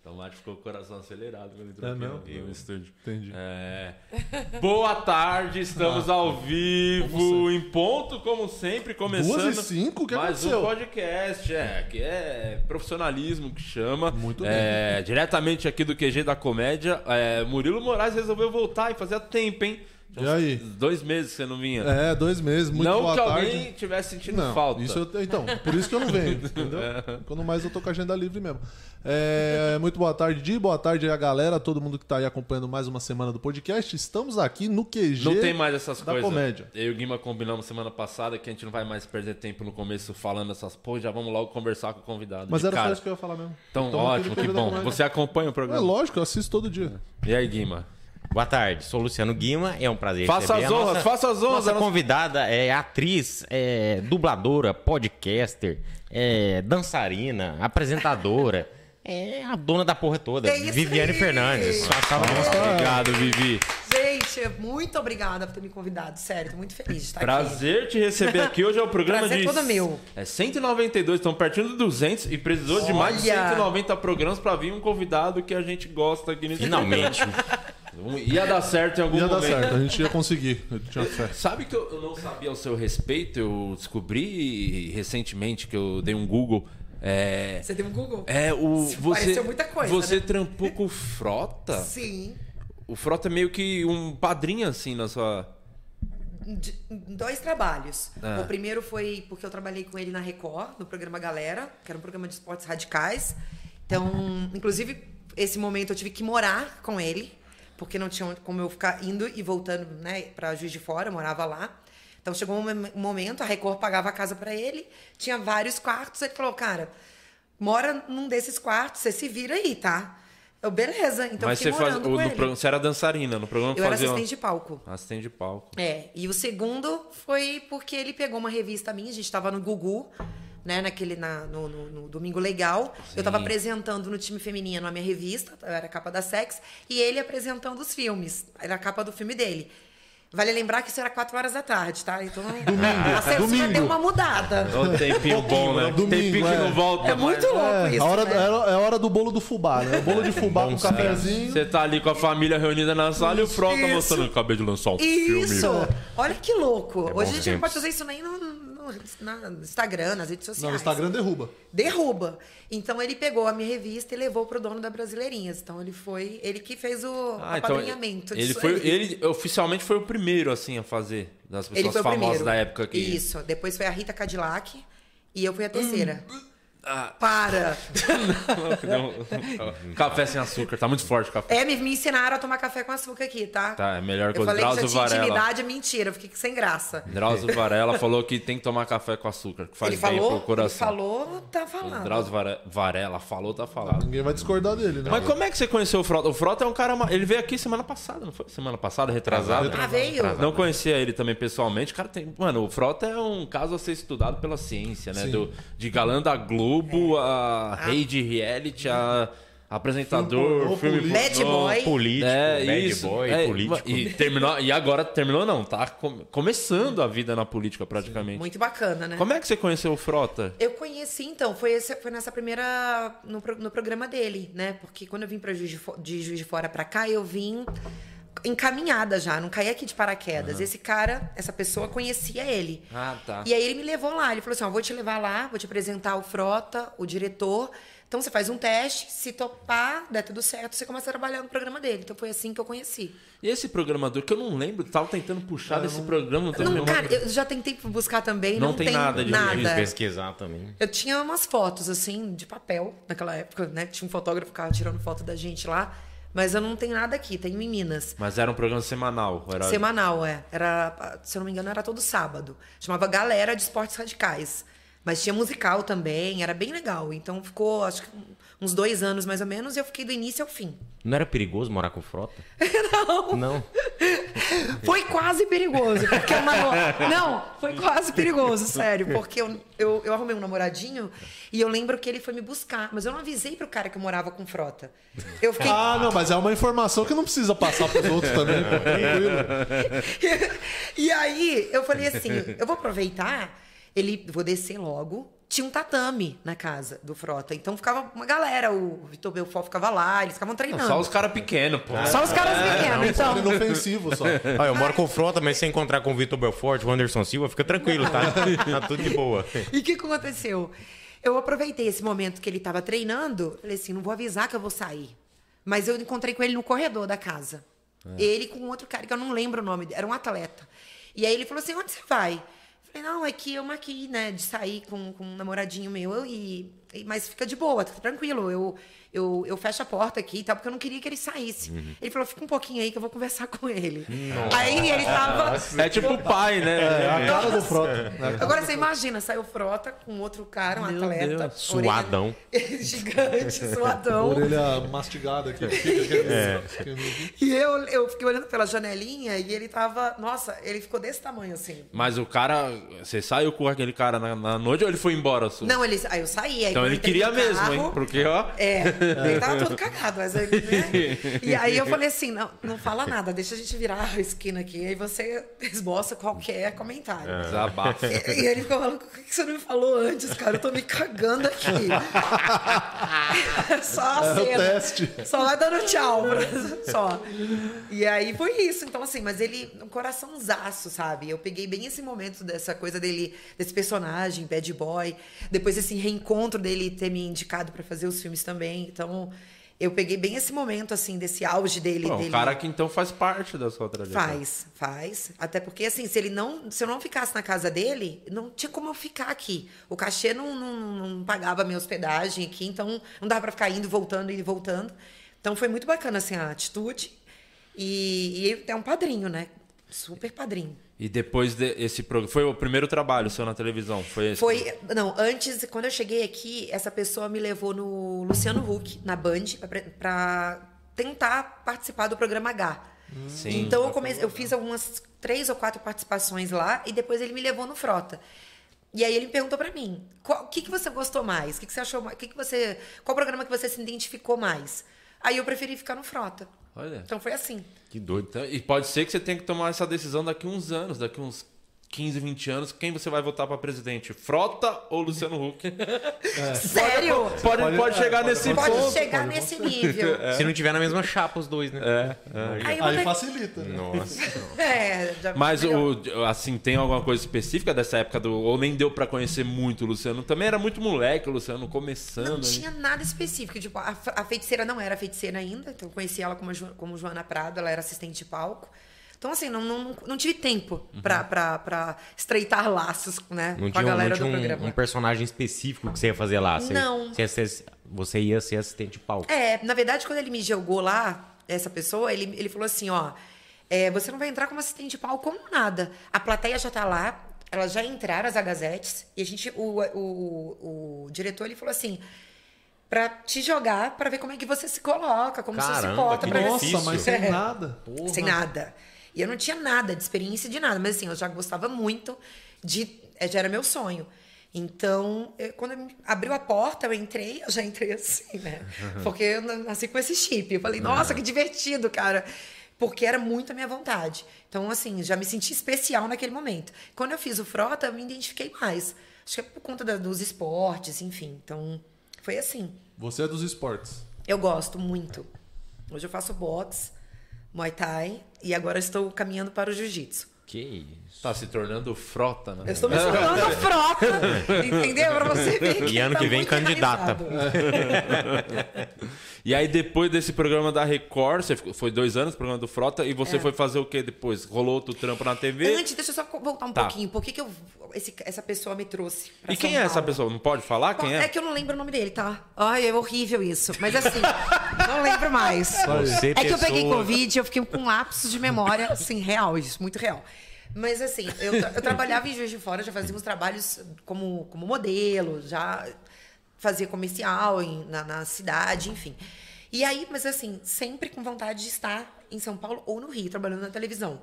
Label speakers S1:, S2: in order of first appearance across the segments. S1: Então, o Mate ficou com o coração acelerado quando entrou
S2: É
S1: aqui
S2: mesmo?
S1: no- no estúdio.
S2: Entendi.
S1: É. Boa tarde, estamos ao vivo, em ponto, como sempre, começando.
S2: Duas e cinco? O que
S1: mais
S2: aconteceu?
S1: um podcast, é, que é profissionalismo que chama.
S2: Muito
S1: É, diretamente aqui do QG da Comédia, é, Murilo Moraes resolveu voltar e fazia tempo, hein?
S2: E aí?
S1: uns Dois meses que você não vinha.
S2: É, dois meses, muito
S1: não
S2: boa
S1: que
S2: tarde.
S1: alguém tivesse sentindo
S2: Não,
S1: falta. É.
S2: Isso eu- então, por isso que eu não venho, entendeu? Quando mais eu tô com a agenda livre mesmo. É, muito boa tarde, Di. Boa tarde aí a galera, todo mundo que tá aí acompanhando mais uma semana do podcast. Estamos aqui no QG.
S1: Não tem mais essas
S2: da
S1: coisas.
S2: comédia.
S1: Eu e o Guima combinamos semana passada que a gente não vai mais perder tempo no começo falando essas pô, já vamos logo conversar com o convidado.
S2: Mas
S1: de
S2: era só
S1: cara.
S2: isso que eu ia falar mesmo.
S1: Então,
S2: Toma
S1: ótimo, que
S2: aquele
S1: bom.
S2: coisa da
S1: Você acompanha o
S2: É
S1: programa.
S2: lógico, eu assisto todo dia.
S1: e aí, Guima?
S3: Boa tarde, sou Luciano Guima, é um prazer
S1: Faça
S3: receber
S1: as
S3: a
S1: honras,
S3: nossa-
S1: faça as honras.
S3: Nossa
S1: a nossa-
S3: convidada é atriz, é dubladora, podcaster, é dançarina, apresentadora, é a dona da porra toda,
S4: É isso
S3: Viviane
S4: aí!
S3: Fernandes. Uma salva de palmas.
S1: Obrigado, Vivi.
S4: Gente, muito obrigada por ter me convidado. Sério, tô muito feliz de estar aqui.
S1: Prazer te receber aqui. Hoje é o programa
S4: Prazer
S1: de.
S4: todo meu.
S1: É 192, estamos partindo de 200 e precisou de mais de
S4: Olha!
S1: 190 programas pra vir um convidado que a gente gosta aqui nesse
S3: Finalmente. um
S1: programa. Ia dar certo em algum
S2: Ia dar
S1: momento.
S2: certo, a gente ia conseguir. Eu tinha fé.
S1: Sabe que eu eu não sabia ao seu respeito? Eu descobri recentemente que eu dei um Google. É,
S4: Você deu um Google?
S1: é o
S4: Isso
S1: você
S4: pareceu muita coisa,
S1: você
S4: né?
S1: trampou com o Frota?
S4: Sim.
S1: O Frota é meio que um padrinho assim na sua
S4: De- dois trabalhos.
S1: Ah.
S4: O primeiro foi porque eu trabalhei com ele na Record, no programa Galera, que era um programa de esportes radicais. Então, inclusive, esse momento eu tive que morar com ele, porque não tinha como eu ficar indo e voltando, né, para Juiz de Fora, eu morava lá. Então chegou um mom- momento, a Record pagava a casa para ele, tinha vários quartos, ele falou: "Cara, mora num desses quartos, você se vira aí, tá?" Eu, beleza. Então
S1: Mas
S4: fiquei
S1: você faz,
S4: morando
S1: o-
S4: com
S1: no
S4: ele.
S1: pro- você era dançarina no programa
S4: Eu era
S1: fazia
S4: assistente de palco.
S1: assistente de palco.
S4: É, e o segundo foi porque ele pegou uma revista minha, a gente tava no Gugu, né, naquele, na, no, no- no Domingo Legal. Eu tava apresentando no time feminino a minha revista, eu era a capa da Sex, e ele apresentando os filmes, era a capa do filme dele. Vale lembrar que isso era 4 horas da tarde, tá? Então, a censura
S2: domingo.
S4: deu uma mudada.
S1: É um tempinho bom, né?
S2: né? Domingo,
S1: tempinho que
S2: é.
S1: não volta.
S4: É muito
S1: mais.
S4: louco
S2: É,
S4: isso,
S2: a hora,
S4: né?
S2: é a- é a hora do bolo do fubá, né? O bolo de fubá com cafezinho.
S1: Você tá ali com a família reunida na sala e o Frota
S4: Isso.
S1: mostrando. Acabei de lançar um
S4: Isso!
S1: filme.
S4: Olha que louco!
S3: bons
S4: Hoje a gente não
S3: tempos.
S4: pode fazer isso nem no, no- na- no Instagram, nas redes sociais.
S2: Não, o Instagram derruba.
S4: derruba. Então ele pegou a minha revista e levou pro dono da Brasileirinhas. Então ele foi, ele que fez o
S1: Ah, então
S4: apadrinhamento.
S1: ele
S4: disso
S1: foi,
S4: aí.
S1: ele oficialmente foi o primeiro assim a fazer das
S4: Ele
S1: pessoas
S4: foi o
S1: famosas
S4: primeiro.
S1: da época que Hum.
S4: Isso. Depois foi a Rita Cadillac e eu fui a terceira.
S1: Ah.
S4: Para!
S1: Não, um café sem açúcar, tá muito forte o café.
S4: É, me, me ensinaram a tomar café com açúcar aqui, tá?
S1: Tá, é melhor que
S4: Eu
S1: o
S4: falei que
S1: Drauzio
S4: já tinha
S1: Varela.
S4: intimidade, é mentira, eu fiquei sem graça.
S1: Drauzio Varela falou que tem que tomar café com açúcar, que faz
S4: ele
S1: bem
S4: falou,
S1: pro coração.
S4: ele falou, tá
S1: O
S4: falando.
S1: Drauzio Vare- Varela falou, tá falado.
S2: Ninguém vai discordar dele, né?
S1: Mas como é que você conheceu o Frota? O Frota é um cara. ma- Ele veio aqui semana passada, não foi? Semana passada, retrasada.
S4: Ah, veio?
S1: Não conhecia ele também pessoalmente. Cara, tem, mano, o Frota é um caso a ser estudado pela ciência, né?
S2: Sim.
S1: Do, de galã da Globo
S4: É. Ah.
S1: a rei de reality, a apresentador,
S2: pornô,
S1: filme pornô,
S2: político.
S4: Bad boy.
S3: Político,
S1: é,
S3: bad
S1: isso,
S3: boy,
S1: é,
S3: político.
S1: E, terminou, e agora terminou não, tá come- começando a vida na política praticamente.
S4: Muito bacana, né?
S1: Como é que você conheceu o Frota?
S4: Eu conheci, então, foi, esse- foi nessa primeira. No, pro- no programa dele, né? Porque quando eu vim pra Juiz de, Fo- de Juiz de Fora pra cá, eu vim encaminhada já, não caí aqui de paraquedas. Esse cara, essa pessoa, conhecia ele.
S1: Ah, tá.
S4: E aí ele me levou lá, ele falou assim: ó, vou te levar lá, vou te apresentar o Frota, o diretor. Então você faz um teste, se topar, der tudo certo, você começa a trabalhar no programa dele. Então foi assim que eu conheci.
S1: E esse programador que eu não lembro, tava tentando puxar desse programa, não Então, tem
S4: Não,
S1: nenhuma-
S4: cara, eu já tentei buscar também,
S1: Não
S4: não,
S1: tem nada de
S3: Quis pesquisar também.
S4: Eu tinha umas fotos, assim, de papel naquela época, né? Tinha um fotógrafo que ficava tirando foto da gente lá. Mas eu não tenho nada aqui, tenho em Minas.
S1: Mas era um programa semanal. Era...
S4: Semanal, é. Era, se eu não me engano, era todo sábado. Chamava Galera de Esportes Radicais. Mas tinha musical também, era bem legal. Então ficou, acho que uns dois anos mais ou menos, e eu fiquei do início ao fim.
S3: Não era perigoso morar com frota? não. Não.
S4: Foi quase perigoso, porque eu namo... Não, foi quase perigoso, sério. Porque eu, eu, eu arrumei um namoradinho e eu lembro que ele foi me buscar. Mas eu não avisei pro cara que eu morava com frota. Eu fiquei.
S2: Ah, não, mas é uma informação que não precisa passar pros outros também. pô. Tranquilo.
S4: e aí eu falei assim: eu vou aproveitar, ele vou descer logo. tinha um tatame na casa do Frota. Então ficava uma galera, o Vitor Belfort ficava lá, eles ficavam treinando.
S1: Só os caras pequenos, pô.
S4: Só os caras pequenos, então.
S2: Inofensivo só.
S3: Ah, eu moro com o Frota, mas se encontrar com o Vitor Belfort, o Anderson Silva, fica tranquilo, tá? Tá tudo de boa.
S4: E o que que aconteceu? Eu aproveitei esse momento que ele estava treinando, falei assim, não vou avisar que eu vou sair. Mas eu encontrei com ele no corredor da casa. Ele com outro cara, que eu não lembro o nome, dele, era um atleta. E aí ele falou assim, onde você vai? Eu Falei, não, é que eu marquei, né, de sair com, com um namoradinho meu, e, e- mas fica de boa, tá tranquilo, eu, eu, eu fecho a porta aqui e tal, porque eu não queria que ele saísse. Ele falou, fica um pouquinho aí que eu vou conversar com ele. Aí ele tava...
S1: É tipo o pai,
S2: É
S1: né?
S2: a cara do Frota. né?
S4: Agora você imagina, saiu Frota com outro cara, um atleta. orelha-
S3: Suadão.
S4: Gigante, suadão.
S2: Orelha mastigada aqui. Fica, aquele-
S1: É.
S2: aquele-
S4: E eu, eu fiquei olhando pela janelinha e ele tava. Nossa, ele ficou desse tamanho assim.
S1: Mas o cara. Você saiu com aquele cara na, na noite ou ele foi embora? Su?
S4: Não, ele. Aí eu saí. Aí
S1: Então
S4: quando
S1: ele
S4: eu entrei
S1: queria
S4: no
S1: mesmo,
S4: carro-
S1: hein? Porque, ó.
S4: É, ele tava todo cagado, mas ele, né? E aí eu falei assim: não, não fala nada, deixa a gente virar a esquina aqui, aí você esboça qualquer comentário.
S1: É. Desabafo.
S4: E e É. ele ficou falando, por que que você não me falou antes, cara? Eu tô me cagando aqui. Só a
S2: É o
S4: cena.
S2: teste.
S4: Só vai dando tchau. pra- Só. E aí foi isso. Então, assim, mas ele, um coraçãozaço, sabe? Eu peguei bem esse momento dessa coisa dele, desse personagem, bad boy. Depois esse reencontro dele ter me indicado pra fazer os filmes também. Então, eu peguei bem esse momento, assim, desse auge dele.
S1: Pô,
S4: dele...
S1: o cara que então faz parte da sua trajetória.
S4: Faz, faz. Até porque, assim, se ele não. Se eu não ficasse na casa dele, não tinha como eu ficar aqui. O cachê não, não, não pagava minha hospedagem aqui, então não dava pra ficar indo, voltando, indo e voltando. Então foi muito bacana, assim, a atitude. E, e ele é um padrinho, né? Super padrinho.
S1: E depois desse programa. Foi o primeiro trabalho seu na televisão? Foi esse?
S4: Foi. Não, antes, quando eu cheguei aqui, essa pessoa me levou no Luciano Huck, na Band, pra- pra tentar participar do programa H.
S1: Hum, Sim.
S4: Então eu, comecei, eu fiz algumas três ou quatro participações lá e depois ele me levou no Frota. E aí ele me perguntou pra mim, qual- o que, que você gostou mais? O que, que você achou mais? O que, que você, qual programa que você se identificou mais? Aí eu preferi ficar no Frota.
S1: Olha.
S4: Então foi assim.
S1: Que doido. Então, e pode ser que você tenha que tomar essa decisão daqui uns anos, daqui uns 15, 20 anos. Quem você vai votar pra presidente? Frota ou Luciano Huck?
S4: Sério?
S1: É. Pode,
S2: pode-
S1: pode,
S2: é,
S1: chegar
S2: pode-
S1: nesse
S4: Pode
S1: ponto. É.
S4: chegar nesse nível.
S3: Se não tiver na mesma chapa os dois, né?
S4: Aí eu
S2: Aí
S4: falei,
S2: facilita. né?
S3: Nossa.
S4: é, já-
S1: Mas, o, assim, tem alguma coisa específica dessa época do. Ou nem deu pra conhecer muito o Luciano? Também era muito moleque o Luciano, começando.
S4: Não
S1: né?
S4: tinha nada específico. Tipo, a, a feiticeira não era feiticeira ainda. Então, eu conheci ela como, Jo- como Joana Prado, ela era assistente de palco. Então, assim, não, não, não tive tempo pra, pra, pra estreitar laços né,
S3: Uhum. Não
S4: com
S3: tinha,
S4: a
S3: um-
S4: galera
S3: não tinha
S4: do
S3: um,
S4: programa.
S3: um personagem específico que você ia fazer lá. Você,
S4: Não.
S3: Você ia ser, você ia ser assistente de palco.
S4: É, na verdade, quando ele me jogou lá, essa pessoa, ele, ele falou assim, ó... é, você não vai entrar como assistente de palco como nada. A plateia já tá lá, elas já entraram, as agazetes. E a gente... O, o, o diretor, ele falou assim... Pra te jogar, pra ver como é que você se coloca, como você se
S3: Caramba,
S4: porta.
S3: que
S4: pra ver se-
S2: Nossa, mas sem
S4: É.
S2: nada.
S4: Sem nada. E eu não tinha nada de experiência de nada, mas assim, eu já gostava muito de. eh, Já era meu sonho. Então, eu- quando eu- abriu a porta, eu entrei, eu já entrei assim, né? Porque eu na- nasci com esse chip. Eu falei, nossa, que divertido, cara. Porque era muito a minha vontade. Então, assim, já me senti especial naquele momento. Quando eu fiz o Frota, eu me identifiquei mais. Acho que é por conta da- dos esportes, enfim. Então, foi assim.
S2: Você é dos esportes.
S4: Eu gosto muito. Hoje eu faço boxe, muay thai e agora estou caminhando para o jiu-jitsu.
S3: Que isso.
S1: Tá se tornando frota, né?
S4: Eu estou me tornando frota, entendeu? Para você ver que
S3: E ano
S4: tá
S3: que vem,
S4: muito
S3: candidata.
S4: enraizado.
S1: E aí, depois desse programa da Record, você ficou- foi dois anos, programa do Frota, e você foi fazer o que depois? Rolou outro trampo na TV?
S4: É. Antes, deixa eu só voltar um
S1: Tá.
S4: pouquinho. Por que, que eu, esse- essa pessoa me trouxe? pra
S1: E quem
S4: São
S1: é essa
S4: Paulo?
S1: pessoa? Não pode falar quem é?
S4: É que eu não lembro o nome dele, tá? Ai, é horrível isso. Mas assim, não lembro mais.
S3: Você,
S4: é que eu peguei
S3: pessoa-
S4: Covid, eu fiquei com um lapso de memória, assim, real, isso, muito real. Mas assim, eu, tra- eu trabalhava em Juiz de Fora, já fazia uns trabalhos como, como modelo, já fazia comercial em- na, na cidade, enfim. E aí, mas assim, sempre com vontade de estar em São Paulo ou no Rio, trabalhando na televisão.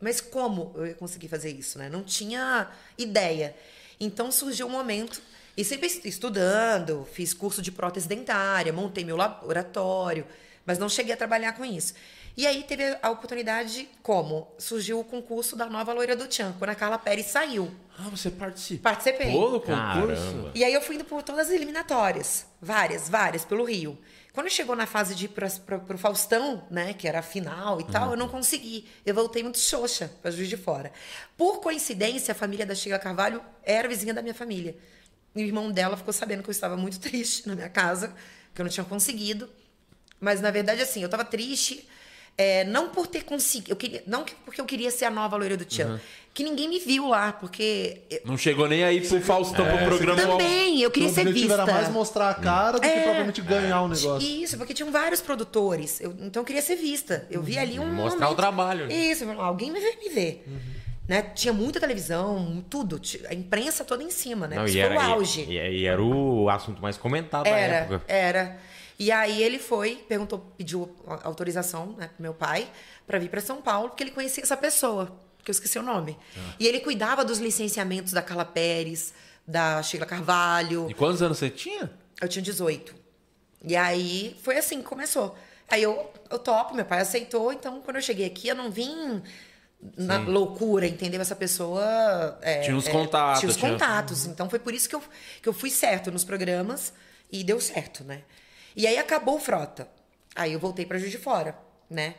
S4: Mas como eu ia conseguir fazer isso, né? Não tinha ideia. Então surgiu um momento, e sempre est- estudando, fiz curso de prótese dentária, montei meu laboratório, mas não cheguei a trabalhar com isso. E aí teve a oportunidade, como? Surgiu o concurso da nova loira do Tchan, quando a Carla Pérez saiu.
S1: Ah, você participou
S4: Participei.
S1: do concurso?
S3: Caramba.
S4: E aí eu fui indo por todas as eliminatórias. Várias, várias, pelo Rio. Quando chegou na fase de ir pra, pra, pro Faustão, né? Que era a final e tal, eu não consegui. Eu voltei muito xoxa pra Juiz de Fora. Por coincidência, a família da Sheila Carvalho era vizinha da minha família. E o irmão dela ficou sabendo que eu estava muito triste na minha casa, que eu não tinha conseguido. Mas, na verdade, assim, eu tava triste. é, não por ter conseguido. Eu queria, não que- porque eu queria ser a nova loira do Tchan. Que ninguém me viu lá, porque eu-
S1: Não chegou nem aí pro Faustão, pro programa.
S4: também, eu queria
S2: o
S4: ser
S2: objetivo
S4: vista. É.
S2: era mais mostrar a cara do que propriamente ganhar o negócio.
S4: Isso, porque tinham vários produtores. Eu- então eu queria ser vista. Eu vi ali um.
S3: Mostrar o trabalho, né?
S4: Isso, eu falava, alguém me vê. Me vê. Né? Tinha muita televisão, tudo. ti- A imprensa toda em cima, né?
S3: Não,
S4: Isso
S3: e
S4: foi
S3: era,
S4: o
S3: e-
S4: auge.
S3: E, e era o assunto mais comentado na
S4: Era,
S3: época.
S4: era. E aí ele foi, perguntou, pediu a- autorização né, pro meu pai para vir para São Paulo, porque ele conhecia essa pessoa, que eu esqueci o nome.
S3: Ah.
S4: E ele cuidava dos licenciamentos da Carla Pérez, da Sheila Carvalho.
S1: E quantos anos você tinha?
S4: Eu tinha 18. E aí foi assim que começou. Aí eu, eu topo, meu pai aceitou, então quando eu cheguei aqui, eu não vim na loucura, entendeu? Essa pessoa. é,
S1: Tinha uns
S4: é,
S1: contatos,
S4: Tinha os
S1: tinha-
S4: contatos. Então foi por isso que eu, que eu fui certo nos programas e deu certo, né? E aí acabou o Frota. Aí eu voltei pra Juiz de Fora, né?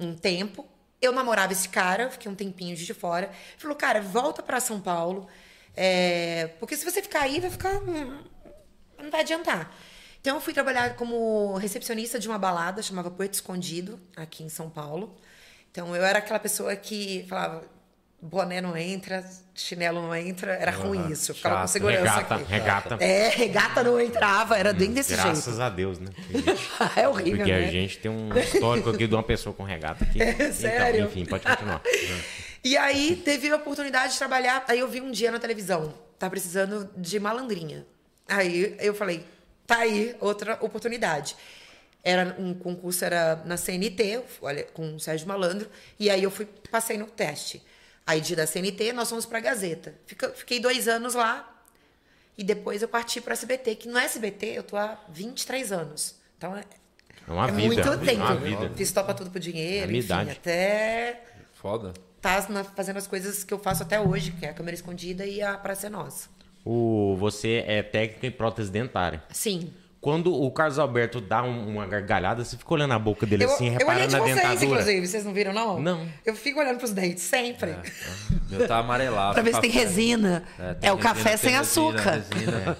S4: Um tempo. Eu namorava esse cara, fiquei um tempinho em Juiz de Fora. Ele falou, cara, volta pra São Paulo. é, porque se você ficar aí, vai ficar. hum, não vai adiantar. Então eu fui trabalhar como recepcionista de uma balada, chamava Poeta Escondido, aqui em São Paulo. Então eu era aquela pessoa que falava, boné não entra, chinelo não entra, era ruim isso, eu ficava com
S3: Chato.
S4: segurança
S3: Regata,
S4: aqui.
S3: regata. Hum,
S4: É, regata não entrava, era bem É desse
S3: Graças
S4: jeito.
S3: a Deus, né?
S4: é horrível,
S3: Porque
S4: né?
S3: a gente tem um histórico aqui de uma pessoa com regata aqui.
S4: É, sério?
S3: Então, enfim, pode continuar. É
S4: E aí teve a oportunidade de trabalhar. Aí eu vi um dia na televisão, tá precisando de malandrinha. Aí eu falei, tá aí outra oportunidade. Era um concurso era na CNT, olha, com o Sérgio Malandro, e aí eu fui passei no teste. Aí de da CNT nós fomos pra Gazeta. Fica- Fiquei dois anos lá, e depois eu parti para SBT, que no SBT eu tô há 23 anos. Então é,
S3: É uma
S4: é
S3: vida.
S4: muito tempo.
S3: Uma vida.
S4: Fiz topa tudo por dinheiro,
S3: É a minha
S4: enfim,
S3: idade.
S4: até
S1: Foda.
S4: tá na- fazendo as coisas que eu faço até hoje, que é a câmera escondida e a Praça é Nossa.
S3: O, você é técnico em prótese dentária.
S4: Sim.
S3: Quando o Carlos Alberto dá um- uma gargalhada, você fica olhando a boca dele
S4: Eu,
S3: assim,
S4: eu olhei
S3: reparando
S4: de
S3: na
S4: vocês,
S3: dentadura.
S4: inclusive, vocês não viram, não?
S3: Não.
S4: Eu fico olhando pros dentes, sempre.
S1: Meu tá amarelado.
S4: pra ver se tem
S1: Papai.
S4: resina. É,
S1: tem
S4: o
S1: resina,
S4: café
S1: tem
S4: sem
S1: resina,
S4: açúcar.
S1: resina.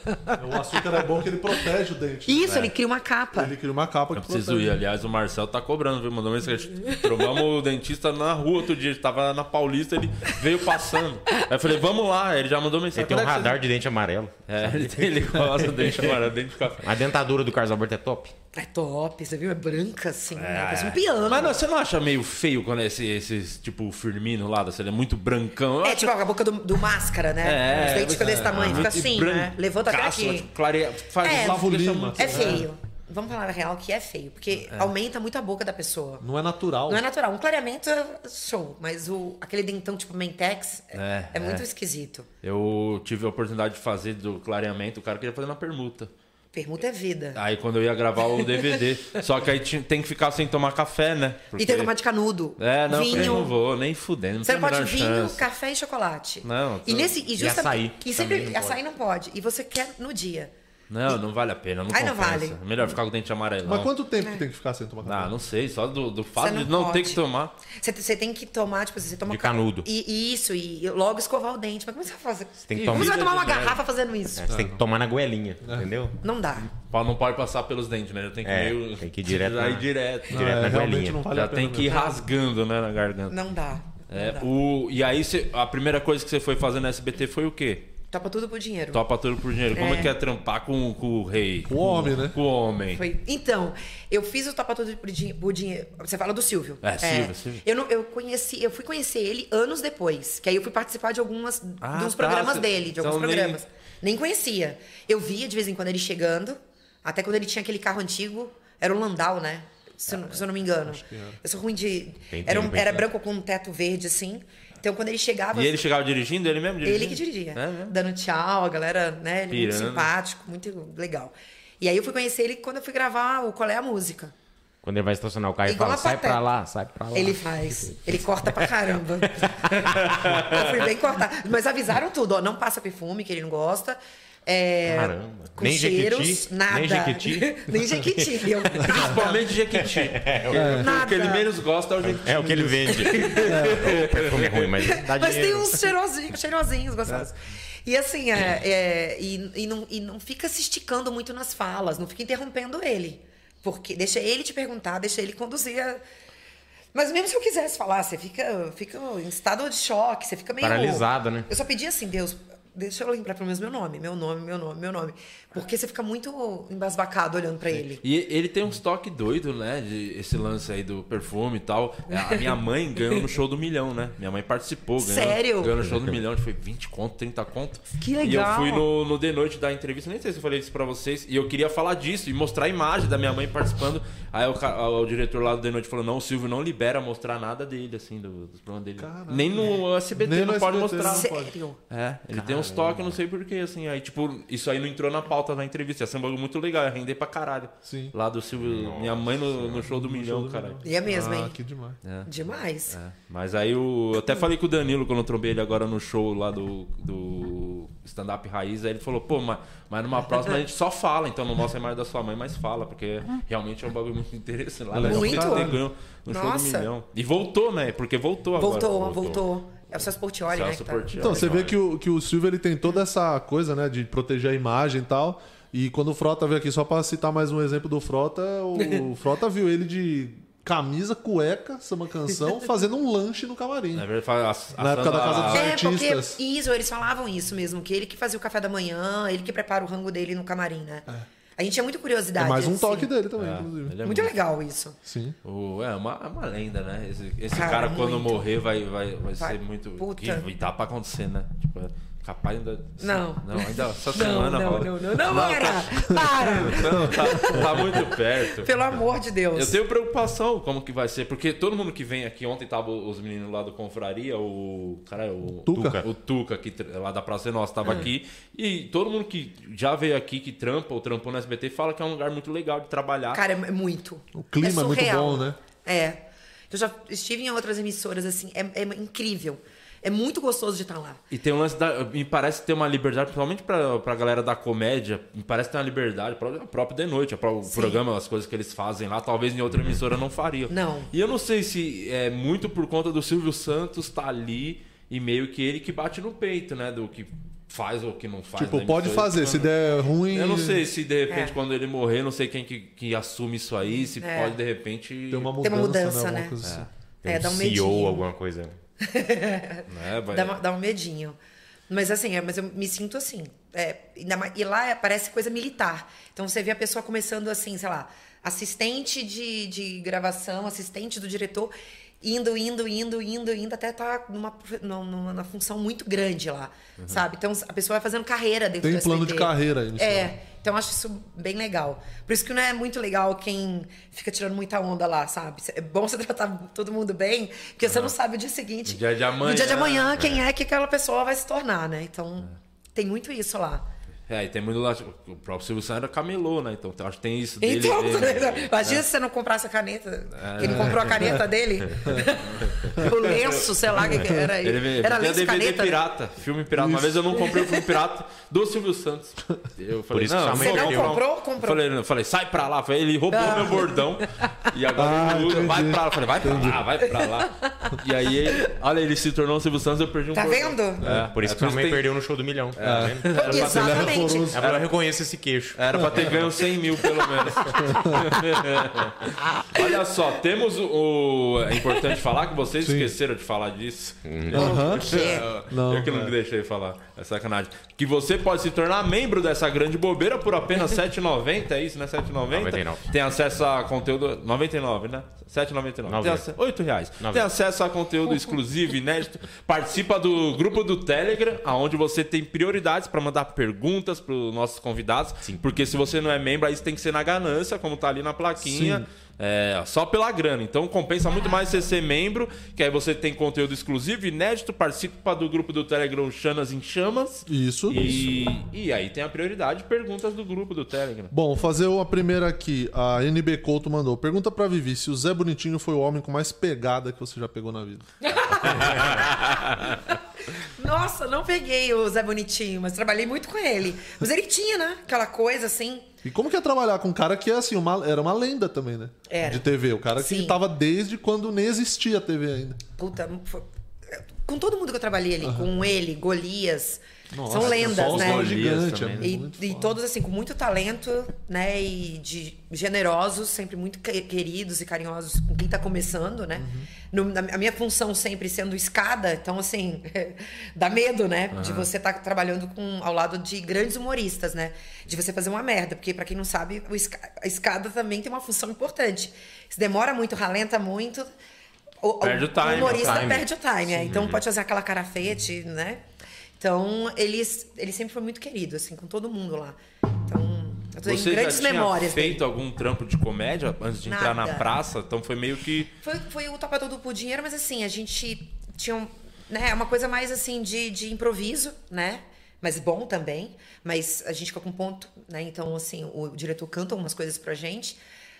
S2: O açúcar é bom que ele protege o dente.
S4: Isso, ele cria uma capa.
S2: Ele cria uma capa que
S1: Eu preciso
S2: protege.
S1: ir, aliás, o Marcel tá cobrando, viu? Mandou mensagem. Tromamos o dentista na rua outro dia, ele tava na Paulista, ele veio passando. Aí eu falei, vamos lá, ele já mandou mensagem.
S3: Ele tem um
S1: "Onde é que
S3: radar de dente amarelo.
S1: você-" É, ele, tem- ele gosta do dente amarelo, dente de café.
S3: A dentadura do Carlos Alberto é top.
S4: É top, você viu? É branca, assim, né? Parece um piano.
S1: Mas não, você não acha meio feio quando é esse, esses, tipo, o Firmino lá, ele é muito brancão? Eu
S4: É
S1: acho-
S4: tipo a boca do, do máscara,
S1: É,
S4: né? Os dentes ficam desse tamanho, fica
S1: Ah, muito
S4: assim, né?
S1: brancaço,
S4: Levanta até
S1: tipo,
S4: aqui.
S1: clareia, faz um
S4: É,
S1: lava o
S2: Lavulino.
S1: lixo,
S4: É feio. Vamos falar a real que é feio, porque aumenta muito a boca da pessoa.
S2: Não é natural.
S4: Não é natural. Um clareamento é show, mas o, aquele dentão tipo Mentex é,
S1: É,
S4: é muito esquisito.
S1: Eu tive a oportunidade de fazer do clareamento, o cara queria fazer na permuta.
S4: Permuta é vida.
S1: Aí quando eu ia gravar o DVD. só que aí tinha- tem que ficar sem tomar café, né?
S4: E tem que tomar de canudo.
S1: É, não, eu
S4: vinho.
S1: não vou, nem fudendo. Não
S4: Você
S1: tem
S4: não
S1: a menor
S4: pode vinho,
S1: chance.
S4: café e chocolate.
S1: Não,
S4: E
S1: não.
S4: nesse e
S3: E
S4: justamente
S3: açaí.
S4: e sempre
S3: Também não pode.
S4: açaí não pode. E você quer no dia.
S1: Não, não vale a pena, não
S4: Ai, não
S1: compensa.
S4: vale.
S1: Melhor ficar com o dente amarelão.
S2: Mas quanto tempo
S4: É.
S2: que tem que ficar sem tomar café?
S1: Ah, não sei, só do, do fato
S4: Você não
S1: de não ter
S4: pode.
S1: que tomar.
S4: Você, você tem que tomar, tipo, você toma
S3: De canudo.
S4: E, e isso e logo escovar o dente. Mas como é você vai fazer?
S3: tem que
S4: como
S3: tomar- É.
S4: você vai tomar uma
S1: Vida de
S4: garrafa fazendo isso?
S3: Você
S1: Ah.
S3: tem que tomar na goelinha, entendeu?
S4: Não dá.
S1: Pá, Não pode passar pelos dentes, né? Já tem que
S3: É,
S1: meio.
S3: tem que ir direto
S1: Já ir
S3: na-
S1: direto.
S2: Não,
S3: direto
S2: é,
S3: na
S2: realmente
S3: goelinha.
S2: não vale a
S1: Já
S2: pena.
S1: tem que ir
S2: mesmo.
S1: rasgando, né, na garganta.
S4: Não dá. Não
S1: É,
S4: dá.
S1: o, e aí, cê- a primeira coisa que você foi fazer no SBT foi o quê?
S4: Topa tudo por dinheiro.
S1: Topa tudo por dinheiro. Como é
S4: É.
S1: que é trampar com, com o rei? Com
S2: o homem, né?
S1: Com o homem.
S4: Foi- Então, eu fiz o Tapa Tudo por Dinhe- por Dinheiro. Você fala do Silvio.
S1: É, Silvio, Silvio.
S4: Eu, não- eu conheci, eu fui conhecer ele anos depois. Que aí eu fui participar de algumas
S1: Ah,
S4: dos
S1: tá,
S4: programas
S1: você-
S4: dele, de
S1: então
S4: alguns
S1: nem-
S4: programas. Nem conhecia. Eu via de vez em quando ele chegando. Até quando ele tinha aquele carro antigo. Era um Landau, né? Se, eu
S1: Ah,
S4: não- se eu não me engano.
S1: é.
S4: Eu sou ruim de.
S3: Tem
S4: Era, um-
S3: tempo, hein?
S4: era branco com um teto verde, assim. Então quando ele chegava.
S1: E ele chegava dirigindo, ele mesmo dirigia?
S4: Ele que dirigia.
S1: É mesmo?
S4: Dando tchau, a galera, né? Ele muito
S1: Pirando.
S4: simpático, muito legal. E aí eu fui conhecer ele quando eu fui gravar o Qual é a Música.
S3: Quando ele vai estacionar o carro, ele
S4: Igual
S3: fala,
S4: a
S3: sai
S4: pateta.
S3: pra lá, sai pra lá.
S4: Ele faz. Ele corta pra caramba. eu fui bem cortar. Mas avisaram tudo, ó. Não passa perfume, que ele não gosta. É,
S3: Caramba.
S4: Com
S3: Nem
S4: cheiros,
S3: Jequiti?
S4: nada.
S3: Nem Jequiti?
S4: Nem Jequiti. Eu,
S1: Principalmente Jequiti. É, O que ele menos gosta é o Jequiti.
S3: É o que ele vende. O perfume é ruim, mas dá
S4: Mas tem
S3: dinheiro.
S4: uns cheirosinhos, cheirosinhos gostosos. E assim, é, é, e, e não, e não fica se esticando muito nas falas, não fica interrompendo ele. Porque deixa ele te perguntar, deixa ele conduzir. a- Mas mesmo se eu quisesse falar, você fica, fica em estado de choque, você fica meio.
S3: Paralisado, né?
S4: Eu só pedi assim, Deus, deixa eu lembrar pelo menos meu nome, meu nome, meu nome, meu nome. Porque você fica muito embasbacado olhando pra ele.
S1: E ele tem uns toques doidos, né? De esse lance aí do perfume e tal. É, A minha mãe ganhou no show do milhão, né? Minha mãe participou, ganhou.
S4: Sério?
S1: Ganhou no show do milhão, acho que foi 20 conto, 30 conto.
S4: Que
S1: E eu
S4: legal.
S1: fui no, no The Noite da entrevista, nem sei se eu falei isso pra vocês. E eu queria falar disso e mostrar a imagem da minha mãe participando. Aí o, ca- o diretor lá do The Noite falou: não, o Silvio não libera mostrar nada dele, assim, do- dos problemas dele.
S2: Caraca.
S1: Nem no SBT
S2: Nem
S1: não
S2: no
S1: pode
S2: SBT,
S1: mostrar.
S2: não pode.
S4: Sério.
S1: É, ele tem uns toques, não sei porquê, assim. Aí, tipo, isso aí não entrou na pauta da entrevista. Ia ser um bagulho muito legal, ia render pra caralho.
S2: Sim.
S1: Lá do Silvio, minha mãe no, no show do milhão, caralho.
S4: E é mesmo,
S2: Ah,
S4: hein?
S2: que demais.
S4: Demais.
S1: É, Mas aí eu eu até falei com o Danilo quando eu trombei ele agora no show lá do, do stand-up raiz. Aí ele falou, pô, mas, mas numa próxima a gente só fala, então não mostra a imagem da sua mãe, mas fala, porque realmente é um bagulho muito interessante. Lá
S2: Muito.
S1: legal pra ter ganho no show do
S4: Nossa.
S1: milhão. E voltou, né? Porque voltou,
S4: voltou,
S1: agora.
S4: voltou, É o Celso Portioli, né?
S1: Celso
S4: que tá-
S1: Portiolli.
S2: Então, você vê que o, que o Silvio ele tem toda essa coisa, né, de proteger a imagem e tal. E quando o Frota veio aqui, só pra citar mais um exemplo do Frota, o, o Frota viu ele de camisa, cueca, samba canção, fazendo um lanche no camarim.
S1: Na verdade, fala- a- a
S2: Na época da
S1: Sandra-
S2: Casa dos
S1: a-
S4: É,
S2: artistas.
S4: porque isso, eles falavam isso mesmo, que ele que fazia o café da manhã, ele que prepara o rango dele no camarim, né? A gente é muito curiosidade.
S2: É mais um
S4: assim.
S2: toque dele também,
S1: É,
S2: inclusive.
S1: ele é
S4: Muito legal isso.
S2: Sim.
S1: O- é uma, é uma lenda, né? Esse, esse
S4: Cara, é
S1: cara, quando
S4: muito.
S1: morrer, vai, vai, vai
S4: Vai-
S1: ser muito.
S4: puta.
S1: Que- E dá pra acontecer, né? Tipo, é capaz ainda.
S4: Não.
S1: Não, ainda. Essa
S4: Não,
S1: semana
S4: não,
S1: rola.
S4: não, não, não, para! Para!
S1: Não, tá, tá muito perto.
S4: Pelo amor de Deus.
S1: Eu tenho preocupação como que vai ser, porque todo mundo que vem aqui, ontem tava os meninos lá do Confraria, o. Cara, o
S2: Tuca.
S1: O Tuca, que tra- lá da Praça Nossa,
S4: Ah.
S1: tava aqui. E todo mundo que já veio aqui, que trampa ou trampou no SBT, fala que é um lugar muito legal de trabalhar.
S4: Cara, é muito.
S2: O clima é muito
S4: surreal.
S2: bom, né?
S4: É. Eu já estive em outras emissoras, assim, é, é incrível. É muito gostoso de estar lá.
S1: E tem um lance da. Me parece ter uma liberdade, principalmente pra, pra galera da comédia, me parece ter uma liberdade, pró- próprio de noite, pró- o
S4: Sim.
S1: programa, as coisas que eles fazem lá, talvez em outra emissora não faria.
S4: Não.
S1: E eu não sei se é muito por conta do Silvio Santos tá ali e meio que ele que bate no peito, né? Do que faz ou que não faz.
S2: Tipo,
S1: na
S2: pode
S1: emissora.
S2: fazer, se
S1: Eu
S2: der ruim.
S1: Eu não sei se de repente,
S4: É.
S1: quando ele morrer, não sei quem que, que assume isso aí, se
S4: É.
S1: pode de repente.
S2: Tem uma mudança,
S4: Tem uma mudança,
S2: né?
S4: né?
S2: Alguma coisa assim.
S4: É, dá um
S3: CEO,
S4: medinho.
S3: alguma coisa.
S1: né, vai-
S4: Dá, uma- dá um medinho. Mas assim, é- mas eu me sinto assim. É, ainda mais- e lá é- parece coisa militar. Então você vê a pessoa começando assim, sei lá, assistente de, de gravação, assistente do diretor, indo, indo, indo, indo, indo, até tá numa, profe- numa, numa função muito grande lá, sabe? Então a pessoa vai fazendo carreira dentro
S2: Uhum. Tem
S4: do
S2: plano de
S4: SBT.
S2: carreira aí no
S4: É, então eu acho isso bem legal. Por isso que não é muito legal quem fica tirando muita onda lá, sabe? É bom você tratar todo mundo bem, porque você não sabe o dia seguinte.
S1: No dia de amanhã.
S4: No dia de amanhã, quem é que aquela pessoa vai se tornar, né? Então, tem muito isso lá.
S1: É, e tem muito lá. tipo, O próprio Silvio Santos era camelô, né? Então eu acho que tem isso dele.
S4: Então,
S1: dele- É.
S4: imagina se você não comprasse a caneta. Que ele comprou a caneta dele. o lenço, sei lá o que que era.
S1: Ele veio,
S4: É, Era
S1: tem
S4: lenço
S1: DVD
S4: e caneta. né?
S1: pirata, filme pirata. Uma vez eu não comprei o filme pirata do Silvio Santos. Eu falei,
S3: isso que
S1: não,
S3: sua mãe
S1: vou
S3: não
S1: comprar um-
S4: comprou? Comprou. Ah.
S1: Falei, não, falei, sai pra lá. Falei, ele roubou meu bordão. E agora
S2: Ah,
S1: ele usa, vai
S2: entendi.
S1: pra lá. Falei, vai pra lá, vai pra lá. E aí, ele- olha, ele se tornou o Silvio Santos, eu perdi um
S4: Tá
S1: bordão.
S4: vendo?
S1: É,
S3: Por isso
S1: é,
S3: que minha mãe
S1: tem- É.
S3: perdeu no show do milhão. Tá vendo?
S2: horroroso.
S4: Exatamente.
S3: Agora eu reconheço esse queixo.
S1: Era pra ter ganho 100 mil, pelo menos. Olha só, temos o. o- É importante falar que vocês
S2: Sim.
S1: esqueceram de falar disso.
S2: Aham.
S1: Não,
S2: Não,
S1: eu que não deixei falar. É sacanagem. Que você pode se tornar membro dessa grande bobeira por apenas R$ 7,90, é isso, né? R$ 7,90.
S3: 99.
S1: Tem acesso a conteúdo. 99, né? R$ 7,99. Tem ace- 8 reais. Tem
S3: 90.
S1: acesso a conteúdo exclusivo, inédito. Participa do grupo do Telegram, onde você tem prioridades para mandar perguntas para os nossos convidados. Porque se você não é membro, aí você tem que ser na ganância, como tá ali na plaquinha.
S2: Sim.
S1: É, É, só pela grana. Então compensa muito mais você ser membro, que aí você tem conteúdo exclusivo, inédito, participa do grupo do Telegram Chanas em Chamas.
S2: Isso.
S1: E, e aí tem a prioridade, perguntas do grupo do Telegram.
S2: Bom, vou fazer uma primeira aqui. A NB Couto mandou. Pergunta pra Vivi se o Zé Bonitinho foi o homem com mais pegada que você já pegou na vida.
S4: Nossa, não peguei o Zé Bonitinho, mas trabalhei muito com ele. Mas ele tinha, né? Aquela coisa assim.
S2: E como que é trabalhar com um cara que é assim, uma- era uma lenda também, né?
S4: Era.
S2: De TV. O cara que
S4: É. Sim.
S2: tava desde quando nem existia a TV ainda.
S4: Puta, foi- com todo mundo que eu trabalhei ali, com ele, Golias. são lendas,
S2: só
S4: né?
S2: Golias gigante,
S1: também,
S2: é
S1: né?
S4: E,
S2: muito
S4: e
S2: foda.
S4: todos, assim, com muito talento, né? E de generosos, sempre muito que- queridos e carinhosos com quem tá começando, né?
S1: Uhum.
S4: No- na- a minha função sempre sendo escada, então, assim, dá medo, né? De você estar trabalhando com, ao lado de grandes humoristas, né? De você fazer uma merda, porque pra quem não sabe, o esca- a escada também tem uma função importante. Se demora muito, ralenta muito. O,
S1: Perde o time,
S4: humorista
S1: o time.
S4: perde o time, é. então pode fazer aquela cara feia, de, né? Então, ele, ele sempre foi muito querido, assim, com todo mundo lá. Então, eu tenho
S1: Você
S4: grandes
S1: já tinha
S4: memórias. dele.
S1: feito algum trampo de comédia antes de entrar na
S4: Nada.
S1: praça? Então foi meio que.
S4: Foi, foi o topador do por dinheiro, mas assim, a gente tinha um, né, uma coisa mais assim de, de improviso, né? Mas bom também. Mas a gente ficou com ponto, né? Então, assim, o diretor canta algumas coisas pra gente.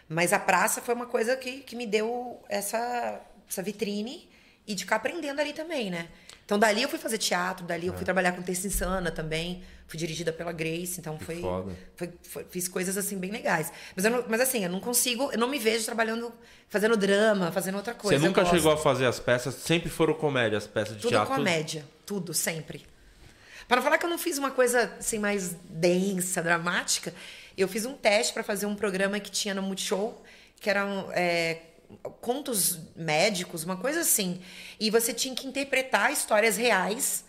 S4: Mas a praça foi uma coisa que, que me deu essa, essa vitrine e de ficar aprendendo ali também, né? Então, dali eu fui fazer teatro, dali eu fui trabalhar com Terça Insana também. Fui dirigida pela Grace, então foi,
S1: foda.
S4: foi- foi- fiz coisas assim bem legais. Mas, eu não- mas assim, eu não consigo, eu não me vejo trabalhando, fazendo drama, fazendo outra coisa.
S1: você
S4: Eu
S1: nunca
S4: gosto.
S1: chegou a fazer as peças, sempre foram comédia, as peças de
S4: Tudo
S1: teatro.
S4: comédia, tudo, sempre. Para não falar que eu não fiz uma coisa assim mais densa, dramática, eu fiz um teste para fazer um programa que tinha no Multishow, que eram é, contos médicos, uma coisa assim. E você tinha que interpretar histórias reais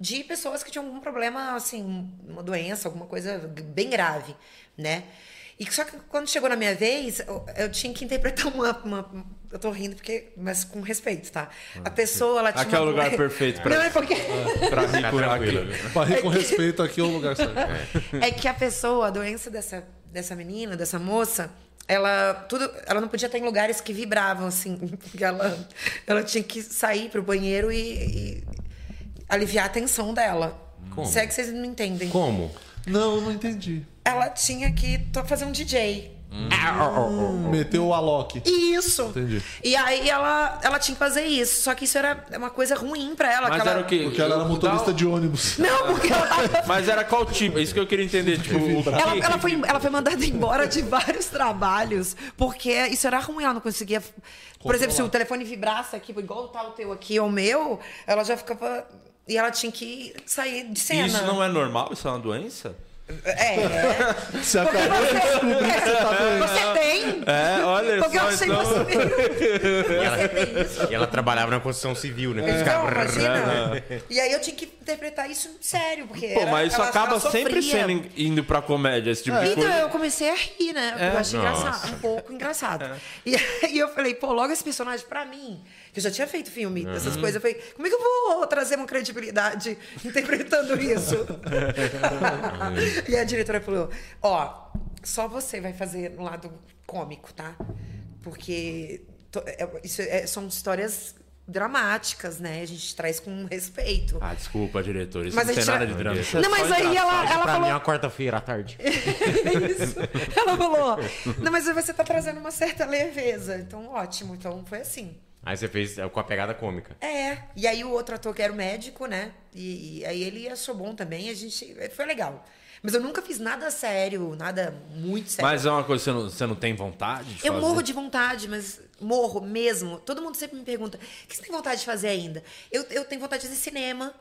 S4: de pessoas que tinham algum problema, assim, uma doença, alguma coisa bem grave, né? E só que quando chegou na minha vez, eu, eu tinha que interpretar uma, uma- Eu tô rindo porque. Mas com respeito, tá? A pessoa, ela tinha.
S1: Aqui é o
S4: uma-
S1: lugar perfeito pra Ah.
S4: Não, é porque.
S1: Pra
S2: É
S1: rir com
S3: Tá tranquilo.
S1: aqui.
S2: Pra rir com respeito aqui é o lugar certo.
S4: É que a pessoa, a doença dessa, dessa menina, dessa moça, ela tudo, ela não podia estar em lugares que vibravam assim, porque ela, ela tinha que sair pro banheiro e, e aliviar a tensão dela.
S3: Como?
S4: Se é que vocês não entendem.
S3: Como?
S2: Não, não entendi.
S4: Ela tinha que to- fazer um DJ.
S2: Meteu o Alok.
S4: Isso.
S2: Entendi.
S4: E aí ela, ela tinha que fazer isso, só que isso era é uma coisa ruim pra ela.
S1: Mas
S4: que ela...
S1: era o quê?
S2: Porque ela era
S1: O-
S2: motorista de ônibus.
S4: Não, porque ela tava
S1: Mas era qual tipo? É Isso que eu queria entender. Tipo, o que...
S4: Ela, ela foi, ela foi mandada embora de vários trabalhos, porque isso era ruim, ela não conseguia. Por exemplo, se o telefone vibrasse aqui, igual tá o teu aqui ou o meu, ela já ficava. E ela tinha que sair de cena.
S1: Isso não é normal? Isso é uma doença?
S4: É.
S1: Tá
S2: Você
S4: Porque
S2: acabou de descobrir que
S4: você,
S2: você tá doente.
S4: você tem.
S1: É, olha
S4: Porque
S1: só,
S4: eu sei
S1: então-
S4: você Você tem isso.
S3: E ela trabalhava na construção civil, né?
S1: É.
S4: Então, imagina. E aí eu tinha que interpretar isso sério, porque.
S1: Pô,
S4: era-
S1: mas isso
S4: ela-
S1: acaba
S4: ela
S1: sempre
S4: sofria.
S1: sendo in- indo pra comédia, esse tipo de
S4: Então,
S1: coisa.
S4: eu comecei a rir, né? Porque eu achei
S3: Nossa.
S4: engraçado, um pouco engraçado. E, e eu falei, pô, logo esse personagem pra mim, que eu já tinha feito filme,
S1: Uhum.
S4: essas coisas, eu falei, como é que eu vou trazer uma credibilidade interpretando isso? e a diretora falou, ó, só você vai fazer no lado cômico, tá? Porque to- é- isso é- são histórias dramáticas, né? A gente traz com respeito.
S1: Ah, desculpa, diretor. Isso
S4: Mas
S1: não
S4: a
S1: tem
S4: gente
S1: nada
S4: já-
S1: de drama. Isso é
S4: Não,
S1: só
S4: mas aí ela,
S3: Ela
S4: ela
S3: pra
S4: falou
S3: mim é uma quarta-feira à tarde.
S4: É isso. Ela falou: Não, mas você tá trazendo uma certa leveza. Então, ótimo. Então, foi assim.
S3: Aí você fez é, com a pegada cômica.
S4: É. E aí, o outro ator que era o médico, né? E, e aí, ele achou bom também. A gente. Foi legal. Mas eu nunca fiz nada sério, nada muito sério.
S1: Mas é uma coisa que você não, você não tem vontade de
S4: Eu
S1: fazer?
S4: morro de vontade, mas morro mesmo. Todo mundo sempre me pergunta: o que você tem vontade de fazer ainda? Eu, eu tenho vontade de fazer cinema.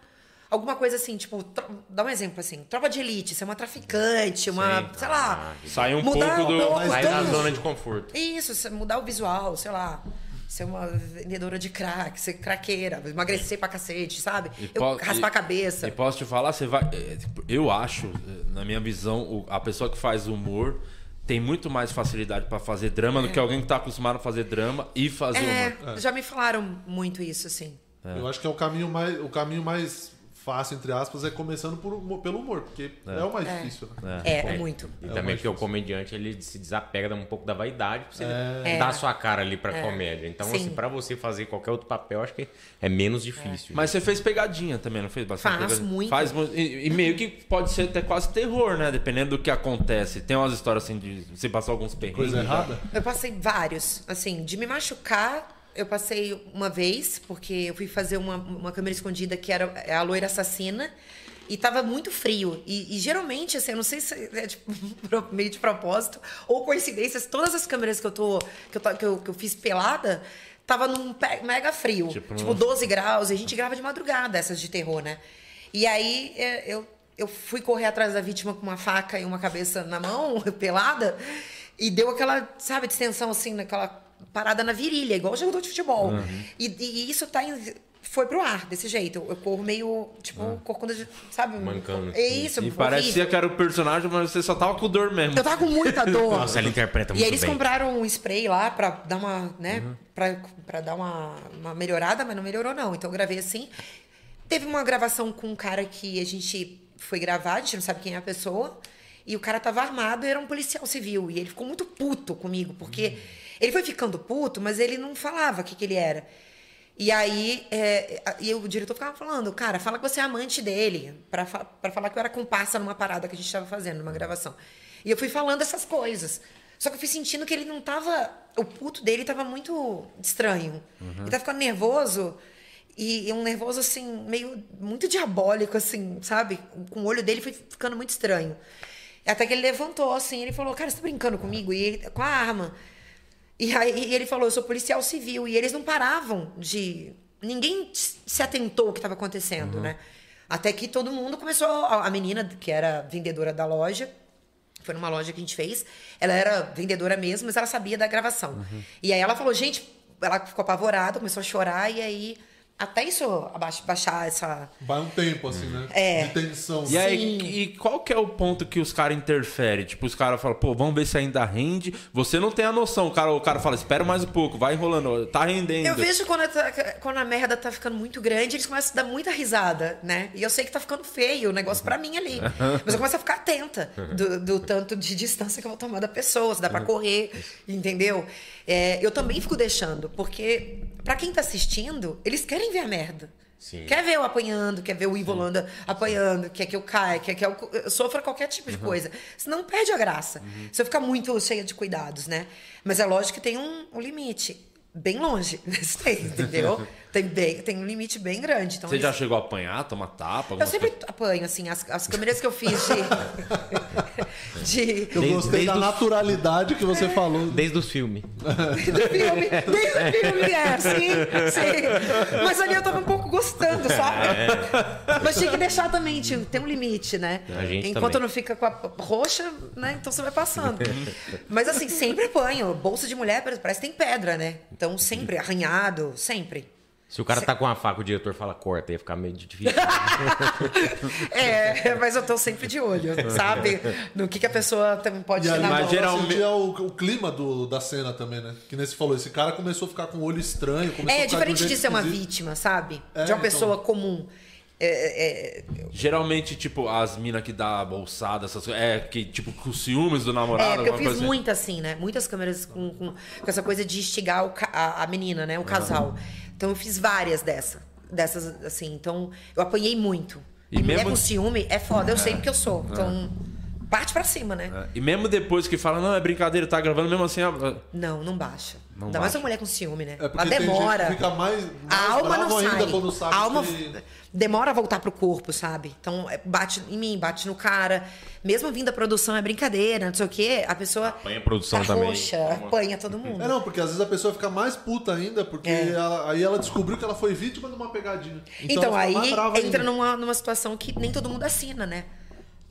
S4: Alguma coisa assim, tipo, tro- dá um exemplo assim: tropa de elite, ser uma traficante, uma.
S3: Sim.
S4: sei lá.
S3: Ah,
S1: Sai um
S4: mudar
S1: pouco do-
S4: um
S1: Mas
S3: Sai
S4: todo
S3: da
S4: mundo.
S3: zona de conforto.
S4: Isso, se mudar o visual, sei lá. Ser uma vendedora de crack, ser craqueira, emagrecer pra cacete, sabe?
S1: E
S4: Eu
S1: po-
S4: raspar
S1: e-
S4: a cabeça.
S1: E posso te falar, você vai. é, tipo, Eu acho, é, na minha visão, o- a pessoa que faz humor tem muito mais facilidade pra fazer drama do que alguém que tá acostumado a fazer drama e fazer ah. humor.
S4: é, já me falaram muito isso, assim.
S2: Eu acho que é o caminho mais, o caminho mais fácil, entre aspas, é começando por humo- pelo humor, porque é, o mais difícil. né?
S1: Ah.
S4: É, muito.
S3: E
S2: É o
S3: também
S2: mais
S3: porque o
S2: difícil.
S3: comediante ele se desapega um pouco da vaidade pra você dar a sua cara ali pra comédia. Então,
S4: É. Sim.
S3: assim, pra você fazer qualquer outro papel, acho que é menos difícil. né?
S1: Mas você fez pegadinha também, não fez bastante
S4: Faço
S1: pegadinha?
S4: muito.
S1: Faz mu- e, e meio que pode ser até quase terror, né? Dependendo do que acontece. Tem umas histórias assim de você passar alguns perrengues. né?
S2: Coisa
S1: já.
S2: errada?
S4: Eu passei vários. Assim, de me machucar, eu passei uma vez, porque eu fui fazer uma, uma câmera escondida que era é a loira assassina. E tava muito frio. E, e geralmente, assim, eu não sei se é de- pro- meio de propósito ou coincidências, todas as câmeras que eu tô. que eu, ta- que eu, que eu fiz pelada. Tava num pe- mega frio.
S1: Tipo,
S4: Tipo,
S1: um-
S4: 12 graus. E a gente grava de madrugada essas de terror, né? E aí é, eu, eu fui correr atrás da vítima com uma faca e uma cabeça na mão, pelada, e deu aquela, sabe, distensão assim, naquela parada na virilha, igual jogador de futebol.
S1: Uhum.
S4: E, e isso tá em- foi pro ar, desse jeito. Eu, eu corro meio, tipo, corcunda de, sabe?
S3: Mancando,
S4: É
S3: assim.
S4: isso,
S1: Uhum. E parecia
S4: horrível.
S1: que era o personagem, mas você só tava com dor mesmo.
S4: Eu tava com muita dor.
S3: Nossa, ela interpreta
S4: E
S3: muito
S4: aí eles
S3: bem. Uhum.
S4: compraram um spray lá pra dar uma, né, pra, pra dar uma, uma melhorada, mas não melhorou não. Então eu gravei assim. Teve uma gravação com um cara que a gente foi gravar, a gente não sabe quem é a pessoa. E o cara tava armado e era um policial civil. E ele ficou muito puto comigo, porque
S3: Uhum.
S4: ele foi ficando puto, mas ele não falava o que, que ele era. E aí, é, a- e o diretor ficava falando, cara, fala que você é amante dele, pra, fa- pra falar que eu era comparsa numa parada que a gente tava fazendo, numa gravação. E eu fui falando essas coisas. Só que eu fui sentindo que ele não tava. O puto dele tava muito estranho. Ele tava ficando nervoso. E, e um nervoso, assim, meio. muito diabólico, assim, sabe? Com o olho dele foi ficando muito estranho. Até que ele levantou, assim, ele falou: Cara, você tá brincando comigo? E ele, com a arma. E aí ele falou, eu sou policial civil. E eles não paravam de. Ninguém s- se atentou ao que estava acontecendo, né? Até que todo mundo começou. A a menina, que era vendedora da loja, foi numa loja que a gente fez, ela era vendedora mesmo, mas ela sabia da gravação. E aí ela falou, gente, ela ficou apavorada, começou a chorar, e aí. Até isso abaixa- baixar essa.
S2: Vai um tempo, assim, né?
S4: É.
S2: De tensão.
S1: E aí,
S4: Sim.
S1: que- e qual que é o ponto que os caras interferem? Tipo, os caras falam, pô, vamos ver se ainda rende. Você não tem a noção. O cara, o cara fala, espera mais um pouco, vai enrolando, tá rendendo.
S4: Eu vejo quando, tá- quando a merda tá ficando muito grande, eles começam a dar muita risada, né? E eu sei que tá ficando feio o negócio pra mim ali. Mas eu começo a ficar atenta do, do tanto de distância que eu vou tomar da pessoa, se dá pra correr, entendeu? É, eu também fico deixando, porque pra quem tá assistindo, eles querem ver a merda.
S3: Sim.
S4: Quer ver eu apanhando, quer ver o Ivo Holanda apanhando, quer que eu caia, quer que eu co- eu sofra qualquer tipo de coisa. Senão perde a graça. Se eu ficar muito cheia de cuidados, né? Mas é lógico que tem um, um limite. Bem longe, mas tem, entendeu? tem, bem, tem um limite bem grande. Então,
S1: Você já
S4: eles-
S1: chegou a apanhar, tomar tapa? alguma
S4: Eu sempre apanho, assim, as, as câmeras que eu fiz de. de
S2: Eu
S3: Desde-
S2: gostei
S3: desde
S2: da
S3: os-
S2: naturalidade que você falou.
S3: Desde os filmes.
S4: do filme. Desde o filme, é, sim, sim. Mas ali eu tava um pouco gostando, sabe? Mas tinha que deixar também, tio, tem um limite, né?
S3: É. A gente
S4: Enquanto
S3: também.
S4: não fica com a p- roxa, né? Então você vai passando. Mas assim, sempre apanho. Bolsa de mulher parece que tem pedra, né? Então sempre, arranhado, sempre.
S3: Se o cara tá com a faca, o diretor fala corta, ia ficar meio difícil.
S4: É, mas eu tô sempre de olho, sabe? No que, que a pessoa também pode
S2: E
S4: ter
S2: ali,
S4: na
S2: mas
S4: mão.
S1: geralmente-
S2: é o, o clima do, da cena também, né? Que nem você falou, esse cara começou a ficar com o olho estranho. começou a ficar
S4: É
S2: um
S4: diferente de,
S2: jeito
S4: ser uma
S2: esquisito.
S4: vítima, sabe?
S2: É,
S4: de uma
S2: então.
S4: pessoa comum. É, é, é,
S1: coisa? Geralmente, tipo, as minas que dá bolsada, essas coisas. É, que, tipo, com os ciúmes do namorado,
S4: É, porque eu
S1: alguma
S4: fiz
S1: coisa assim.
S4: muito assim, né? Muitas câmeras com, com, com essa coisa de instigar o ca- a, a menina, né? O casal. Então eu fiz várias dessa, dessas, assim. Então eu apanhei muito.
S1: E
S4: E, mulher
S1: mesmo- assim-
S4: com ciúme é foda, eu sei porque eu sou. Então parte pra cima, né?
S1: É, E mesmo depois que fala, não, é brincadeira, tá gravando, mesmo assim. ah,
S4: Não, não baixa.
S1: Não
S4: Ainda mais
S1: baixa.
S4: uma mulher com ciúme, né?
S2: É
S4: Ela
S2: porque tem
S4: demora.
S2: gente que fica mais, mais
S4: A alma
S2: bravo
S4: não
S2: ainda
S4: sai.
S2: quando sabe
S4: a alma
S2: que...
S4: f- demora a voltar pro corpo, sabe? Então é, bate em mim, bate no cara. Mesmo vindo da produção, é brincadeira, não sei o quê. A pessoa.
S3: Apanha a produção
S4: tá
S3: também.
S4: Roxa, apanha todo mundo.
S2: É não, porque às vezes a pessoa fica mais puta ainda, porque
S4: É.
S2: ela- aí ela descobriu que ela foi vítima de uma pegadinha.
S4: Então,
S2: ela fica mais
S4: aí
S2: brava
S4: entra
S2: ainda.
S4: numa, numa situação que nem todo mundo assina, né?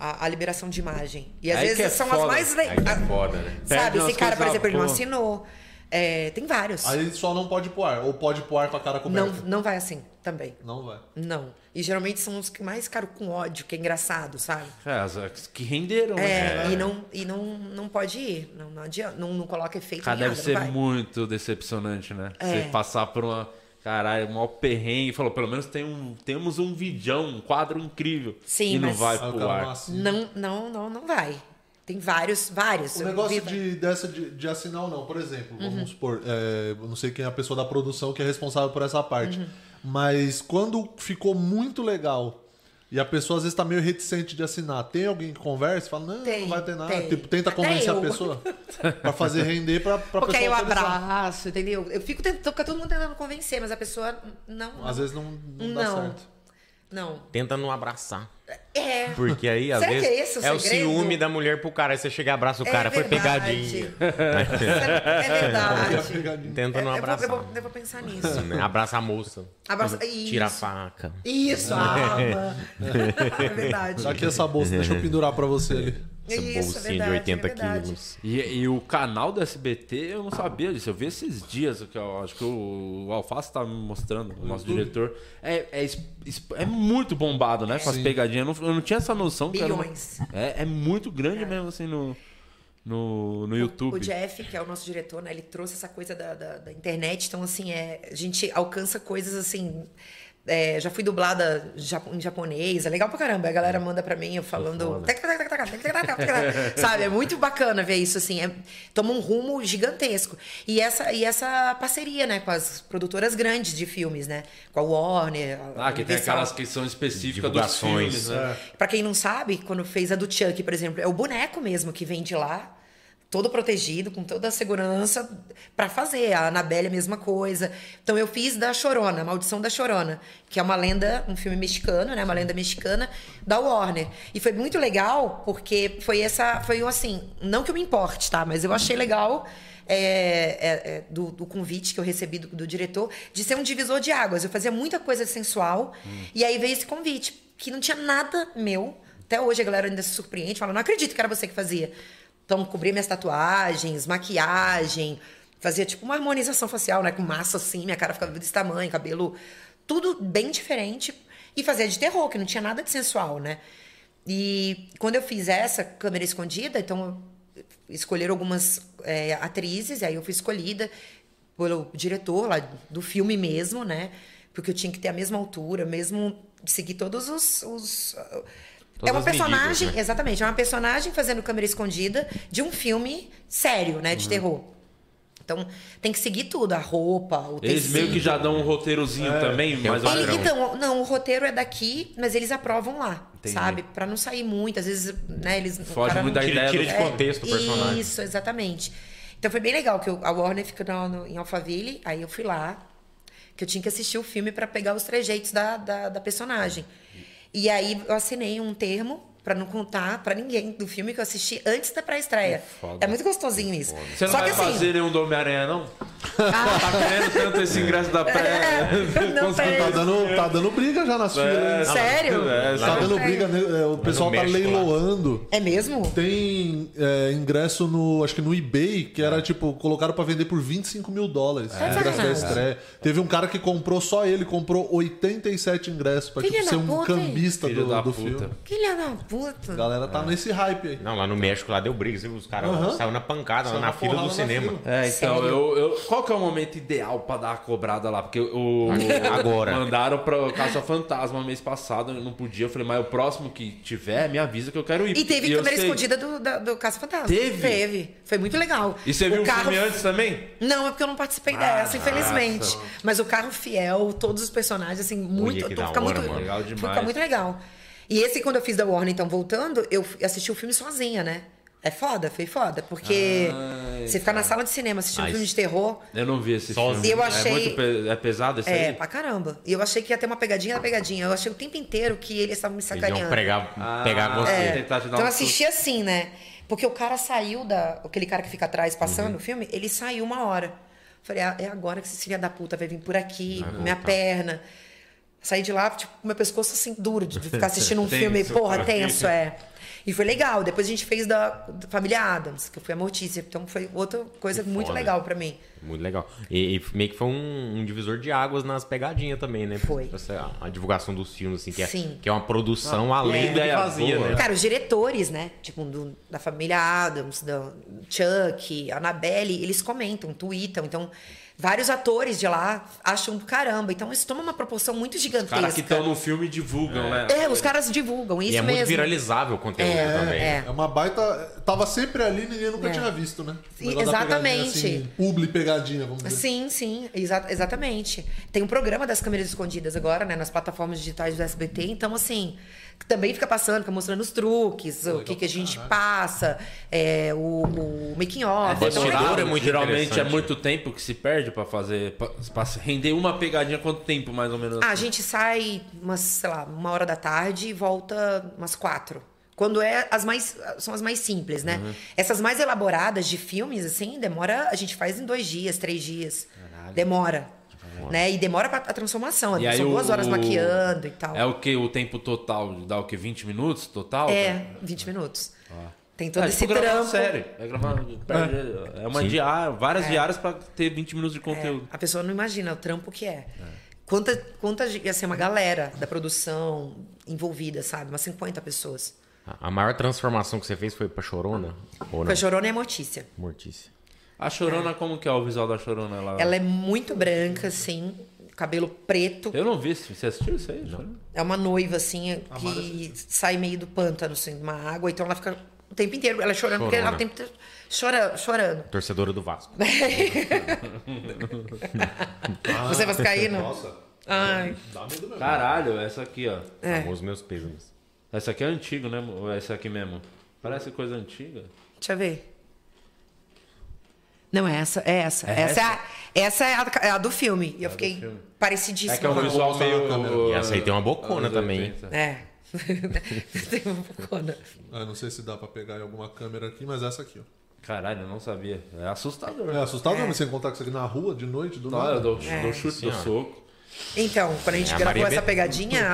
S4: A, a liberação de imagem. E às
S1: Aí que
S4: vezes
S1: é
S4: são
S1: foda.
S4: as mais.
S3: Aí que é
S4: a-
S3: foda, né?
S1: Perde
S4: Sabe, esse
S1: umas
S4: cara, por
S1: coisas,
S4: exemplo, ele não
S1: pô.
S4: assinou. É, tem vários.
S2: Aí só não pode pro ar, ou pode pro ar com a cara
S4: não,
S2: coberta.
S4: não vai assim também.
S2: Não, vai.
S4: Não. E geralmente são os que mais caram com ódio, que é engraçado, sabe?
S1: É, as- as que renderam, né?
S4: É, E, não, e não, não pode ir. Não, não adianta. Não, não coloca efeito
S1: Cara,
S4: nem
S1: Ah, deve
S4: nada,
S1: ser
S4: não vai.
S1: muito decepcionante, né?
S4: É.
S1: Você passar por uma. Caralho, maior perrengue. Falou, pelo menos tem um, temos um vidão, um quadro incrível.
S4: Sim,
S1: e não
S4: mas-
S1: vai
S2: Aí É o
S1: pro
S2: cara não
S1: ar.
S2: assina.
S4: Não, não, não, não vai. Tem vários, vários.
S2: O
S4: Eu
S2: negócio
S4: vi-
S2: de, dessa de, de assinar ou não, por exemplo,
S4: Uhum.
S2: vamos supor, é, eu não sei quem é a pessoa da produção que é responsável por essa parte,
S4: Uhum.
S2: mas quando ficou muito legal e a pessoa às vezes tá meio reticente de assinar, tem alguém que conversa e fala, não,
S4: Tem,
S2: não vai ter nada,
S4: tem.
S2: tipo, tenta
S4: Até
S2: convencer a
S4: eu.
S2: pessoa pra fazer render pra, pra
S4: Porque aí eu
S2: pessoa autorizar.
S4: abraço, entendeu? Eu fico tentando, fica todo mundo tentando convencer, mas a pessoa não.
S2: Às vezes não, não, dá
S4: Não.
S2: certo.
S4: Não.
S3: Tenta não abraçar.
S4: É.
S3: Porque aí, às
S4: Será que
S3: vezes,
S4: é esse o
S3: o
S4: segredo?
S3: ciúme da mulher pro cara. Aí você chega e abraça o
S4: É
S3: cara, foi
S4: verdade.
S3: pegadinha.
S4: É verdade.
S3: Tenta não
S4: É, eu, vou,
S3: abraçar.
S4: eu, vou, eu vou pensar nisso.
S3: Né? Abraça a moça.
S4: Abraça-
S3: Tira a
S4: isso.
S3: faca.
S4: Isso, a arma. é verdade.
S2: Só que essa bolsa, deixa eu pendurar pra você ali.
S3: Essa
S4: Isso, é
S3: bolsinha
S4: verdade,
S3: de 80
S4: é verdade.
S3: quilos.
S1: E, e o canal do SBT, eu não sabia disso. Eu vi esses dias, que eu acho que o Alface tava me mostrando, o nosso diretor. É, é, es- es- é muito bombado, né? Com as pegadinhas. Eu não, eu não tinha essa noção. que era uma-
S4: É. Bilhões.
S1: é, é muito grande mesmo, assim, no, no, no YouTube.
S4: O Jeff, que é o nosso diretor, né? Ele trouxe essa coisa da, da- da internet. Então, assim, é, a gente alcança coisas assim. é, já fui dublada japo- em japonês, é legal pra caramba. A galera manda pra mim eu
S1: Tá
S4: falando. tac, tac, tac, tac, tac, tac, tac, tac. Sabe? É muito bacana ver isso, assim. é- toma um rumo gigantesco. E essa, e essa parceria, né, com as produtoras grandes de filmes, né? Com a Warner. a
S1: Ah, que tem
S4: Universal.
S1: aquelas que são específicas dos
S3: Divulgações.
S1: filmes,
S2: É.
S1: né?
S4: Pra quem não sabe, quando fez a do Chuck, por exemplo, é o boneco mesmo que vem de lá, todo protegido, com toda a segurança pra fazer. A Anabelle é a mesma coisa. Então eu fiz da Chorona, a Maldição da Chorona, que é uma lenda, um filme mexicano, né, uma lenda mexicana da Warner. E foi muito legal porque foi essa, foi um, assim, não que eu me importe, tá, mas eu achei legal é, é, é, do, do convite que eu recebi do, do diretor de ser um divisor de águas. Eu fazia muita coisa sensual e aí veio esse convite, que não tinha nada meu. Até hoje a galera ainda se surpreende, fala: não acredito que era você que fazia. Então, cobria minhas tatuagens, maquiagem, fazia tipo uma harmonização facial, né? Com massa assim, minha cara ficava desse tamanho, cabelo. Tudo bem diferente. E fazia de terror, que não tinha nada de sensual, né? E quando eu fiz essa câmera escondida, então escolheram algumas é, atrizes, e aí eu fui escolhida pelo diretor lá do filme mesmo, né? Porque eu tinha que ter a mesma altura, mesmo seguir todos os. os- é uma
S3: as medidas,
S4: personagem,
S3: né?
S4: exatamente, é uma personagem fazendo câmera escondida de um filme sério, né? De terror. Então, tem que seguir tudo, a roupa, o
S1: Eles meio que já dão um roteirozinho também, mas
S3: um
S4: ele,
S3: padrão.
S4: então, não, o roteiro é daqui, mas eles aprovam lá, sabe? Pra não sair muito, às vezes, né, eles o
S1: Foge
S4: cara
S1: muito
S4: não-
S1: da ideia
S3: Tira, tira
S1: do-
S3: de
S1: É,
S3: contexto o personagem.
S4: Isso, exatamente. Então foi bem legal que eu- a Warner fica no- no- em Alphaville, aí eu fui lá, que eu tinha que assistir o filme pra pegar os trejeitos da, da, da personagem. E aí eu assinei um termo pra não contar pra ninguém do filme que eu assisti antes da pré-estreia. É muito gostosinho isso.
S1: Você não
S4: Só
S1: vai
S4: que assim, Ah.
S1: fazer nenhum do Homem-Aranha, não? Tá querendo tanto esse ingresso da pré...
S4: é, não tem.
S2: Tá dando, tá dando briga já nas filas, hein?
S4: Sério?
S1: É,
S2: Tá dando briga, né? É, o pessoal tá
S3: México lá.
S2: leiloando.
S4: É mesmo?
S2: Tem é, ingresso no. Acho que no eBay, que era tipo, colocaram pra vender por 25 mil dólares.
S4: Tá de
S2: ingresso da
S4: sacanagem.
S2: estreia. Teve um cara que comprou só ele, comprou 87 ingressos pra
S4: Filha
S2: tipo,
S4: da
S2: ser um
S4: puta, hein?
S2: cambista
S1: Filho
S2: do,
S1: da
S2: do
S1: puta.
S2: filme.
S4: Filha da
S2: A
S4: puta.
S2: galera tá nesse hype aí.
S3: Não, lá no México lá deu briga. você viu? Os caras
S2: Aham.
S3: saíram na pancada, lá
S2: Saiu
S3: na
S2: na
S3: fila do
S2: porrada na
S3: cinema.
S2: fila.
S1: É, então,
S4: Sério?
S1: eu, eu- qual que é o momento ideal pra dar a cobrada lá? Porque o.
S3: Agora.
S1: Mandaram pra Caça Fantasma mês passado, eu não podia. Eu falei, mas o próximo que tiver, me avisa que eu quero ir.
S4: E teve
S1: eu
S4: câmera
S1: sei.
S4: escondida do, da- do Caça Fantasma.
S1: Teve?
S4: Teve. Foi muito legal.
S1: E você viu o
S4: carro-
S1: filme antes também?
S4: Não, é porque eu não participei dessa, infelizmente. Mas o carro fiel, todos os personagens, assim, muito.
S3: que
S4: tô-
S3: da
S4: fica
S3: hora,
S4: muito
S3: mano.
S1: Legal demais.
S4: Fica muito legal. E esse, quando eu fiz da Warner, então, voltando, eu f- assisti o filme sozinha, né? É foda, foi foda. Porque
S1: Ai,
S4: você ficar na sala de cinema assistindo
S3: Ai,
S4: filme de terror.
S1: Eu não vi esse
S3: Sozinho.
S1: filme.
S4: Eu achei-
S1: É, muito pe- é pesado esse
S4: É,
S1: aí?
S4: pra caramba. E eu achei que ia ter uma pegadinha na pegadinha. Eu achei o tempo inteiro que eles estavam me
S3: Eles iam
S4: sacaneando.
S3: pregar,
S1: Ah,
S4: né?
S3: pegar você.
S1: é. tentar te dar
S4: então eu
S1: um
S4: assisti assim, né? Porque o cara saiu da. Aquele cara que fica atrás passando o filme, ele saiu uma hora. Falei, ah, é agora que esse filho da puta vai vir por aqui, minha perna. Saí de lá, tipo, com meu pescoço assim, duro, de ficar assistindo um filme,
S1: Tenso,
S4: porra,
S1: cara.
S4: tenso, é. E foi legal. Depois a gente fez da, da Família Adams, que eu fui a Mortícia. Então foi outra coisa
S3: Que
S4: muito
S3: foda.
S4: legal pra mim.
S3: Muito legal. E, e meio que foi um, um divisor de águas nas pegadinhas também, né?
S4: Foi.
S3: Essa, a divulgação dos filmes, assim, que é,
S4: Sim.
S3: que é uma produção além
S1: é.
S3: do que
S1: Ideia
S3: fazia,
S1: boa.
S3: né?
S4: Cara, os diretores, né? Tipo, do- da família Adams, do Chuck, Annabelle, eles comentam, tweetam. Então, Vários atores de lá acham do caramba. Então isso toma uma proporção muito
S1: Os
S4: gigantesca.
S1: caras que estão no filme divulgam, né?
S4: É, os caras divulgam, isso
S3: e é
S4: mesmo.
S3: muito viralizável o conteúdo
S4: É,
S3: também. né?
S4: é.
S2: É uma baita. Tava sempre ali, ninguém nunca tinha visto, né? O
S4: E-
S2: negócio da
S4: exatamente.
S2: pegadinha, Assim, publi pegadinha, vamos dizer.
S4: Sim, sim, exa- exatamente. Tem um programa das câmeras escondidas agora, né? Nas plataformas digitais do SBT. Então, assim, que também fica passando, fica mostrando os truques, o que, que a gente passa, é, o, o making off.
S3: É,
S4: Então,
S3: bastidor
S4: legal.
S3: é muito
S1: Geralmente é
S3: interessante.
S1: muito tempo que se perde pra fazer. Pra, pra render uma pegadinha, quanto tempo mais ou menos? assim?
S4: Ah, a gente sai umas, sei lá, uma hora da tarde e volta umas quatro. Quando é as mais. São as mais simples, né?
S1: Uhum.
S4: Essas mais elaboradas de filmes, assim, demora. A gente faz em dois dias, três dias. Demora. Né? E demora pra, a transformação. né?
S1: E aí
S4: São
S1: o-
S4: duas horas
S1: o-
S4: maquiando e tal.
S1: É o que? O tempo total dá o que? 20 minutos total?
S4: É, 20 minutos. Tem todo
S1: é,
S4: esse
S1: tipo gravar uma
S4: trampo.
S1: série. É, gravar, perde- é uma diária, várias diárias pra ter 20 minutos de conteúdo.
S4: A pessoa não imagina o trampo que é. Quanta, quanta, gente- assim, uma galera da produção envolvida, sabe? Umas 50 pessoas.
S3: A a maior transformação que você fez foi pra Chorona? Ou não?
S4: Foi a Chorona e a Mortícia.
S3: Mortícia.
S1: A Chorona, como que é o visual da Chorona? Ela...
S4: Ela é muito branca, assim, cabelo preto.
S1: Eu não vi, esse- você assistiu isso aí? Chorona?
S4: É uma noiva, assim, que sai meio do pântano, assim, de uma água. Então ela fica o tempo inteiro, ela é chorando, porque ela
S3: Chorona.
S4: o tempo inteiro chora, chorando.
S3: Torcedora do Vasco.
S4: Você vai ficar indo?
S2: Nossa,
S4: Ai.
S2: dá medo mesmo.
S1: Caralho, essa aqui, ó.
S4: É.
S3: Os meus pêsames.
S1: Essa aqui é antigo, né? Ou é Essa aqui mesmo. Parece coisa antiga.
S4: Deixa eu ver. Não, é essa, é essa.
S1: É
S4: essa, É a, essa é a, é a do filme. E eu fiquei
S1: filme.
S4: parecidíssima.
S1: É que é um
S4: com a-
S1: visual meio.
S3: E essa aí tem uma bocona
S1: anos
S3: também.
S1: 80.
S4: É. Tem um né? uma bocona.
S2: Ah, não sei se dá pra pegar em alguma câmera aqui, mas essa aqui, ó.
S1: Caralho, eu não sabia. É assustador.
S2: É assustador é. você encontrar com isso aqui na rua, de noite, do
S1: Não, eu
S2: nada.
S1: dou, dou chute, dou
S3: Senhora.
S1: soco.
S4: Então, quando a gente
S3: É, a
S4: gravou
S3: Maria
S4: essa
S3: Bet-
S4: pegadinha,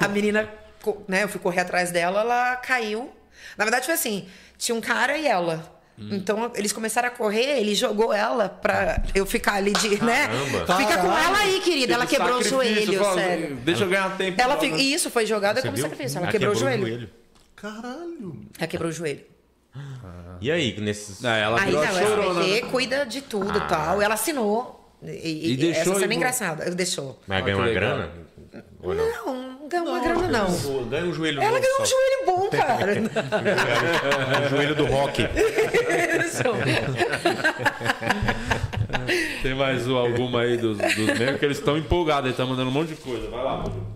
S4: a, a menina, co- né, eu fui correr atrás dela, ela caiu. Na verdade foi assim, tinha um cara e ela. Então eles começaram a correr, ele jogou ela pra eu ficar ali de, né?
S2: Caramba.
S4: Fica com ela aí, querida, ela quebrou o
S1: Tipo Sacrifício,
S4: joelho,
S1: fala,
S4: sério.
S1: Deixa eu ganhar tempo.
S4: Ela
S1: Fala,
S4: fi-
S1: né?
S4: e isso foi jogada
S3: Você
S4: como
S3: viu?
S4: sacrifício,
S3: é
S4: ela quebrou, o joelho.
S2: Caralho.
S4: Ela quebrou o joelho.
S3: E aí, que nesses.
S1: Não, É, ela
S4: Aí
S1: virou
S4: não,
S1: a chorona.
S4: ela
S1: né?
S4: cuida de tudo e tal. Ela assinou. E, e-
S1: E deixou
S4: essa cena
S1: e-
S4: é engraçada. Ela Deixou.
S3: Mas
S1: Ah,
S3: ganhou
S1: que
S3: uma
S1: legal.
S3: grana? Ou não?
S4: Não, não ganhou uma grana, não.
S3: Pô, Ganha um joelho
S4: Ela
S3: novo
S4: ganhou
S3: só.
S4: um joelho bom, cara.
S3: Um joelho do rock.
S1: Tem mais um, alguma aí dos, dos membros que eles estão empolgados, eles estão mandando um monte de coisa. Vai lá, Rodrigo.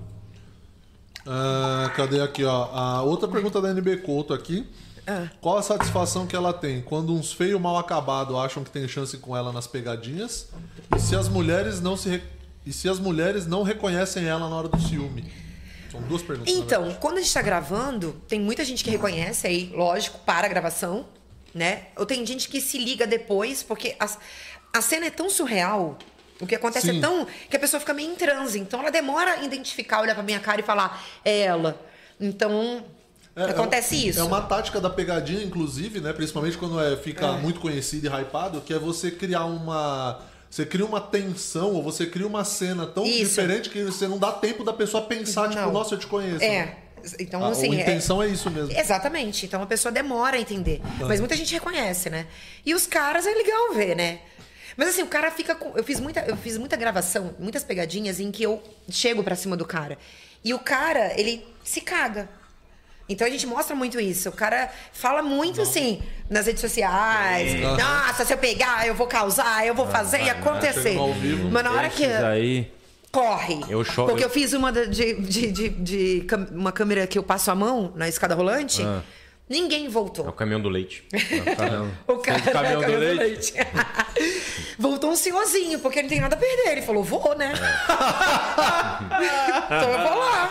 S2: Ah, cadê aqui, ó? A outra pergunta da NB Couto aqui.
S4: Ah.
S2: Qual a satisfação que ela tem quando uns feio mal acabado acham que tem chance com ela nas pegadinhas? E se as mulheres não se re- e se as mulheres não reconhecem ela na hora do ciúme? São duas perguntas. né? na verdade.
S4: Então, quando a gente tá gravando, tem muita gente que reconhece aí, lógico, para a gravação, né? Ou tem gente que se liga depois, porque as- a, cena é tão surreal. O que acontece
S2: Sim.
S4: é tão. que a pessoa fica meio em transe. Então ela demora a identificar, olhar pra minha cara e falar, é ela. Então.
S2: É,
S4: acontece
S2: é um-
S4: isso.
S2: É uma tática da pegadinha, inclusive, né? Principalmente quando é, fica muito conhecido e hypado, que é você criar uma. Você cria uma tensão ou você cria uma cena tão
S4: Isso.
S2: diferente que você não dá tempo da pessoa pensar, tipo,
S4: Não.
S2: nossa, eu te conheço.
S4: É. Então,
S2: A,
S4: assim.
S2: a
S4: é-
S2: intenção é... isso mesmo.
S4: Exatamente. Então a pessoa demora a entender. Mas muita gente reconhece, né? E os caras é legal ver, né? Mas assim, o cara fica com. Eu fiz muita, eu fiz muita gravação, muitas pegadinhas em que eu chego pra cima do cara. E o cara, ele se caga. Então a gente mostra muito isso. O cara fala muito assim nas redes sociais. Nossa, se eu pegar, eu vou causar, eu vou fazer e acontecer.
S2: Ah, chega ao vivo.
S4: Mas na hora que
S1: Esses aí.
S4: corre.
S3: Eu cho-
S4: Porque
S3: eu-
S4: eu fiz uma da- de, de, de, de cam- uma câmera que eu passo a mão na escada rolante.
S1: Ah.
S4: Ninguém
S3: É o
S4: voltou.
S3: caminhão do leite.
S4: O cara
S1: Foi do caminhão do
S4: caminhão do
S1: leite.
S4: leite. voltou um senhorzinho, porque ele não tem nada a perder. Ele falou, vou,
S1: É.
S4: né? então eu vou lá.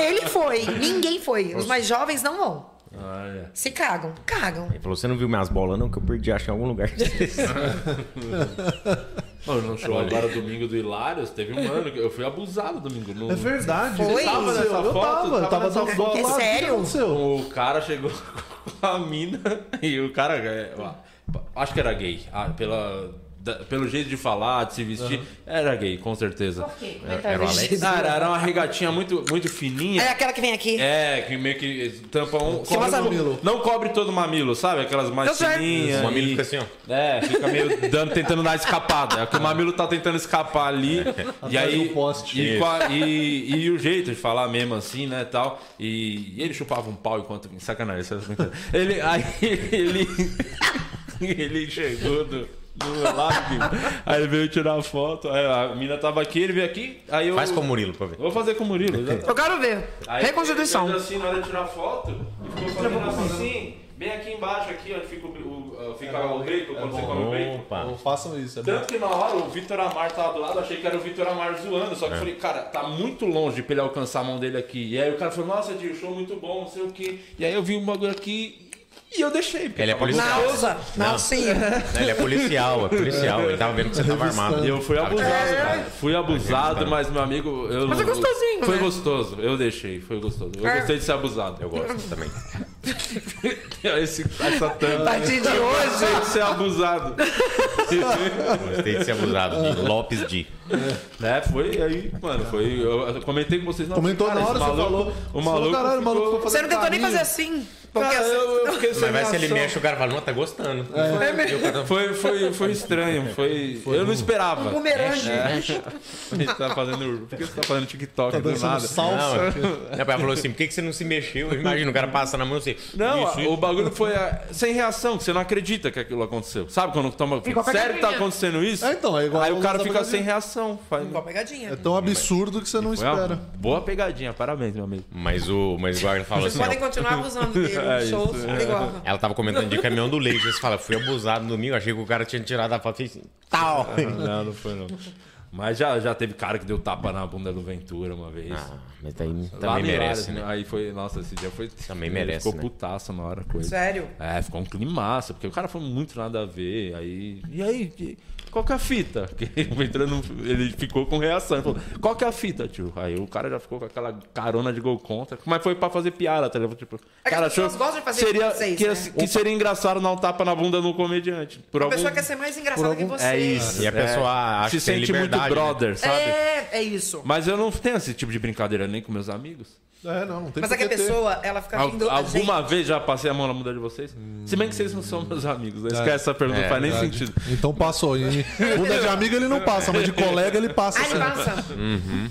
S4: Ele foi, ninguém foi. Os mais jovens não vão.
S1: Olha.
S4: Se cagam, cagam.
S3: Ele falou: Você não viu minhas bolas, não? Que eu perdi, acho, em algum lugar.
S1: Mano, no show agora domingo do Hilários, teve um ano que eu fui abusado domingo. No...
S2: É verdade.
S4: Foi?
S2: Eu tava, nessa
S1: Eu
S2: foto,
S1: tava,
S2: eu tava
S1: tava
S2: nessa
S1: nessa
S2: foto.
S4: foto. É
S2: lá, o que
S4: sério?
S2: aconteceu?
S1: Então, O cara chegou com a mina e o cara. é, ó, Acho que era gay. ah, pela. da- pelo jeito de falar, de se vestir, era gay, com certeza.
S5: Por quê? Como é que
S3: Era o
S5: tava
S3: Alex.
S5: vestido?
S1: Cara, era uma regatinha muito, muito fininha.
S4: É aquela que vem aqui.
S1: É, que meio que tampa um.
S2: Só
S1: cobre
S2: mais
S1: um-
S2: mamilo. Então
S1: Não cobre todo o mamilo, sabe? Aquelas
S4: Eu
S1: mais
S4: sei.
S1: fininhas.
S3: O mamilo
S1: e-
S3: fica assim, ó.
S1: É, fica meio dando, tentando dar escapada. É que o mamilo tá tentando escapar
S3: É.
S1: ali. e
S2: Atrás
S1: aí.
S2: do poste.
S1: E, com a- e- e o jeito de falar mesmo assim, né? Tal. E, e ele chupava um pau enquanto. Sacanagem, isso é brincadeira. Ele. Aí ele. ele chegou do. do meu lado, bicho. aí ele veio tirar a foto. Aí a mina tava aqui, ele veio aqui. Aí eu.
S3: Faz com o Murilo pra ver.
S1: Vou fazer com o Murilo. já.
S4: Eu quero ver.
S1: Aí
S4: Reconstituição.
S1: ele fez assim na hora de tirar foto e ficou fazendo assim, bem aqui embaixo, aqui onde fica o, o, uh, fica o bacon, quando você come o bacon.
S3: Opa.
S2: Não façam isso, é bom.
S1: Tanto que na hora o Vitor Amar tava do lado, eu achei que era o Vitor Amar zoando, só que eu falei, cara, tá muito longe pra ele alcançar a mão dele aqui. E aí o cara falou, nossa, tio, show muito bom, não sei o quê. E aí eu vi um bagulho aqui e eu deixei. porque
S3: Ele é
S1: tava-
S3: policial.
S4: Na alça, na alcinha.
S3: Ele é policial, é policial. Ele tava vendo que você tava armado.
S1: Eu fui
S3: Tava te
S1: abusado,
S3: assustando.
S1: cara. Fui abusado, mas meu amigo. Eu
S4: Mas é
S1: não-
S4: gostosinho,
S1: Foi
S4: né?
S1: gostoso, eu deixei, foi gostoso. Eu
S4: É.
S1: gostei de ser abusado.
S3: Eu gosto também.
S1: Esse, essa
S4: A
S1: tampa.
S4: partir de hoje.
S1: Gostei de ser abusado.
S3: Gostei de ser abusado de Lopes D.
S1: né? Foi aí, mano. Foi. Eu eu comentei com vocês. Não,
S2: Comentou
S1: cara,
S2: na hora,
S1: esse
S2: você falou.
S1: O
S2: Você falou,
S1: maluco.
S2: caralho, o
S1: ficou...
S2: maluco foi fazer
S4: Você não tentou
S1: tá
S4: nem
S2: carinho.
S4: fazer assim. Porque
S1: Cara, eu, eu fiquei sem
S3: Mas vai se ele
S1: reação.
S3: mexe, o cara fala, não, tá gostando.
S1: Foi, foi, foi estranho. Foi... eu não esperava.
S4: bumerangue.
S1: É. A gente tá fazendo. Por que você tá fazendo TikTok
S2: Tá
S1: do
S2: dançando
S1: nada?
S2: salsa.
S3: Não, ela falou assim, por que, que você não se mexeu? Imagina, o cara passa na mão e você...
S1: Não,
S3: isso,
S1: a-
S3: isso.
S1: o bagulho foi ah, sem reação, que você não acredita que aquilo aconteceu. Sabe quando toma.
S5: Igual
S1: Sério que tá
S5: pegadinha.
S1: acontecendo isso?
S2: É, então, é igual
S1: Aí
S2: o
S1: o cara
S2: da
S1: fica
S2: pegadinha.
S1: sem reação. Faz...
S4: Igual pegadinha.
S2: É tão absurdo que você não
S1: Foi uma
S2: espera.
S1: Boa pegadinha, parabéns, meu amigo.
S3: Mas o, mas o guarda falou
S4: Vocês
S3: assim,
S4: podem
S3: ó,
S4: continuar abusando dele
S1: É
S4: nos shows.
S1: isso.
S4: Igual.
S3: ela tava comentando de caminhão do leite. Você fala, fui abusado no domingo, achei que o cara tinha tirado a foto. Fiz assim, tal.
S1: Não, não foi não. Mas já, já teve cara que deu tapa na bunda do Ventura uma vez.
S3: Ah, mas daí
S1: Lá
S3: também
S1: em Hilários,
S3: merece, né?
S1: Aí foi, nossa, esse dia foi.
S3: Também merece,
S1: Ficou
S3: né?
S1: putaço na hora, coisa.
S4: Sério?
S1: É, ficou um climaço, porque o cara foi muito nada a ver. Aí. E aí, que- qual que é a fita? Porque o Ventura não- ele ficou com reação. Ele falou, qual que é a fita, tio? Aí o cara já ficou com aquela carona de gol contra. Mas foi pra fazer piada, tá ligado? Tipo,
S4: É que
S1: cara,
S4: as pessoas gostam de fazer
S1: seria,
S4: vocês,
S1: que,
S4: né?
S1: que seria engraçado dar um tapa na bunda no comediante. Por
S4: A
S1: algum...
S4: pessoa quer ser mais engraçada
S2: por
S4: que é
S2: algum-
S4: você.
S1: É isso.
S3: E a
S1: É.
S3: pessoa acha
S1: Se
S3: que tem
S1: sente muito
S3: liberdade, né?
S1: brother, sabe?
S4: É, é isso.
S1: Mas eu não tenho esse tipo de brincadeira nem com meus amigos.
S2: É, não, não tem
S4: Mas
S2: por
S4: é que a
S2: que ter.
S4: pessoa, ela fica
S1: Al-
S4: vindo Tá a gente.
S1: alguma vez já passei a mão na bunda de vocês? Se bem que vocês não são meus amigos. né? Esquece essa pergunta, não faz nem sentido.
S2: Então passou. E bunda de amigo ele não passa, mas de colega ele passa.
S4: Ah, ele
S2: sim.
S4: passa.
S1: Uhum.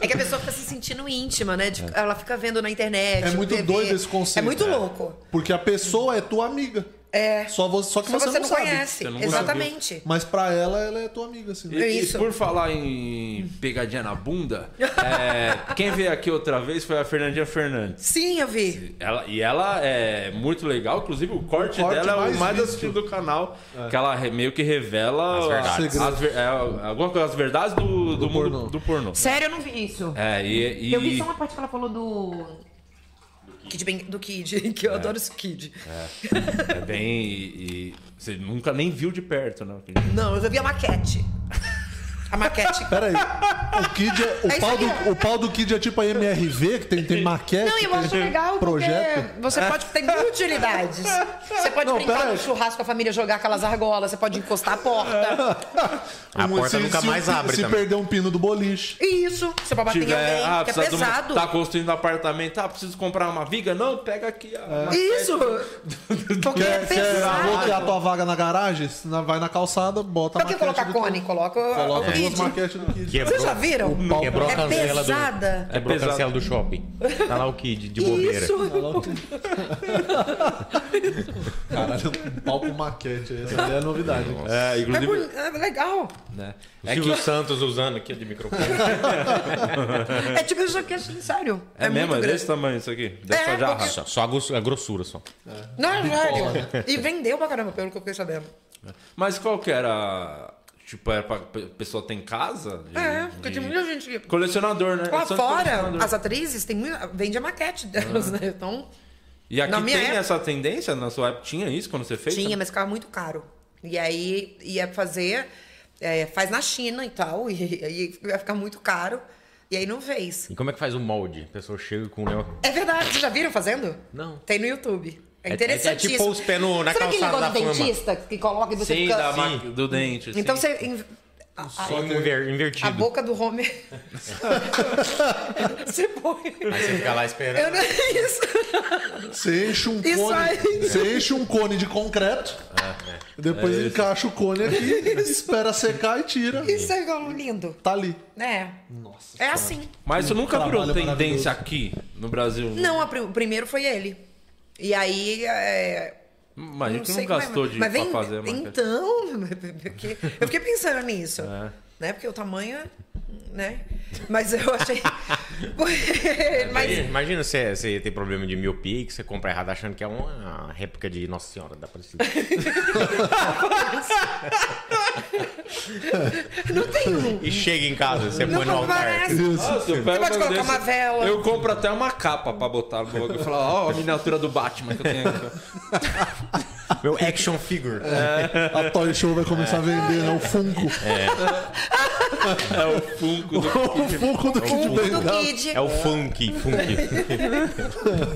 S4: É que a pessoa fica se sentindo íntima, né? De-
S1: É.
S4: Ela fica vendo na internet.
S2: É
S4: na
S2: muito
S4: TV.
S2: doido esse conceito.
S4: É muito
S2: É.
S4: louco.
S2: Porque a pessoa é tua amiga.
S4: É.
S2: Só, você, só que
S4: Só
S2: você, não, sabe.
S4: conhece.
S1: Você não
S4: Exatamente.
S2: Mas pra ela, ela é tua amiga, assim.
S1: E,
S4: É
S1: e
S4: isso.
S1: por falar em pegadinha na bunda, é, quem veio aqui outra vez foi a Fernandinha Fernandes.
S4: Sim, eu vi.
S1: Ela, e ela é muito legal, inclusive o corte,
S2: O corte
S1: dela é
S2: mais
S1: o mais
S2: visto. É.
S1: assistido do canal, que ela re- meio que revela
S3: As verdades.
S1: as- as ver- é, alguma coisa, as verdades do, do, mundo
S2: pornô.
S1: do pornô.
S5: Sério, eu não vi isso.
S1: É, e, e-
S5: Eu vi só uma parte que ela falou do...
S4: Kid Ben- do Kid, que eu adoro esse Kid.
S1: é bem. e- e você nunca nem viu de perto,
S4: Ah,
S1: né?
S4: Não, eu já vi a maquete. A maquete.
S2: Pera aí. O, Kid é- o,
S4: É isso
S2: pau
S4: aí,
S2: do, o pau do Kid é tipo a MRV, que tem, tem maquete.
S5: Não, eu
S2: tem
S5: acho legal
S2: projeto.
S5: porque você pode...
S4: Pode ter mil utilidades. Você pode
S2: Não,
S4: brincar
S2: pera
S4: no
S2: aí.
S4: churrasco com a família, jogar aquelas argolas, você pode encostar a
S2: É.
S4: porta.
S3: A porta nunca mais
S2: o-
S3: abre
S2: Se
S3: também.
S2: perder um pino do boliche.
S4: E isso, você pode bater em alguém,
S2: ah,
S4: que é
S1: precisa de uma-
S4: pesado.
S1: tá construindo um apartamento, ah, preciso comprar uma viga? Não, pega aqui a.
S4: É. Isso! Porque é
S2: Quer, quer gravou que é a
S4: pesado.
S2: tua vaga na garagem? Se não- Vai na calçada, bota a
S4: Pra que
S2: maquete. do-
S4: colocar cone? Coloca o
S2: Coloca duas
S4: Kid.
S2: maquetes do Kid.
S3: Quebrou,
S4: Vocês já viram?
S2: O pau-
S3: quebrou a
S4: É
S3: cancela do...
S4: pesada.
S3: Quebrou a
S1: pesado.
S3: cancela do shopping. Tá lá o Kid,
S2: É
S3: de bobeira.
S4: Isso!
S2: Caralho, um pau com maquete. Essa aí é a novidade.
S1: É,
S4: É,
S1: inclusive.
S4: boni- é legal.
S1: né?
S3: É Silvio Santos usando aqui de microfone.
S4: É tipo isso aqui, assim, sério.
S1: É, mesmo, é
S4: muito
S1: desse tamanho isso aqui. Dessa
S4: É,
S1: jarra.
S3: Só, só a, gros- a grossura só.
S4: grande. Não, é velho. E vendeu pra caramba, pelo que eu fiquei sabendo.
S1: Mas qual que era. Tipo, era pra pe- pessoa ter em casa? De-
S4: É, porque
S1: de-
S4: tem muita gente que...
S1: Colecionador, né?
S4: Lá
S1: Só de
S4: fora,
S1: colecionador.
S4: as atrizes tem muita... vende a maquete delas, né? Então,
S1: E aqui
S4: na
S1: tem
S4: minha época-
S1: essa tendência? Na sua época tinha isso quando você
S3: É.
S1: fez?
S4: tinha, mas ficava muito caro. E aí ia fazer... é, faz na China e tal, e aí ia ficar muito caro. E aí não fez.
S3: E como é que faz o molde? A pessoa chega com o Léo.
S4: É verdade, vocês já viram fazendo?
S3: Não.
S4: Tem no YouTube. É interessantíssimo.
S3: É, tipo os pés no- na
S5: Sabe aquele
S3: calçada da
S5: negócio do
S3: fama.
S5: dentista que coloca e você
S1: Sim,
S5: fica.
S1: da
S3: Sim.
S1: marca do dente.
S4: assim.
S1: assim.
S4: Então
S1: sim.
S4: você. in- a- a-
S3: Só inver- invertido.
S4: A boca do Homer. você põe.
S3: Aí você fica lá esperando.
S4: Eu não... Isso.
S2: Você enche um
S4: Isso
S2: cone.
S4: aí.
S2: Você enche um cone de concreto.
S3: É,
S2: Depois encaixa o cone aqui, espera secar e tira.
S4: Isso é igual lindo.
S2: Tá ali.
S4: É.
S2: Nossa.
S4: É assim.
S1: Mas isso nunca
S2: Trabalho
S1: virou tendência
S2: maravilhoso.
S1: aqui no Brasil. né?
S4: Não, a pri- o primeiro foi ele. E aí. É...
S1: Mas a
S4: não
S1: gente não
S4: sei como
S1: gastou
S4: é,
S1: de
S4: mas
S1: pra
S4: vem-
S1: fazer a marca.
S4: Então, porque eu fiquei pensando nisso.
S1: É.
S4: Né? Porque o tamanho, é, né? Mas eu achei. mas,
S3: Imagina você, você tem problema de miopia e que você compra errado achando que é uma réplica de Nossa Senhora da Aparecida.
S4: não tem um.
S3: E chega em casa, você
S4: Não
S3: põe no altar.
S4: parece.
S1: Nossa, eu pego
S4: pode
S1: um
S4: colocar
S1: desse,
S4: uma vela.
S1: Eu compro até uma capa pra botar no bagulho e falar, ó, a miniatura do Batman que eu tenho aqui.
S3: Meu action figure.
S4: É.
S2: A Toy Show vai começar a vender, né? O Funko.
S1: É o Funko do...
S2: O Funko do Kid
S4: Do
S2: Bengala.
S4: Kid.
S3: É o funk, funk.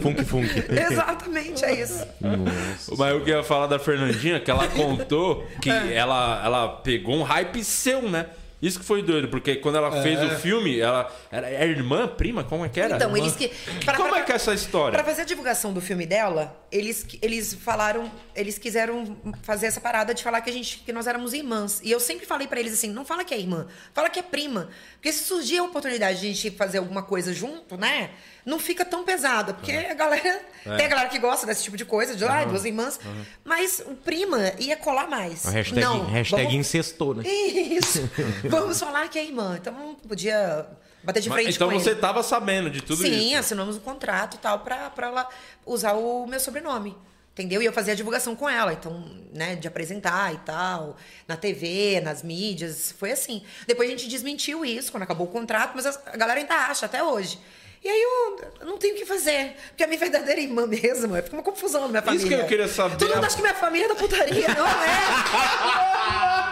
S3: funk, funk.
S4: Exatamente, é isso.
S1: Mas eu queria falar da Fernandinha, que ela contou que
S4: É.
S1: ela, ela pegou um hype seu, né? Isso que foi doido, porque quando ela fez o filme, ela... Era, é irmã, prima? Como é que era?
S4: É. Então,
S1: Irmã?
S4: eles que. pra-
S1: Como
S4: pra-
S1: é que é essa história?
S4: Pra fazer a divulgação do filme dela, eles, eles falaram, eles quiseram fazer essa parada de falar que a gente, que nós éramos irmãs. E eu sempre falei pra eles assim, não fala que é irmã, fala que é prima, porque se surgir a oportunidade de a gente fazer alguma coisa junto, né? Não fica tão pesada, porque a galera
S1: É.
S4: tem a galera que gosta desse tipo de coisa, de lá, duas irmãs, mas o prima ia colar mais.
S3: Hashtag,
S4: não,
S3: hashtag
S4: vamos-
S3: incestou, né?
S4: isso. vamos falar que é irmã. Então não podia bater de
S1: Mas-
S4: frente
S1: então
S4: com
S1: você
S4: ele.
S1: tava sabendo de tudo
S4: Sim,
S1: isso.
S4: assinamos um contrato e tal pra, pra ela usar o meu sobrenome. Entendeu? E eu fazia a divulgação com ela, então, né, de apresentar e tal, na TV, nas mídias, foi assim. Depois a gente desmentiu isso quando acabou o contrato, mas a galera ainda acha até hoje. E aí eu não tenho o que fazer, porque a minha verdadeira irmã mesmo, é, fica uma confusão na minha família.
S1: Isso que eu queria saber.
S4: Todo mundo acha que minha família é da putaria, não é?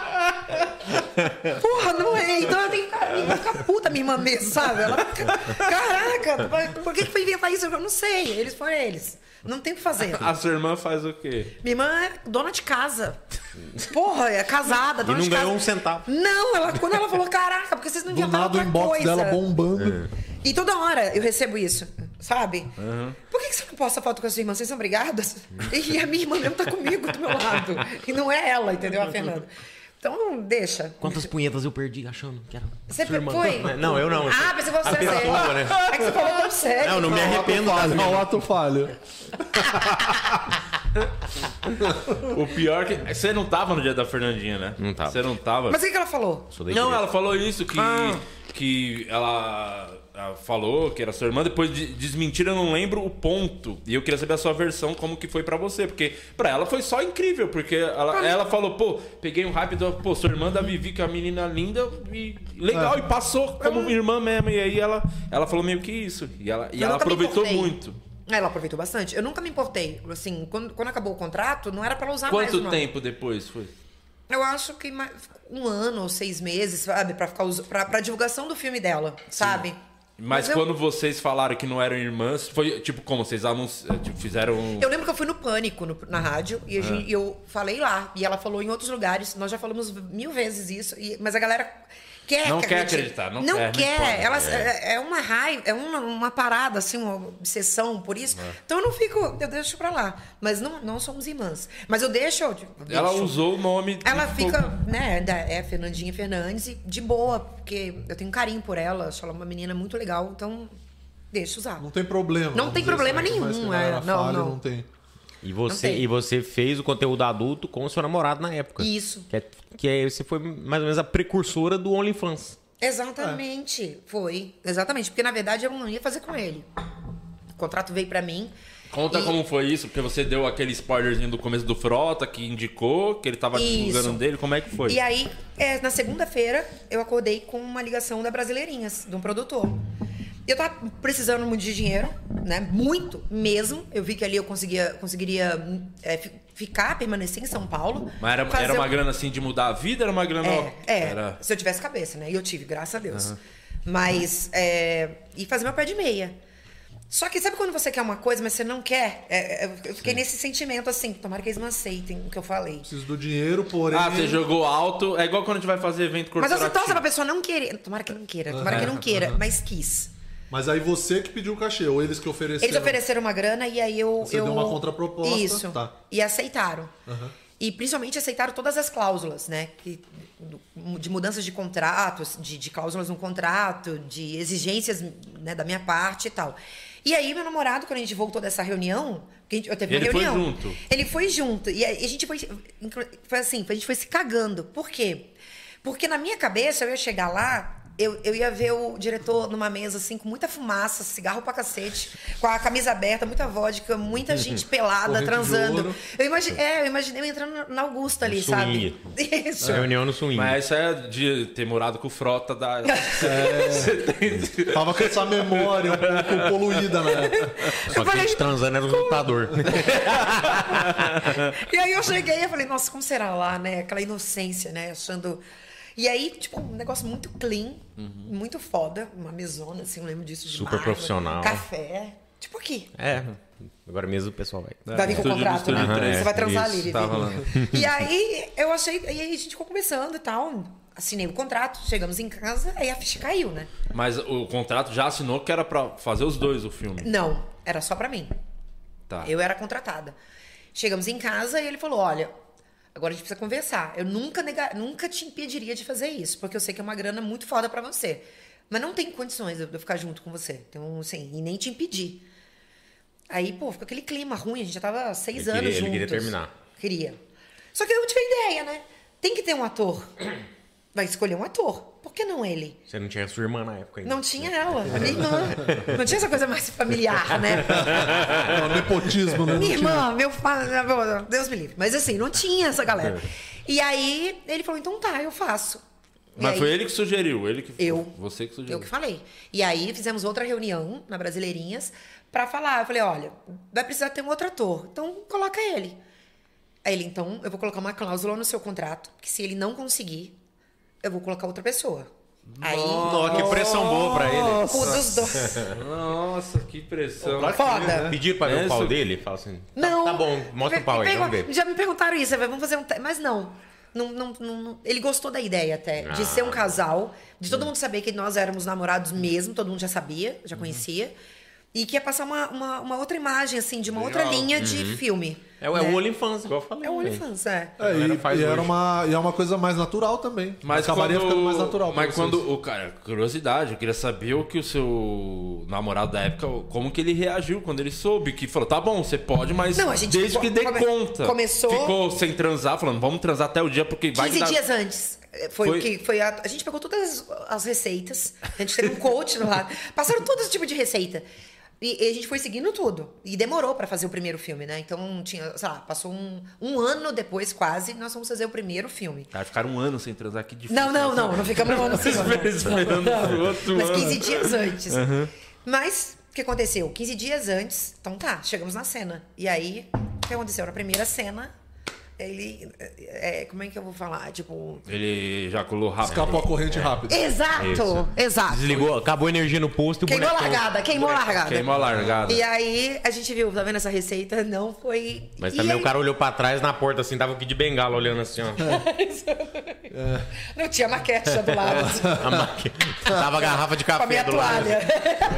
S4: Porra, não é. Então eu tenho que ficar, eu ficar puta minha irmã mesmo, sabe? Ela fica, caraca, por que que foi inventar isso? Eu não sei. Eles foram eles. Não tem o que fazer.
S1: A sua irmã faz o quê?
S4: Minha irmã é dona de casa. Porra, é casada, dona
S3: não
S4: de
S3: ganhou
S4: casa.
S3: um centavo.
S4: Não, ela, quando ela falou, caraca, porque vocês não
S2: Do
S4: inventaram
S2: nada o
S4: outra
S2: inbox
S4: coisa.
S2: dela bombando.
S4: E toda hora eu recebo isso, sabe? Por que, que você não posta foto com a sua irmã? Vocês são brigadas? E a minha irmã mesmo tá comigo, do meu lado. E não é ela, entendeu? A Fernanda. Então, deixa.
S3: Quantas punhetas eu perdi achando que era.
S4: Você
S3: sua irmã?
S4: foi?
S2: tá-
S3: Não, eu não.
S4: Ah, pensei que
S3: A
S4: você era
S3: pessoa,
S4: sério.
S3: né?
S4: É que você falou tão sério.
S3: Não, não me arrependo. das
S2: Falho,
S3: minhas-
S2: o ato falho.
S1: O pior que. Você não tava no dia da Fernandinha, né?
S3: Não tava.
S1: Você não tava.
S4: Mas o que, que ela falou?
S3: Sou da
S1: Não,
S3: igreja.
S1: ela falou isso, que,
S4: Ah.
S1: que ela, ela falou que era sua irmã, depois de, desmentiram, eu não lembro o ponto. E eu queria saber a sua versão, como que foi pra você. Porque pra ela foi só incrível, porque ela, ela falou, pô, peguei um hype do, pô, sua irmã da Vivi, que é uma menina linda e legal,
S4: É.
S1: e passou como irmã mesmo. E aí ela, ela falou meio que isso. E ela, e
S4: Eu
S1: ela
S4: nunca me
S1: aproveitou
S4: importei. É,
S1: muito.
S4: Ela aproveitou bastante. Eu nunca me importei. Assim, quando, quando acabou o contrato, não era pra ela usar Ah, mais o
S1: Quanto
S4: nome.
S1: tempo depois foi?
S4: Eu acho que mais- um ano ou seis meses, sabe? Pra, ficar, us- pra, pra divulgação do filme dela, sabe?
S1: Mas,
S4: eu-
S1: quando vocês falaram que não eram irmãs, foi tipo como? Vocês anunci... eh, tipo, fizeram.
S4: Eu lembro que eu fui no Pânico no- na rádio
S1: Ah.
S4: e a gente- e eu falei lá. E ela falou em outros lugares. Nós já falamos mil vezes isso. e- mas a galera quer
S1: Não
S4: que a
S1: quer
S4: gente-
S1: acreditar, não quer, não
S4: quer.
S1: pode,
S4: Elas-
S1: é.
S4: é. é uma raiva, é uma, uma parada, assim, uma obsessão por isso. Então eu não fico. Eu deixo pra lá. Mas não, não somos irmãs. Mas eu deixo. eu tipo,
S1: Ela
S4: deixo.
S1: usou o nome.
S4: Ela
S1: e
S4: fica,
S1: ficou-
S4: né, da- é Fernandinha Fernandes, e de boa, porque eu tenho um carinho por ela, acho ela uma menina muito legal, então deixa usar.
S2: Não tem problema.
S4: Não tem
S2: Vamos dizer
S4: problema
S2: assim, por mais que a
S4: nenhum,
S2: galera
S4: é. Não,
S2: fale,
S4: não.
S2: não tem.
S3: E você,
S4: Não tem.
S3: e você fez o conteúdo adulto com o seu namorado na época.
S4: Isso.
S3: Que, é, que é- você foi mais ou menos a precursora do
S1: É.
S3: OnlyFans.
S4: Exatamente, foi. Exatamente, porque na verdade eu não ia fazer com ele. O contrato veio pra mim.
S1: Conta
S4: E-
S1: como foi isso, porque você deu aquele spoilerzinho do começo do Frota que indicou que ele tava
S4: Isso.
S1: divulgando dele. Como é que foi?
S4: E aí, é, na segunda-feira, eu acordei com uma ligação da Brasileirinhas, de um produtor. Eu tava precisando muito de dinheiro, né? Muito mesmo. Eu vi que ali eu conseguia, conseguiria é, fi- ficar, permanecer em São Paulo.
S1: Mas era,
S4: fazer
S1: era uma
S4: um-
S1: grana assim de mudar a vida, era uma grana.
S4: É, é
S1: Era...
S4: se eu tivesse cabeça, né? E eu tive, graças a Deus. Mas, é, e fazer meu pé de meia. Só que sabe quando você quer uma coisa, mas você não quer? É, é, eu fiquei nesse sentimento assim, tomara que eles não aceitem o que eu falei.
S2: Preciso do dinheiro, porém.
S1: Ah, você jogou alto. É igual quando a gente vai fazer evento
S4: Mas
S1: corporativo.
S4: você torce pra pessoa não querer. Tomara que não queira, tomara que não queira, mas quis.
S2: Mas aí você que pediu o cachê, ou eles que ofereceram.
S4: Eles ofereceram uma grana e aí eu.
S2: Você
S4: eu...
S2: deu uma contraproposta,
S4: Isso.
S2: tá.
S4: E aceitaram.
S2: Aham.
S4: E principalmente aceitaram todas as cláusulas, né? Que- de mudanças de contratos, de, de cláusulas no contrato, de exigências né, da minha parte e tal. E aí, meu namorado, quando a gente voltou dessa reunião, porque a gente- eu teve uma
S1: Ele foi
S4: reunião.
S1: junto.
S4: Ele foi junto. E aí a gente foi. inclu- Foi assim, a gente foi se cagando. Por quê? Porque na minha cabeça eu ia chegar lá. Eu, eu ia ver o diretor numa mesa, assim, com muita fumaça, cigarro pra cacete, com a camisa aberta, muita vodka, muita gente pelada,
S2: Corrente de
S4: Tá transando.
S2: ouro. um
S4: Eu imagi- é, eu imaginei eu entrando na- na Augusta ali,
S3: No
S4: sabe?
S2: É,
S4: Isso.
S3: Reunião no swing.
S1: Mas isso é de ter morado com o Frota da.
S2: Tava com essa memória um pouco poluída, né?
S3: Só que a gente transando era um os lutador.
S4: E aí eu cheguei e falei, nossa, como será lá, né? Aquela inocência, né? Achando. E aí, tipo, um negócio muito clean,
S2: Uhum.
S4: muito foda, uma mesona, assim, eu lembro disso de
S3: Super profissional.
S4: Café. Tipo aqui.
S3: É. Agora mesmo o pessoal vai.
S4: Vai vir com o
S1: Estúdio-
S4: contrato,
S1: estúdio
S4: né?
S1: três.
S4: Você vai transar
S3: Isso,
S4: ali, Vivi.
S1: tá rolando.
S4: E aí eu achei. E aí a gente ficou conversando e tal. Assinei o contrato, chegamos em casa, aí a ficha caiu, né?
S1: Mas o contrato já assinou que era pra fazer os dois o filme.
S4: Não, era só pra mim.
S1: Tá.
S4: Eu era contratada. Chegamos em casa e ele falou: olha, agora a gente precisa conversar. Eu nunca, nega- nunca te impediria de fazer isso, porque eu sei que é uma grana muito foda pra você. Mas não tem condições de eu de eu ficar junto com você. Então, assim, e nem te impedir. Aí, pô, ficou aquele clima ruim, a gente já tava há
S3: Ele
S4: seis
S3: queria-
S4: anos
S3: ele
S4: juntos.
S3: queria terminar.
S4: Queria. Só que eu tive a ideia, né? Tem que ter um ator. Vai escolher um ator. Por que não ele?
S3: Você não tinha sua irmã na época ainda.
S4: Não tinha ela, a minha irmã. Não tinha essa coisa mais familiar, né?
S2: É um nepotismo, né?
S4: Minha irmã, meu pai, Deus me livre. Mas assim, não tinha essa galera. E aí ele falou, então tá, eu faço. E
S1: É. Mas
S4: aí,
S1: foi ele que sugeriu, ele que
S4: é Eu.
S1: Você que sugeriu.
S4: Eu que falei. E aí fizemos outra reunião na Brasileirinhas pra falar. Eu falei, olha, vai precisar ter um outro ator, então coloca ele. Aí ele, então, eu vou colocar uma cláusula no seu contrato, que se ele não conseguir, eu vou colocar outra pessoa. Aí,
S3: Nossa, que pressão boa pra ele.
S4: cu dos dois.
S1: Nossa, que pressão.
S4: Foda.
S1: né?
S3: Pediram pra ver o pau
S1: É Isso.
S3: dele? Fala assim. tá-
S4: Não.
S3: Tá bom, mostra o
S4: Me-
S3: pau
S4: me
S3: aí,
S4: pergun-
S3: vamos ver.
S4: Já me perguntaram isso, eu falei, vamos fazer um. te- Mas não. Não, não, não- não- Ele gostou da ideia até, de
S3: Ah. Hum.
S4: ser um casal, de todo mundo saber que nós éramos namorados mesmo, todo mundo já sabia, já conhecia. E que ia passar uma, uma, uma outra imagem, assim, de uma outra linha de filme.
S3: É, o- é o OnlyFans, igual eu falei. né?
S4: Né? É o
S3: velho.
S4: OnlyFans, é.
S2: É,
S3: galera
S2: e,
S3: faz
S2: e era
S3: hoje.
S2: uma, e é uma coisa mais natural também.
S1: Mas
S2: Acabaria
S1: quando...
S2: ficando mais natural. pra
S1: Mas
S2: vocês.
S1: quando o cara, curiosidade, eu queria saber o que o seu namorado da época, como que ele reagiu quando ele soube que falou, tá bom, você pode, mas
S4: Não, a gente
S1: desde que
S4: ficou-
S1: dê
S4: come-
S1: conta.
S4: começou-
S1: Ficou sem transar, falando, vamos transar até o dia porque vai
S4: 15
S1: que dá-
S4: dias antes. eh, Foi,
S1: Foi-
S4: o que foi a, a gente pegou todas as, as receitas. A gente teve um coach no lado. Passaram todo esse tipo de receita. E, e a gente foi seguindo tudo. E demorou pra fazer o primeiro filme, né? Então tinha, sei lá, passou um, um ano depois, quase, nós fomos fazer o primeiro filme.
S1: Cara, ficaram um ano sem transar, que difícil.
S4: Não, não, não, não ficamos um ano sem
S1: Esperando o outro
S4: Mas
S1: ano.
S4: 15 dias antes. Mas o que aconteceu? 15 dias antes, então tá, chegamos na cena. E aí, o que aconteceu? Na primeira cena, ele. eh, eh, como é que eu vou falar? Tipo.
S1: Ele ejaculou rápido.
S2: Escapou a corrente rápido.
S4: Exato, exato.
S3: Desligou, acabou a energia no posto e o
S4: Queimou a
S3: boneco-
S4: largada, queimou a largada.
S1: Queimou a largada.
S4: E aí, a gente viu, tá vendo essa receita? Não foi.
S3: Mas
S4: E
S3: também
S4: ele-
S3: o cara olhou pra trás na porta assim, tava o Kid de bengala olhando assim, ó.
S4: Não tinha maquete já do lado. assim,
S3: A maque- tava a garrafa de
S4: com a
S3: café
S4: minha
S3: do lado.
S4: toalha.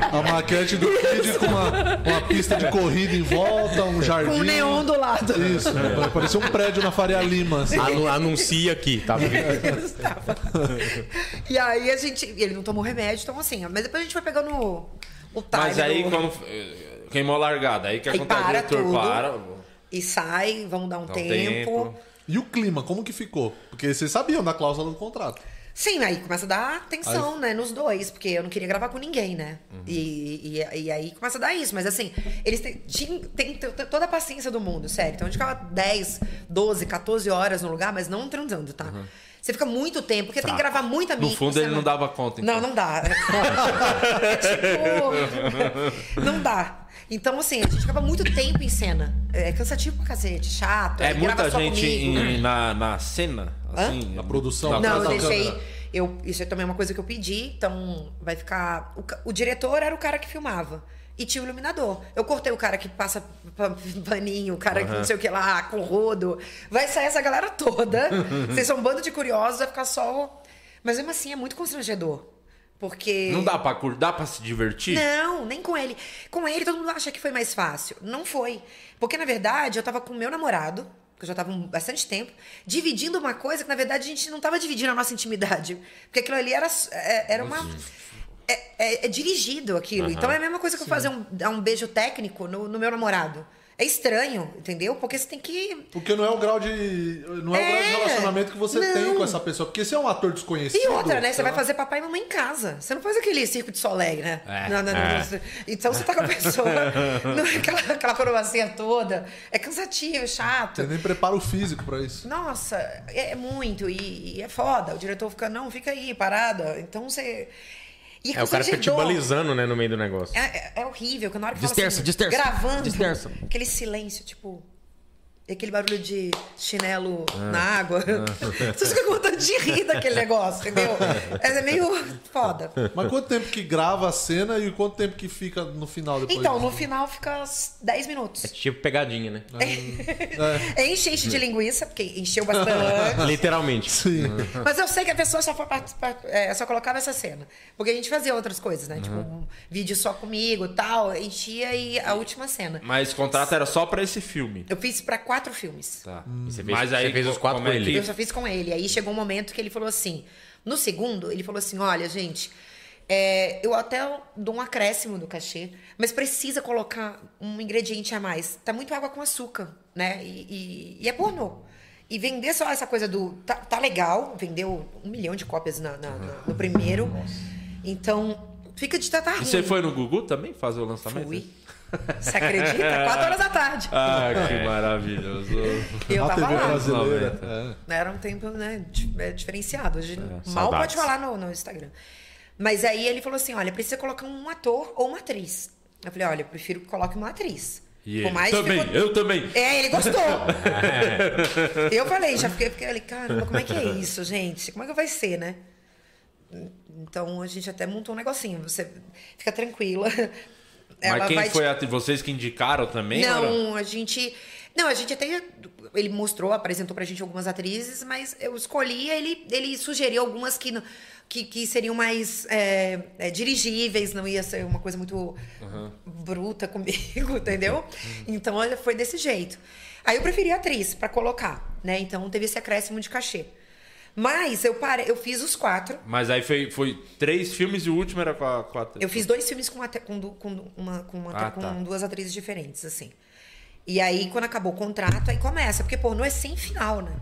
S2: A maquete do Kid com uma, uma pista de corrida em volta, um jardim.
S4: com o neon do lado.
S2: Isso, vai parecer um prédio na Faria Lima. assim.
S3: Anu- anuncia aqui, tá vendo?
S4: Estava. e aí a gente. Ele não tomou remédio, então assim. Mas depois a gente foi pegando o, o time.
S1: Mas aí,
S4: do-
S1: quando eh, queimou a largada, aí que
S4: Aí
S1: acontece? O
S4: para
S1: diretor
S4: tudo.
S1: para.
S4: E sai, vamos dar um
S1: Dá um
S4: tempo.
S1: tempo.
S2: E o clima, como que ficou? Porque vocês sabiam da cláusula do contrato.
S4: Sim, aí começa a dar tensão, né, nos dois, porque eu não queria gravar com ninguém, né?
S1: Uhum.
S4: E, e, e aí começa a dar isso. Mas assim, eles têm, tin- têm t- t- toda a paciência do mundo, sério. Então a gente ficava 10, 12, 14 horas no lugar, mas não transando, tá? Você fica muito tempo, porque tem que gravar muita
S1: Uhum. No
S4: mídia.
S1: fundo,
S4: você
S1: ele não dava conta, então.
S4: Não, não dá. É tipo, não dá. Então, assim, a gente ficava muito tempo em cena. É cansativo pra cacete, chato.
S1: É
S4: aí grava
S1: muita
S4: só
S1: gente
S4: comigo.
S1: em- na, na cena, assim.
S2: Na produção?
S1: Na
S2: Não,
S4: Não, eu
S1: produção.
S2: Atrás da
S4: deixei.
S2: câmera.
S4: Eu, isso é também uma coisa que eu pedi, então vai ficar. O, ca- o diretor era o cara que filmava. E tinha o iluminador. Eu cortei o cara que passa pa- paninho, o cara que não sei o que lá, com rodo. Vai sair essa galera toda. Vocês são um bando de curiosos, vai ficar só. o- Mas mesmo assim é muito constrangedor. Porque.
S1: Não dá pra cur... dá pra se divertir?
S4: Não, nem com ele. Com ele, todo mundo acha que foi mais fácil. Não foi. Porque, na verdade, eu tava com o meu namorado, que eu já tava há bastante tempo, dividindo uma coisa que, na verdade, a gente não tava dividindo a nossa intimidade. Porque aquilo ali era, é- era uma. É, é- é dirigido aquilo. Então é a mesma coisa que eu fazer um, dar um beijo técnico no, no meu namorado. É estranho, entendeu? Porque você tem que.
S2: Porque não é o grau de. Não é, o grau de
S4: É.
S2: relacionamento que você tem
S4: Não.
S2: com essa pessoa. Porque se é um ator desconhecido. tá?
S4: E outra, né? Você
S2: sei
S4: vai
S2: lá,
S4: fazer papai e mamãe em casa. Você não faz aquele circo de soleil, né?
S1: É.
S4: Não, não, não. Então você tá com a pessoa, não é aquela, aquela coroacinha toda. É cansativo, é chato.
S2: Você nem prepara o físico pra isso.
S4: Nossa, é, é muito e, e é foda. O diretor fica, não, fica aí, parada. Então você. E
S3: É, o cara fica te
S4: constrangedor.
S3: balizando, né, no meio do negócio.
S4: É, é- é horrível, que na hora que fala
S3: Disterça,
S4: assim,
S3: disterça,
S4: gravando,
S3: disterça.
S4: aquele silêncio, tipo, e aquele barulho de chinelo na água. Você fica com vontade de rir daquele negócio, entendeu? Mas É meio foda.
S2: Mas quanto tempo que grava a cena e quanto tempo que fica no final depois?
S4: Então, no
S2: disso?
S4: final fica uns 10
S3: É
S4: minutos. É
S3: tipo pegadinha, né?
S4: Enche, enche de linguiça, porque encheu bastante.
S3: Literalmente.
S2: Sim.
S4: Mas eu sei que a pessoa só, foi participar, é, só colocava essa cena. Porque a gente fazia outras coisas, né? Tipo, um vídeo só comigo tal. Enchia e a última cena.
S1: Mas contrato era só pra esse filme.
S4: Eu fiz pra quatro filmes.
S1: Tá.
S3: E você fez- você fez os quatro
S1: como é
S3: com ele.
S1: que-
S4: Hum. Eu só fiz com ele. Aí chegou um momento que ele falou assim. No segundo, ele falou assim: olha, gente, é, eu até dou um acréscimo no cachê, mas precisa colocar um ingrediente a mais. Tá muito água com açúcar, né? E, e- e é pornô. E vender só essa coisa do. Tá, tá legal, vendeu um milhão de cópias na- na- na- no primeiro. Então, fica de tratar
S1: E
S4: ruim.
S1: você foi no Gugu também fazer o lançamento?
S4: Fui. Você acredita? Quatro horas da tarde.
S1: Ah, que maravilhoso.
S4: E eu
S2: Na
S4: tava
S2: TV
S4: lá.
S2: brasileira.
S1: Noventa.
S2: é.
S4: Era um tempo né, di- é, diferenciado. Hoje mal
S3: saudades.
S4: pode falar no, no Instagram. Mas aí ele falou assim: olha, precisa colocar um ator ou uma atriz. Eu falei: olha, eu prefiro que coloque uma atriz.
S1: E
S4: Por
S1: ele,
S4: mais
S1: também,
S4: dificu-
S1: eu também.
S4: É, ele gostou. eu falei, já fiquei, fiquei ali, caramba, como é que é isso, gente? Como é que vai ser, né? Então a gente até montou um negocinho. Você fica tranquila.
S1: Mas
S4: É, vai
S1: quem
S4: te
S1: foi a... Vocês que indicaram também? Era?
S4: não, a gente. Não, a gente até. Ele mostrou, apresentou pra gente algumas atrizes, mas eu escolhi, ele, ele sugeriu algumas que, não- que, que seriam mais é, é, dirigíveis, não ia ser uma coisa muito bruta comigo, entendeu? Então olha, foi desse jeito. Aí eu preferi a atriz pra colocar, né? Então teve esse acréscimo de cachê. Mas eu parei, eu fiz os quatro.
S1: Mas aí foi, foi três filmes e o último era com a... Com a...
S4: Eu fiz dois filmes com, ate- com, du- com uma, com, uma-
S1: Ah,
S4: com
S1: tá.
S4: duas atrizes diferentes, assim. E aí, quando acabou o contrato, aí começa, porque pornô é sem final, né?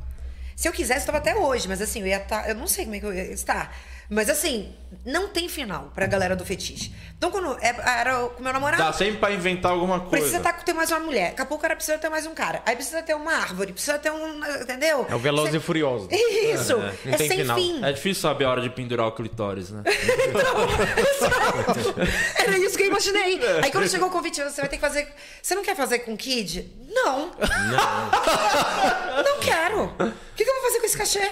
S4: Se eu quisesse, estava até hoje, mas assim, eu ia estar. eu não sei como é que eu ia estar. Mas assim, não tem final pra galera do fetiche. Então, quando é- era com meu namorado.
S1: Dá sempre pra inventar alguma coisa.
S4: Precisa tá, ter mais uma mulher. Daqui a pouco o cara precisa ter mais um cara. Aí precisa ter uma árvore, precisa ter um. Entendeu?
S3: É o Veloz
S4: Cê-
S3: e Furioso.
S4: Isso!
S3: Não
S4: É
S3: tem
S4: sem
S3: final.
S4: fim.
S1: É difícil saber a hora de pendurar o clitóris, né?
S4: Era isso que eu imaginei. Aí quando chegou o convite, você vai ter que fazer. Você não quer fazer com kid? Não. Não. quero. O que, que eu vou fazer com esse cachê?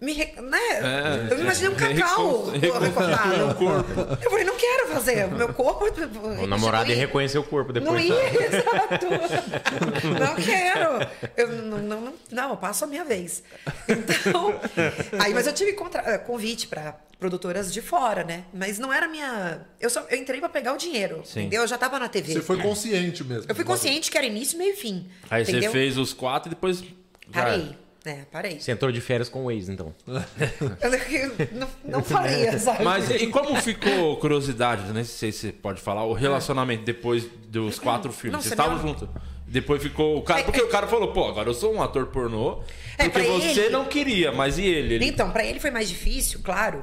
S4: Me, re- né? eu me imaginei um cacau
S1: Recon- reconstruir
S4: recortado. Eu falei, não quero fazer. Meu corpo. é
S3: O namorado ia reconhecer o corpo
S4: Não
S3: depois. tá?
S4: ia, exato.
S1: tá.
S4: Não quero. Eu não, não, não, não, eu passo a minha vez. Então, aí, mas eu tive contra- eh, convite para produtoras de fora, né? Mas não era minha. Eu só eu entrei para pegar o dinheiro,
S1: Sim.
S4: entendeu? Eu já tava na TV.
S2: Você foi consciente mesmo.
S4: Eu fui consciente que era início, meio e fim.
S1: Aí você
S4: entendeu?
S1: fez os quatro e depois... já era.
S4: Parei. É, parei.
S3: Você entrou de férias com o ex, então.
S4: Eu não, não faria, sabe?
S1: Mas e como ficou, curiosidade, né? não sei se você pode falar, o relacionamento depois dos quatro filmes?
S4: Nossa,
S1: Vocês estavam
S4: não.
S1: juntos? Depois ficou o cara.
S4: É,
S1: Porque
S4: é.
S1: o cara falou, pô, agora eu sou um ator pornô.
S4: É,
S1: Porque
S4: pra
S1: você
S4: ele-
S1: não queria, mas e ele? Ele-
S4: Então, pra ele foi mais difícil, claro,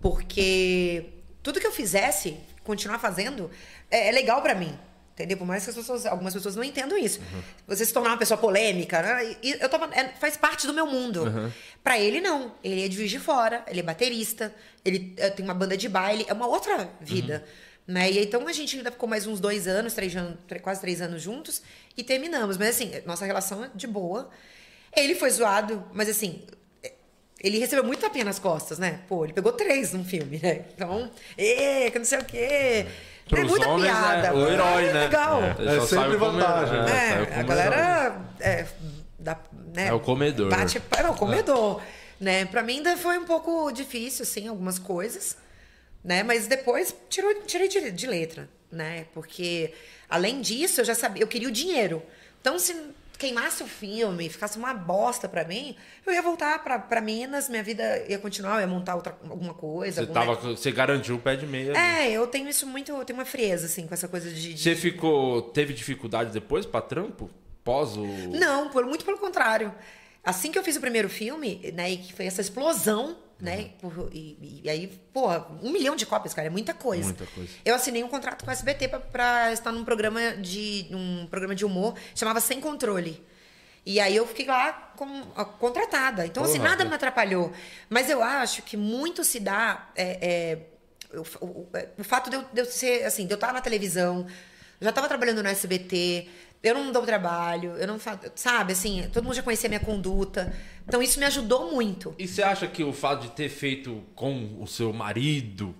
S4: porque tudo que eu fizesse, continuar fazendo, é, é legal pra mim. Entendeu? Por mais que as pessoas, algumas pessoas não entendam isso. Você se tornar uma pessoa polêmica, né? E eu tava, é, faz parte do meu mundo. Pra ele, não. Ele é de Juiz de Fora, ele é baterista, ele é, tem uma banda de baile, é uma outra vida. Né? E então a gente ainda ficou mais uns dois anos, três anos, tre- quase três anos juntos e terminamos. Mas assim, nossa relação é de boa. Ele foi zoado, mas assim, Ele recebeu muito tapinha nas costas, né? Pô, ele pegou três num filme, né? Então, ê, que não sei o quê. é
S1: Pros
S4: muita
S1: homens,
S4: piada.
S1: é
S4: pô,
S1: o herói,
S4: é
S1: né?
S4: Legal.
S1: É, ele
S2: É
S1: só
S2: sempre
S1: sabe como
S2: vantagem,
S1: é, saiu
S2: né?
S4: É, a
S1: como herói.
S4: galera é, dá, né,
S1: É o comedor.
S4: Bate, é o comedor. Né? Pra mim ainda foi um pouco difícil, assim, algumas coisas. Né? Mas depois tirou, tirei de, de letra, né? Porque, além disso, eu já sabia, eu queria o dinheiro. Então, se queimasse o filme, ficasse uma bosta pra mim, eu ia voltar pra, pra Minas, minha vida ia continuar, eu ia montar outra, alguma coisa.
S1: Você,
S4: alguma-
S1: tava, você garantiu o pé de meia.
S4: É, eu tenho isso muito, eu tenho uma frieza, assim, com essa coisa de- de
S1: Você ficou. Teve dificuldade depois pra trampo? Pós o.
S4: Não, por- muito pelo contrário. Assim que eu fiz o primeiro filme, né, e que foi essa explosão, né,
S1: Uhum.
S4: por- e, e aí, porra, um milhão de cópias, cara, é muita coisa.
S1: Muita coisa.
S4: Eu assinei um contrato com a SBT pra, pra estar num programa de um programa de humor, chamava Sem Controle. E aí eu fiquei lá com, a- contratada. Então, assim,
S1: Porra,
S4: nada
S1: né?
S4: me atrapalhou. Mas eu acho que muito se dá é, é, o, f- o- o- é, o fato de eu, de eu ser, assim, de eu estar na televisão, já estava trabalhando no SBT, eu não dou trabalho, eu não faço, sabe, assim, todo mundo já conhecia a minha conduta. Então, isso me ajudou muito.
S1: E você acha que o fato de ter feito com o seu marido,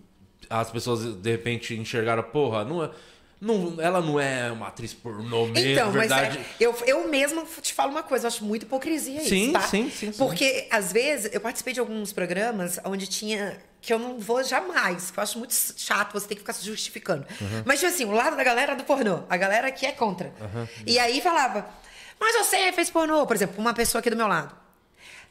S1: as pessoas de repente enxergaram, porra, não é. Não, ela não é uma atriz pornô mesmo,
S4: Então,
S1: verdade.
S4: mas é, eu, eu mesma te falo uma coisa, eu acho muito hipocrisia
S1: Sim,
S4: isso, tá?
S1: sim, sim, sim.
S4: Porque, às vezes, eu participei de alguns programas onde tinha... Que eu não vou jamais, que eu acho muito chato você ter que ficar se justificando.
S1: Uhum.
S4: Mas, tipo assim, o lado da galera do pornô, a galera que é contra.
S1: Uhum.
S4: E aí falava, mas você fez pornô, por exemplo, uma pessoa aqui do meu lado.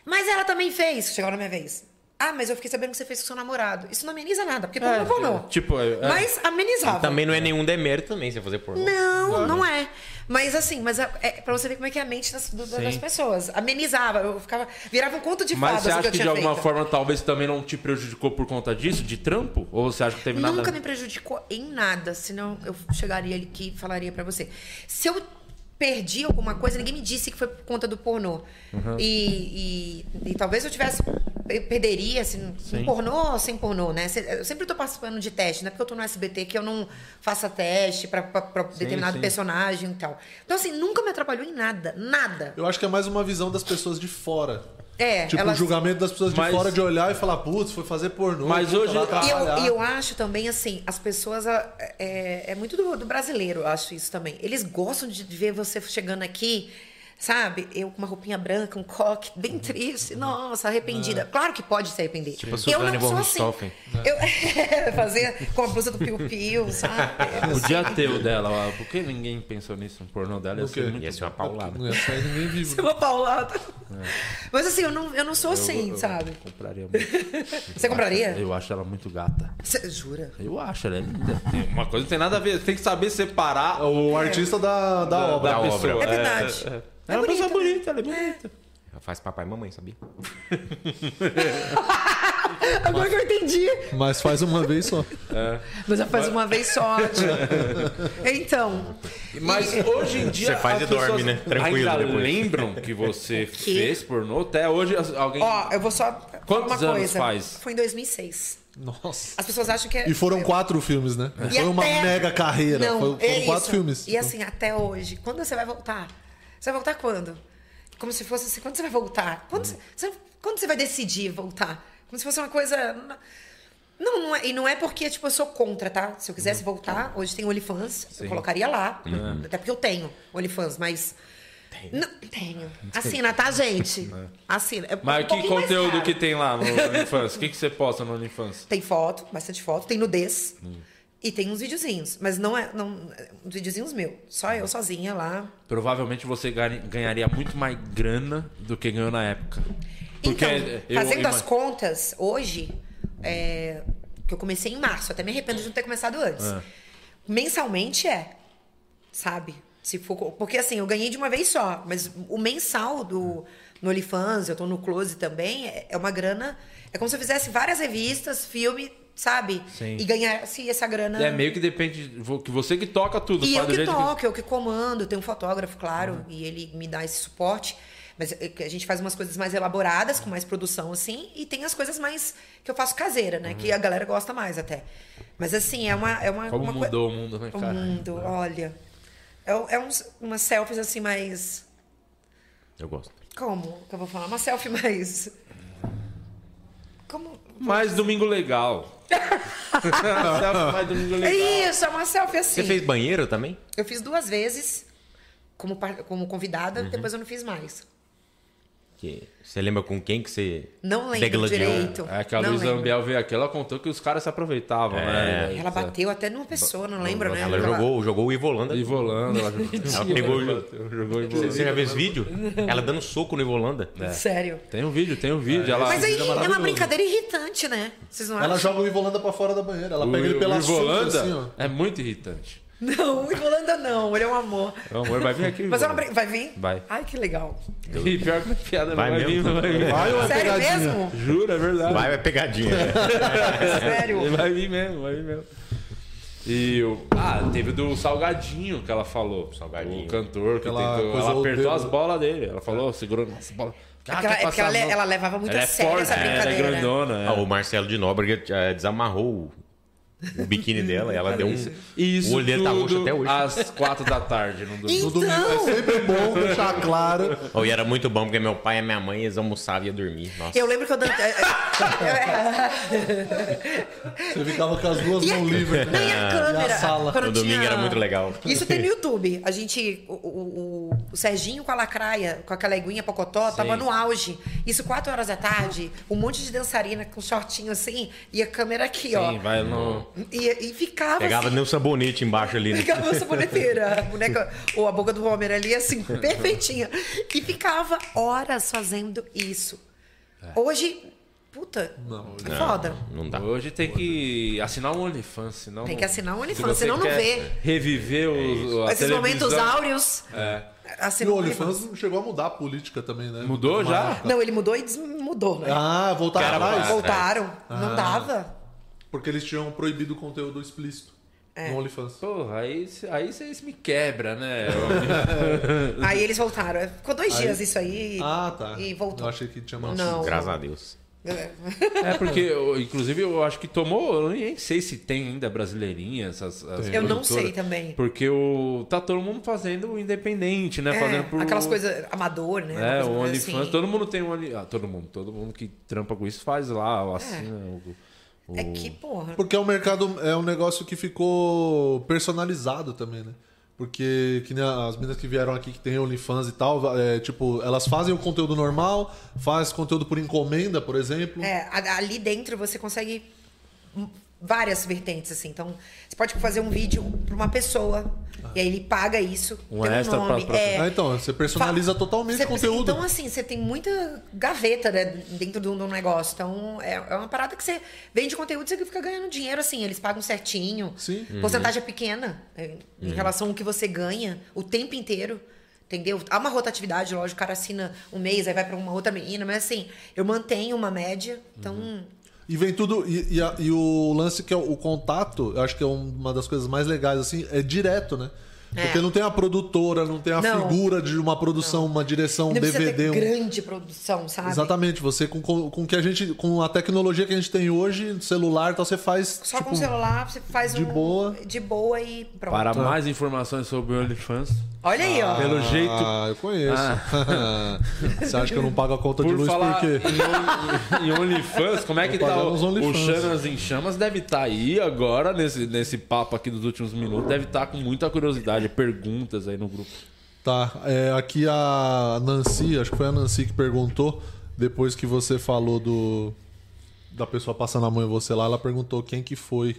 S4: Mas ela também fez, chegou na minha vez. Ah, mas eu fiquei sabendo que você fez com seu namorado. Isso não ameniza nada, porque pornô é pornô.
S1: tipo, é- é.
S4: Mas amenizava.
S3: Também não é nenhum demérito também você fazer
S1: né?
S3: pornô.
S4: Ah, Não, não é. Mas assim, mas é, é pra você ver como é que é a mente das, do- das
S3: Sim.
S4: pessoas. Amenizava, eu ficava. Virava um conto de
S1: Mas
S4: fadas
S1: você
S4: o que
S1: acha
S4: eu
S1: que
S4: tinha
S1: de alguma
S4: feito.
S1: forma talvez também não te prejudicou por conta disso, de trampo? Ou você acha que teve nada.
S4: Nunca me prejudicou em nada, senão eu chegaria ali aqui e falaria pra você. Se eu perdi alguma coisa, ninguém me disse que foi por conta do pornô.
S1: Uhum.
S4: E, e- e talvez eu tivesse. Eu perderia, assim, com pornô ou sem pornô, né? Se- Eu sempre tô participando de teste, não é porque eu tô no SBT que eu não faça teste pra, pra- pra determinado
S1: sim.
S4: personagem e tal. Então, assim, nunca me atrapalhou em nada, nada.
S2: Eu acho que é mais uma visão das pessoas de fora.
S4: É,
S2: Tipo, o
S4: elas-
S2: julgamento das pessoas de
S1: Mas-
S2: fora de olhar e falar, putz, foi fazer pornô.
S1: Mas
S2: puta,
S1: hoje- E
S2: lá
S1: eu-
S4: E
S2: trabalhar.
S4: eu, e eu acho também, assim, as pessoas. a- É, é muito do, do brasileiro, eu acho isso também. Eles gostam de ver você chegando aqui, sabe? Eu com uma roupinha branca, um coque,
S1: Uhum.
S4: bem triste. Nossa,
S1: É.
S4: arrependida. Claro que pode se arrepender.
S3: Tipo a
S4: eu
S3: Suzane
S4: não
S3: von
S4: sou assim.
S3: Richthofen.
S4: Eu, é, fazer com a blusa do Piu Piu, sabe?
S1: Podia ter o dela, ó. por que ninguém pensou nisso no pornô dela? Ia
S2: No
S1: ser
S2: quê?
S1: muito...
S3: Ia ser uma paulada.
S2: Não ia sair ninguém vivo.
S4: Ser Assim, uma paulada. Mas assim, eu não, eu não sou assim, sabe?
S1: É. Eu compraria muito.
S4: Você compraria?
S1: Eu acho ela muito gata.
S4: Cê- jura?
S1: Eu acho, ela é linda. Tem- Uma coisa não tem nada a ver. Você tem que saber separar a
S2: O artista da, da obra.
S1: da pessoa.
S4: É verdade.
S1: é, é.
S4: É
S1: Ela é uma pessoa bonita,
S4: bonita,
S1: ela é bonita.
S3: Ela faz papai e mamãe, sabia?
S4: Agora que eu entendi.
S2: Mas faz uma vez só.
S4: Mas já faz uma vez só. ótimo. Então,
S1: Mas hoje em dia.
S3: Você faz
S1: as
S3: e dorme,
S1: pessoas
S3: né? Tranquilo
S1: Ainda
S3: depois.
S1: lembram que você fez pornô? Até hoje as- alguém.
S4: Ó, eu vou só. falar
S1: Quantos
S4: uma
S1: anos
S4: coisa.
S1: faz?
S4: Foi em 2006.
S2: Nossa.
S4: As pessoas acham que é.
S2: E foram quatro filmes, né? Não
S4: E
S2: foi uma
S4: até-
S2: mega carreira.
S4: Não,
S2: foi- foram
S4: é
S2: quatro
S4: isso.
S2: filmes.
S4: E assim, até hoje. Quando você vai voltar? Você vai voltar quando? Como se fosse assim. Quando você vai voltar? Quando, você, você- quando você vai decidir voltar? Como se fosse uma coisa. Não, não é, e não é porque, tipo, eu sou contra, tá? Se eu quisesse
S2: Uhum.
S4: voltar, hoje tem OnlyFans, eu colocaria lá. Uhum. Até porque eu tenho OnlyFans, mas. Não, tenho. Assina, tá, gente? Assina. É um
S1: Mas que
S4: pouquinho mais
S1: conteúdo
S4: caro.
S1: que tem lá no OnlyFans? O que, que você posta no OnlyFans?
S4: Tem foto, bastante foto, tem nudez.
S1: Hum.
S4: E tem uns videozinhos, mas não é. Não, é uns videozinhos meus. Só
S1: Hum.
S4: eu sozinha lá.
S1: Provavelmente você gani- ganharia muito mais grana do que ganhou na época. é,
S4: Então,
S1: eu
S4: fazendo
S1: ima-
S4: as contas, hoje, é, que eu comecei em março, até me arrependo de não ter começado antes.
S1: Ah.
S4: Mensalmente é, sabe? Se for, co- porque assim, eu ganhei de uma vez só, mas o mensal do
S1: Hum.
S4: no OnlyFans, eu tô no Close também, é, é uma grana. É como se eu fizesse várias revistas, filme, sabe?
S1: Sim.
S4: E ganhasse essa grana.
S1: É meio que depende. de vo- que Você que toca tudo.
S4: né? E
S1: faz
S4: eu
S1: do
S4: que
S1: jeito
S4: toco, eu que comando, tem um fotógrafo, claro,
S1: Uhum.
S4: e ele me dá esse suporte. Mas é que a gente faz umas coisas mais elaboradas, com mais produção, assim, e tem as coisas mais que eu faço caseira, né? Que a galera gosta mais até. Mas assim, é uma. É uma
S1: Uhum. Como
S4: uma coi-
S1: mudou o mundo, né,
S4: o
S1: cara?
S4: mundo, olha. É, um- é uns, umas selfies assim mais.
S3: Eu gosto.
S4: Como que eu vou falar? Uma selfie mais. Como.
S1: Mais domingo legal. Mais domingo
S4: É
S1: legal.
S4: isso, é uma selfie assim.
S3: Você fez banheiro também?
S4: Eu fiz duas vezes como, par- como convidada,
S1: Uhum.
S4: depois eu não fiz mais.
S3: Que- Você lembra com quem que você
S4: Não lembro direito.
S1: É que a
S4: Não
S1: Luísa
S4: lembro.
S1: Ambiel veio aqui, ela contou que os caras se aproveitavam,
S3: É.
S1: né?
S4: Ela bateu até numa pessoa, não lembro, né?
S3: Ela jogou, jogou o Ivolanda.
S1: E volando, ela jogou.
S3: Ela pegou o jogo.
S1: jogou e volando.
S3: Você já viu esse vídeo? Ela dando soco no Ivolanda.
S4: Sério.
S1: Tem um vídeo, tem um vídeo. Ela,
S4: Mas aí
S1: Esse vídeo
S4: é uma
S1: maravilhoso.
S4: brincadeira irritante, né? Vocês não
S2: Ela
S4: acham?
S2: joga o Ivolanda pra fora da banheira. Ela
S1: O-
S2: pega ele
S1: o
S2: pela
S1: Ivolanda
S2: sunga, assim, ó.
S1: É muito irritante.
S4: Não, o Ivolanda não, ele é um amor.
S1: Meu amor, vai vir aqui.
S4: Mas é ela
S1: Ivolanda.
S4: brin- vai vir?
S1: Vai.
S4: Ai, que legal.
S1: E pior que a piada
S3: Vai
S1: não vai vir,
S3: mesmo?
S1: não vai vir.
S2: Vai ou é
S4: Sério
S2: pegadinha?
S4: mesmo?
S1: Juro, é verdade.
S3: Vai, vai pegadinha.
S4: Sério.
S1: É. Ele vai vir mesmo, vai vir mesmo. E o. Ah, teve do Salgadinho que ela falou.
S3: Salgadinho.
S1: O cantor que
S2: Ela
S1: ela, tentou,
S2: coisou
S1: ela
S2: o
S1: apertou
S2: dedo.
S1: as bolas dele. Ela falou, segurando as bolas. Ah,
S4: É porque ela, é porque ela, ela levava muito
S1: ela
S4: a
S1: é
S4: sério
S1: forte,
S4: essa
S1: é, ela é
S4: brincadeira. né?
S1: grandona. é.
S3: Ah, o Marcelo de Nóbrega eh, desamarrou o, o biquíni dela e ela deu um.
S1: E isso
S3: o olho dele tá roxo
S1: tudo Ah.
S3: até hoje.
S1: às quatro da tarde. No domingo.
S2: No domingo
S4: Então,
S2: é sempre bom deixar claro.
S3: Oh, e era muito bom, porque meu pai e minha mãe, eles almoçavam e iam dormir. Nossa.
S4: Eu lembro que eu dan- é,
S2: Você ficava com as duas
S4: E a,
S2: mãos livres. né?
S4: não, e
S3: Ah.
S4: a câmera?
S2: sala.
S4: Quando
S3: No domingo
S4: tinha-
S3: era muito legal.
S4: Isso tem no YouTube. A gente. O, o- o- o Serginho com a lacraia, com aquela leguinha pocotó, tava no auge. Isso quatro horas da tarde, um monte de dançarina com shortinho assim, e a câmera aqui,
S1: Sim,
S4: ó.
S1: vai no.
S4: E, e ficava.
S3: Pegava
S4: assim,
S3: nem o sabonete embaixo ali. né?
S4: Ficava essa boneteira, a boneca, ou a boca do Homer ali, assim, perfeitinha. E ficava horas fazendo isso. Hoje, puta, é foda.
S3: É. Não dá.
S1: Hoje tem que assinar um OnlyFans, senão.
S4: Tem que assinar um
S1: se
S4: OnlyFans,
S1: você
S4: senão não
S1: quer
S4: vê. É
S1: Reviver os, a
S4: Esses momentos
S1: televisão- é.
S4: áureos. Assim,
S2: E o
S4: não-
S1: um
S2: OnlyFans não chegou a mudar a política também, né?
S1: Mudou
S2: Mas-
S1: já?
S4: Não, ele mudou e desmudou, né?
S2: Ah, voltaram
S3: Cara,
S2: atrás?
S1: é.
S3: Ah,
S4: Voltaram. Não dava.
S2: Porque eles tinham proibido o conteúdo explícito
S4: É.
S2: no OnlyFans.
S1: Porra, aí, aí vocês me quebram, né?
S4: Aí eles voltaram. É, Ficou dois dias isso aí.
S2: Ah, tá.
S4: E voltou.
S2: Eu achei que tinha mais.
S4: Não.
S3: Graças a Deus.
S1: É porque, eu- inclusive, eu acho que tomou. Eu nem sei se tem ainda brasileirinha, essas. as
S4: Eu não
S1: produtoras.
S4: sei também.
S1: Porque o, tá todo mundo fazendo o independente, né?
S4: É,
S1: fazendo por.
S4: Aquelas coisas amador, né? Uma
S1: É,
S4: coisa
S1: o
S4: mais assim.
S1: OnlyFans. Todo mundo tem um Only. Ah, todo mundo. Todo mundo que trampa com isso faz lá, assina. o- o-
S4: É que, porra.
S2: Porque é um mercado, é um negócio que ficou personalizado também, né? Porque que nem as meninas que vieram aqui que tem OnlyFans e tal, é, tipo, elas fazem o conteúdo normal, faz conteúdo por encomenda, por exemplo.
S4: É, a- ali dentro você consegue m- várias vertentes, assim. Então, você pode fazer um vídeo pra uma pessoa, e aí ele paga isso.
S1: Um
S4: tem
S1: extra pra-
S4: nome.
S1: pra-
S4: É,
S2: Ah, então, você personaliza
S4: Fa-
S2: totalmente
S4: Cê-
S2: o conteúdo.
S4: Então, assim, você tem muita gaveta né, dentro de um, de um negócio. Então, é, é uma parada que você vende conteúdo você fica ganhando dinheiro, assim. Eles pagam certinho.
S2: Sim. Uhum.
S4: Porcentagem é pequena é, em relação ao que você ganha o tempo inteiro. Entendeu? Há uma rotatividade, lógico, o cara assina um mês, aí vai pra uma outra menina, mas assim, eu mantenho uma média. Então,
S2: Uhum. E vem tudo. E, e a- e o lance que é o, o contato, eu acho que é uma das coisas mais legais, assim, é direto, né? Porque não tem a produtora, não tem a
S4: É. Não.
S2: figura de uma produção, uma direção, um
S4: não precisa
S2: DVD.
S4: ter
S2: um-
S4: grande produção, sabe?
S2: Exatamente, você com, com, com que a gente. Com a tecnologia que a gente tem hoje, celular e tal, você faz.
S4: Só
S2: tipo,
S4: com o celular, você faz
S2: de
S4: um.
S2: boa.
S4: De boa e pronto.
S1: Para mais informações sobre o OnlyFans,
S4: Olha aí, ó.
S1: pelo jeito.
S2: Tá. Ah, eu conheço. Ah. você acha que eu não pago a conta de
S1: Por
S2: luz
S1: falar
S2: por quê?
S1: em on- em OnlyFans, como é que
S2: Vou
S1: tá
S2: pagar
S1: o,
S2: nos
S1: o
S2: OnlyFans.
S1: Chanas em Chamas? Deve estar aí agora, nesse, nesse papo aqui dos últimos minutos. Deve estar com muita curiosidade, perguntas aí no grupo.
S2: Tá, é, aqui a Nancy, acho que foi a Nancy que perguntou, depois que você falou do da pessoa passando a mão em você lá, ela perguntou quem que foi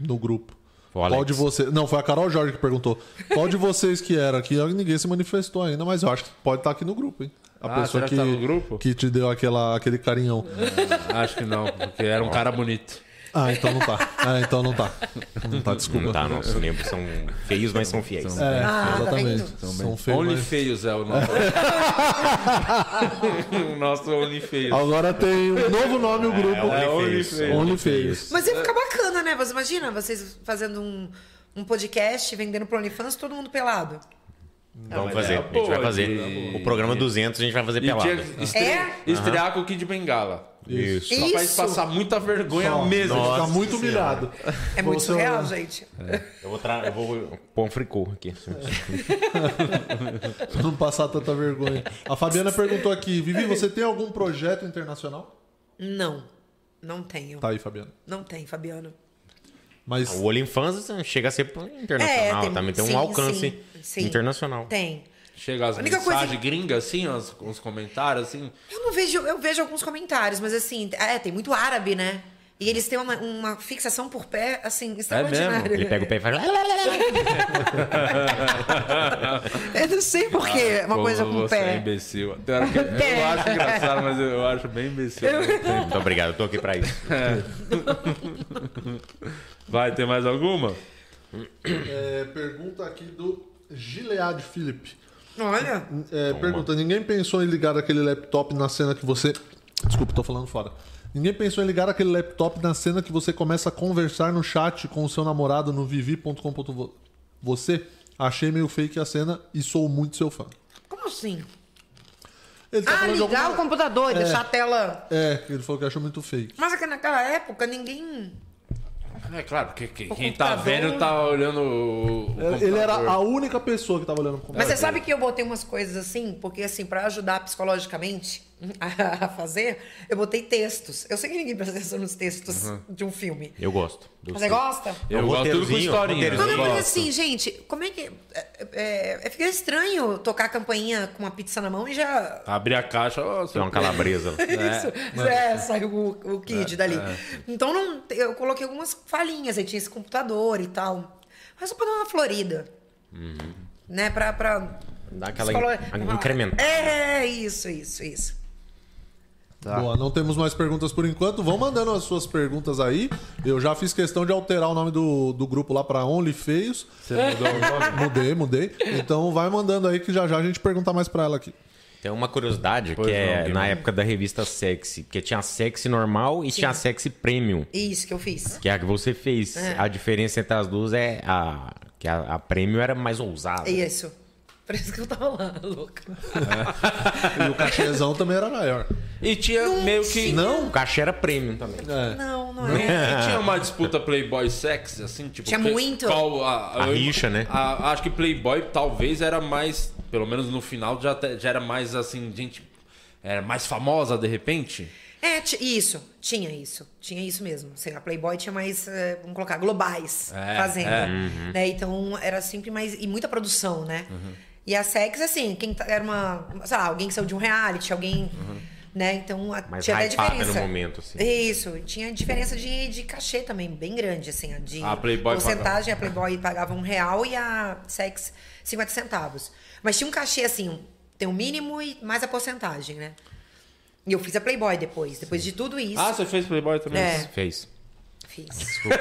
S2: no grupo.
S3: Foi o
S2: Qual
S3: Alex.
S2: de vocês. Não, foi a Carol Jorge que perguntou. Qual de vocês que era? Que ninguém se manifestou ainda, mas eu acho que pode estar aqui no grupo, hein? A
S1: Ah, será que tá no grupo?
S2: que te deu aquela, aquele carinhão.
S1: Acho que não, porque era um cara bonito.
S2: Ah, então não tá. Ah, então não tá. Não tá, desculpa.
S3: Não tá, não. Os membros são feios, mas são fiéis.
S2: É,
S4: Ah, tá
S2: exatamente.
S4: vendo?
S2: São feios.
S1: Então, Only
S2: mas-
S1: Feios é o nosso. o nosso Only Feios.
S2: Agora tem um novo nome o grupo.
S1: É, Only Feios.
S2: Only Feios.
S4: Mas ia
S1: É.
S4: ficar bacana, né? Você imagina vocês fazendo um, um podcast, vendendo pro OnlyFans, todo mundo pelado.
S3: Vamos
S1: mas
S3: fazer.
S1: é
S3: a gente vai
S1: boa
S3: fazer.
S1: de-
S3: O programa 200 a gente vai fazer
S1: é? E
S3: pelado.
S1: tinha
S2: né?
S1: que estre...
S4: É?
S1: estrear com o Kid Bengala.
S3: Isso.
S1: Só pra gente
S4: Isso.
S1: passar muita vergonha
S2: Só.
S1: mesmo.
S2: Você
S3: Nossa
S2: fica muito
S3: Senhora.
S2: humilhado.
S4: É muito
S2: Você-
S4: surreal, gente.
S3: Eu vou, tra... eu vou pôr um fricô aqui.
S2: Pra não passar tanta vergonha. A Fabiana perguntou aqui, Vivi, você tem algum projeto internacional?
S4: Não. Não tenho.
S2: Tá aí, Fabiano.
S4: Não tem, Fabiano.
S2: Mas
S3: O Olho em Fãs assim, chega a ser internacional,
S4: É, tem-
S3: também tem um
S4: sim,
S3: alcance
S4: sim, sim.
S3: internacional.
S4: Tem.
S1: Chega as
S4: A única
S1: mensagens
S4: coisa-
S1: gringas, assim, os, os comentários, assim.
S4: Eu não vejo, eu vejo alguns comentários, mas assim, é, tem muito árabe, né? E eles têm uma, uma fixação por pé,
S1: É
S4: assim, extraordinária.
S3: Ele pega o pé e faz. lá, lá, lá, lá.
S4: Eu não sei por quê, uma
S1: Como
S4: coisa com o
S1: você é
S4: pé.
S1: imbecil. Tem hora que- Eu acho engraçado, mas eu, eu acho bem imbecil.
S3: Muito obrigado, eu tô aqui pra isso.
S1: Vai, tem mais alguma?
S2: é, pergunta aqui do Gilead Felipe.
S4: Olha,
S2: É, pergunta, ninguém pensou em ligar aquele laptop na cena que você. Desculpa, tô falando fora. Ninguém pensou em ligar aquele laptop na cena que você começa a conversar no chat com o seu namorado no vivi.com.vo. Você? Achei meio fake a cena e sou muito seu fã.
S4: como assim?
S2: Ele tá
S4: Ah,
S2: falando de
S4: ligar o
S2: alguma-
S4: computador e deixar a tela.
S2: É, ele falou que achou muito fake.
S4: Mas é que naquela época ninguém.
S1: É claro, porque que-
S4: O
S1: quem tá
S4: computador-
S1: vendo tá olhando o. o
S2: Ele
S1: computador.
S2: era a única pessoa que tava olhando pro
S4: Mas
S2: computador.
S4: você sabe que eu botei umas coisas assim, porque assim, pra ajudar psicologicamente a fazer, eu botei textos. Eu sei que ninguém presta atenção nos textos de um filme.
S3: Eu gosto. dos
S4: Você
S3: três.
S4: gosta?
S1: Eu gosto tudo
S3: Um
S1: com
S3: roteirozinho,
S1: historinha.
S3: roteirozinho.
S4: Quando eu
S1: gosto.
S4: falei assim, gente, como é que. É, é, é- fica estranho tocar a campainha com uma pizza na mão e já.
S1: Abri a caixa, ó,
S3: Tem uma calabresa.
S4: Isso, é, saiu o, o kid dali. Então não, eu coloquei algumas falinhas, aí tinha esse computador e tal. Mas só pra dar uma florida. Né? Pra. pra
S3: Dá aquela
S4: psicolo-
S3: in- incrementada.
S4: É, isso, isso, isso. é-
S2: Boa, não temos mais perguntas por enquanto. Vão mandando as suas perguntas aí. Eu já fiz questão de alterar o nome do, do grupo lá pra Only Feios.
S1: Você mudou o nome?
S2: Mudei, mudei. Então vai mandando aí que já já a gente pergunta mais pra ela aqui.
S3: Tem uma curiosidade
S1: Pois
S3: que é
S1: não,
S3: na
S1: Guilherme.
S3: época da revista Sexy, porque tinha a Sexy normal e tinha a Sexy Premium,
S4: Isso que eu fiz.
S3: que é a que você fez. A diferença entre as duas é a que a, a Premium era mais ousada.
S4: É isso. Por isso que eu tava lá, louca.
S2: E o cachezão também era maior.
S1: E tinha meio que.
S3: Não, o cachê era Premium também.
S4: Não, não é.
S1: E tinha uma disputa Playboy sex, assim, tipo.
S4: Tinha
S1: que-
S4: muito.
S1: qual a,
S3: A rixa, né?
S1: a- acho que Playboy talvez era mais. Pelo menos no final já, te- já era mais assim, gente. Era mais famosa de repente.
S4: É, ti- isso, tinha isso, tinha isso mesmo. Sei lá, Playboy tinha mais, eh, vamos colocar, globais
S1: É,
S4: fazendo.
S1: é.
S3: Uhum.
S4: Né? Então era sempre mais. E muita produção, né? E a Sex, assim, quem tá- era uma. Sei lá, alguém que saiu de um reality, alguém. Né? Então a-
S3: Uhum. Mais
S4: tinha até
S3: hypada
S4: diferença.
S3: no momento, assim.
S4: Isso, tinha diferença de, de cachê também, bem grande, assim. a De
S3: Ah,
S1: A Playboy
S4: porcentagem, a Playboy pagava um real e a Sex 50 centavos. Mas tinha um cachê, assim, um- tem o mínimo e mais a porcentagem, né? E eu fiz a Playboy depois. Depois de tudo isso.
S1: Ah, você Ah, fez Playboy também?
S4: É.
S3: Fez.
S4: Fiz.
S3: Desculpa.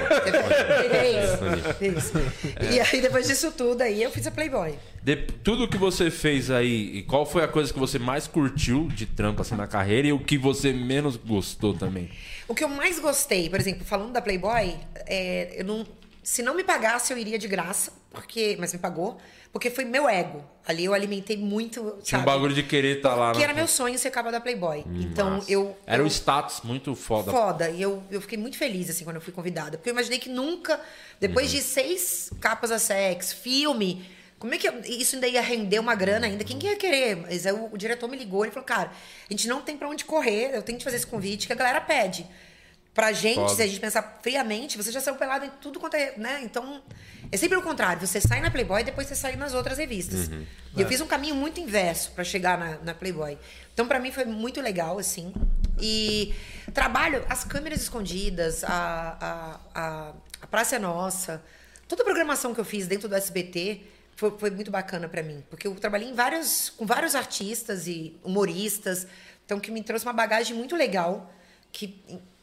S4: Fiz. Fiz.
S1: É.
S4: E aí, depois disso tudo, aí eu fiz a Playboy.
S1: De- tudo que você fez aí, e qual foi a coisa que você mais curtiu de trampo assim na carreira e o que você menos gostou também?
S4: O que eu mais gostei, por exemplo, falando da Playboy, é, eu não- se não me pagasse, eu iria de graça, porque, mas me pagou, porque foi meu ego. Ali eu alimentei muito.
S1: Tinha um
S4: sabe?
S1: bagulho de querer estar lá.
S4: Porque
S1: né?
S4: era meu sonho ser capa da Playboy. então
S3: massa.
S4: eu.
S1: Era um
S4: eu-
S1: status muito foda.
S4: Foda. E eu, eu fiquei muito feliz, assim, quando eu fui convidada. Porque eu imaginei que nunca, depois de seis capas a sex, filme, como é que eu- isso ainda ia render uma grana ainda? Quem que ia querer? Mas aí o, o diretor me ligou, ele falou, cara, a gente não tem pra onde correr, eu tenho que fazer esse convite que a galera pede. Pra gente,
S1: Foda.
S4: se a gente pensar friamente, você já saiu pelado em tudo quanto é. Né? Então, é sempre o contrário. Você sai na Playboy e depois você sai nas outras revistas. E eu fiz um caminho muito inverso pra chegar na, na Playboy. Então, pra mim, foi muito legal, assim. E trabalho, as câmeras escondidas, a, a, a, a Praça é Nossa, toda a programação que eu fiz dentro do SBT foi, foi muito bacana pra mim. Porque eu trabalhei em vários, com vários artistas e humoristas. Então, que me trouxe uma bagagem muito legal que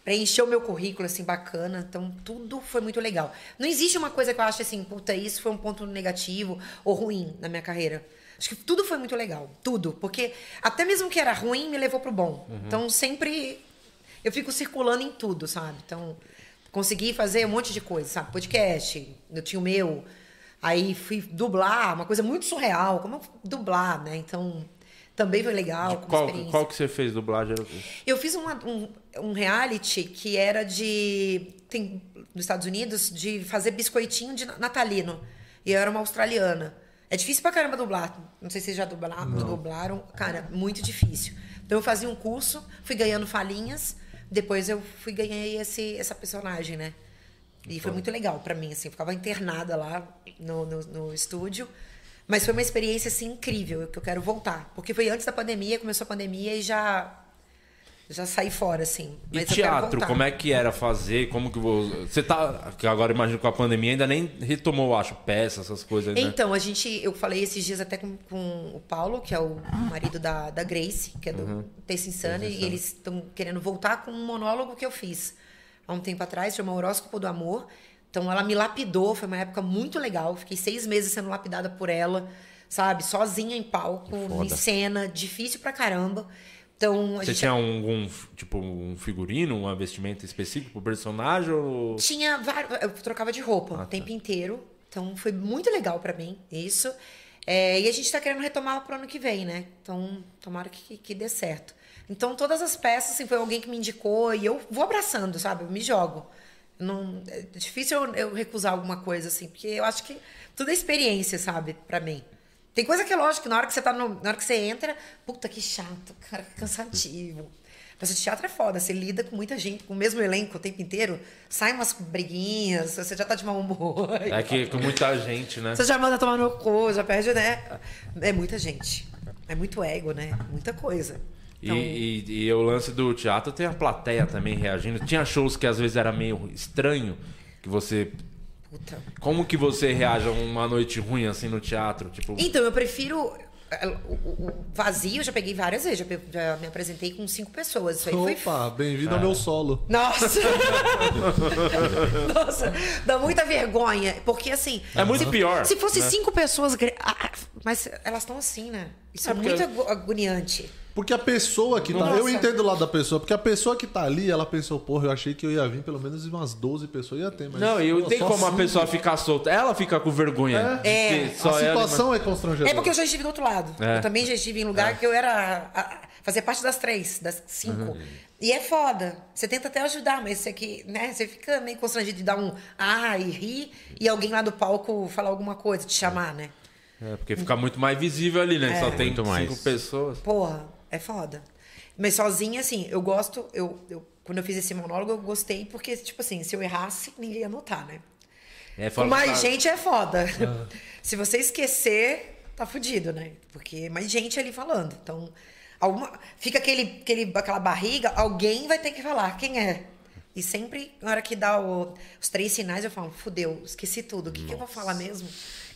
S4: preencheu meu currículo, assim, bacana. Então, tudo foi muito legal. Não existe uma coisa que eu acho assim, puta, isso foi um ponto negativo ou ruim na minha carreira. Acho que tudo foi muito legal. Tudo. Porque até mesmo que era ruim, me levou pro bom.
S1: Uhum.
S4: Então, sempre eu fico circulando em tudo, sabe? Então, consegui fazer um monte de coisa, sabe? Podcast, eu tinha o meu. Aí fui dublar, uma coisa muito surreal. Como dublar, né? Então, também foi legal. como
S1: Qual,
S4: experiência.
S1: qual que você fez dublagem?
S4: Eu fiz uma- um, um reality que era de. Tem, nos Estados Unidos, de fazer biscoitinho de natalino. E eu era uma australiana. É difícil pra caramba dublar. Não sei se vocês já dubla- dublaram. Cara, muito difícil. Então eu fazia um curso, fui ganhando falinhas. Depois eu fui ganhei esse, essa personagem, né? E
S1: Então.
S4: foi muito legal pra mim, assim. Eu ficava internada lá no, no, no estúdio. Mas foi uma experiência, assim, incrível, que eu quero voltar. Porque foi antes da pandemia, começou a pandemia e já... Já saí fora, assim.
S1: E
S4: Mas eu quero
S1: teatro,
S4: voltar.
S1: como é que era fazer? Como que vo- você tá? que Agora imagino que com a pandemia ainda nem retomou, acho, peça, essas coisas, né?
S4: Então, a gente, eu falei esses dias até com, com o Paulo, que é o marido da, da Grace, que é do
S1: Uhum.
S4: Taste Insane, e eles estão querendo voltar com um monólogo que eu fiz há um tempo atrás, chama Horóscopo do Amor. Então, ela me lapidou, foi uma época muito legal. Fiquei seis meses sendo lapidada por ela, sabe? Sozinha em palco, em cena, difícil pra caramba. Então, a
S1: Você
S4: gente
S1: tinha algum, tipo, um figurino, um vestimento específico pro personagem ou...
S4: Tinha vários. Eu trocava de roupa o tempo inteiro. Então foi muito legal pra mim isso. É, e a gente tá querendo retomar pro ano que vem, né? Então, tomara que, que dê certo. Então, todas as peças, assim, foi alguém que me indicou e eu vou abraçando, sabe? Eu me jogo. Não, é difícil eu, eu recusar alguma coisa, assim, porque eu acho que tudo é experiência, sabe, Pra mim. Tem coisa que é lógico, que na hora que você tá no, na hora que você entra, puta que chato, cara, que cansativo. Mas o teatro é foda, você lida com muita gente, com o mesmo elenco o tempo inteiro, saem umas briguinhas, você já tá de mau humor.
S1: É que com muita gente, né?
S4: Você já manda tomar no cu, já perde, né? É muita gente. É muito ego, né? Muita coisa. Então,
S1: E, e- e o lance do teatro tem a plateia também reagindo. Tinha shows que às vezes era meio estranho, que você...
S4: Puta.
S1: Como que você reage a uma noite ruim assim no teatro? Tipo,
S4: Então, eu prefiro. é, O, o- o vazio, eu já peguei várias vezes, já, pe- já me apresentei com cinco pessoas. Isso aí foi
S2: Opa, bem-vindo
S1: Ah.
S2: ao meu solo.
S4: Nossa! Nossa, dá muita vergonha. Porque assim.
S1: É muito
S4: se-
S1: pior,
S4: Se fosse
S1: né?
S4: cinco pessoas. gre- ah, ah, Mas elas estão assim, né? Isso é,
S1: porque-
S4: muito agu- agoniante.
S2: Porque a pessoa que tá.
S4: Nossa.
S2: Eu entendo o lado da pessoa, porque a pessoa que tá ali, ela pensou, porra, eu achei que eu ia vir pelo menos umas 12 pessoas, ia ter, mas.
S1: não, e
S2: pô,
S1: não tem
S2: só assim.
S1: como a
S2: cinco.
S1: pessoa ficar solta. Ela fica com vergonha.
S4: É.
S1: de ter só ela e
S2: a
S1: mais-
S2: situação é constrangedora.
S4: É porque eu já estive do outro lado.
S1: É.
S4: Eu também já estive em lugar que eu era. a- a- fazia parte das três, das cinco.
S1: Uhum.
S4: E é foda. Você tenta até ajudar, mas você, que, né, você fica meio constrangido de dar um ah e rir e alguém lá do palco falar alguma coisa, te chamar, né?
S1: É, porque fica muito mais visível ali,
S4: É.
S1: né? Só tem
S3: Muito
S1: cinco
S3: mais.
S1: pessoas.
S4: Porra, é foda. Mas sozinha, assim, eu gosto. Eu, eu- quando eu fiz esse monólogo, eu gostei, porque, tipo assim, se eu errasse, ninguém ia notar, né?
S1: É,
S4: Com
S1: fala-
S4: mais
S1: fala-
S4: gente é foda. se você esquecer, tá fudido, né? Porque é mais gente ali falando. Então, alguma, fica aquele, aquele, aquela barriga, alguém vai ter que falar quem é. E sempre, na hora que dá o- os três sinais, eu falo, fudeu, esqueci tudo. O que, que eu vou falar mesmo?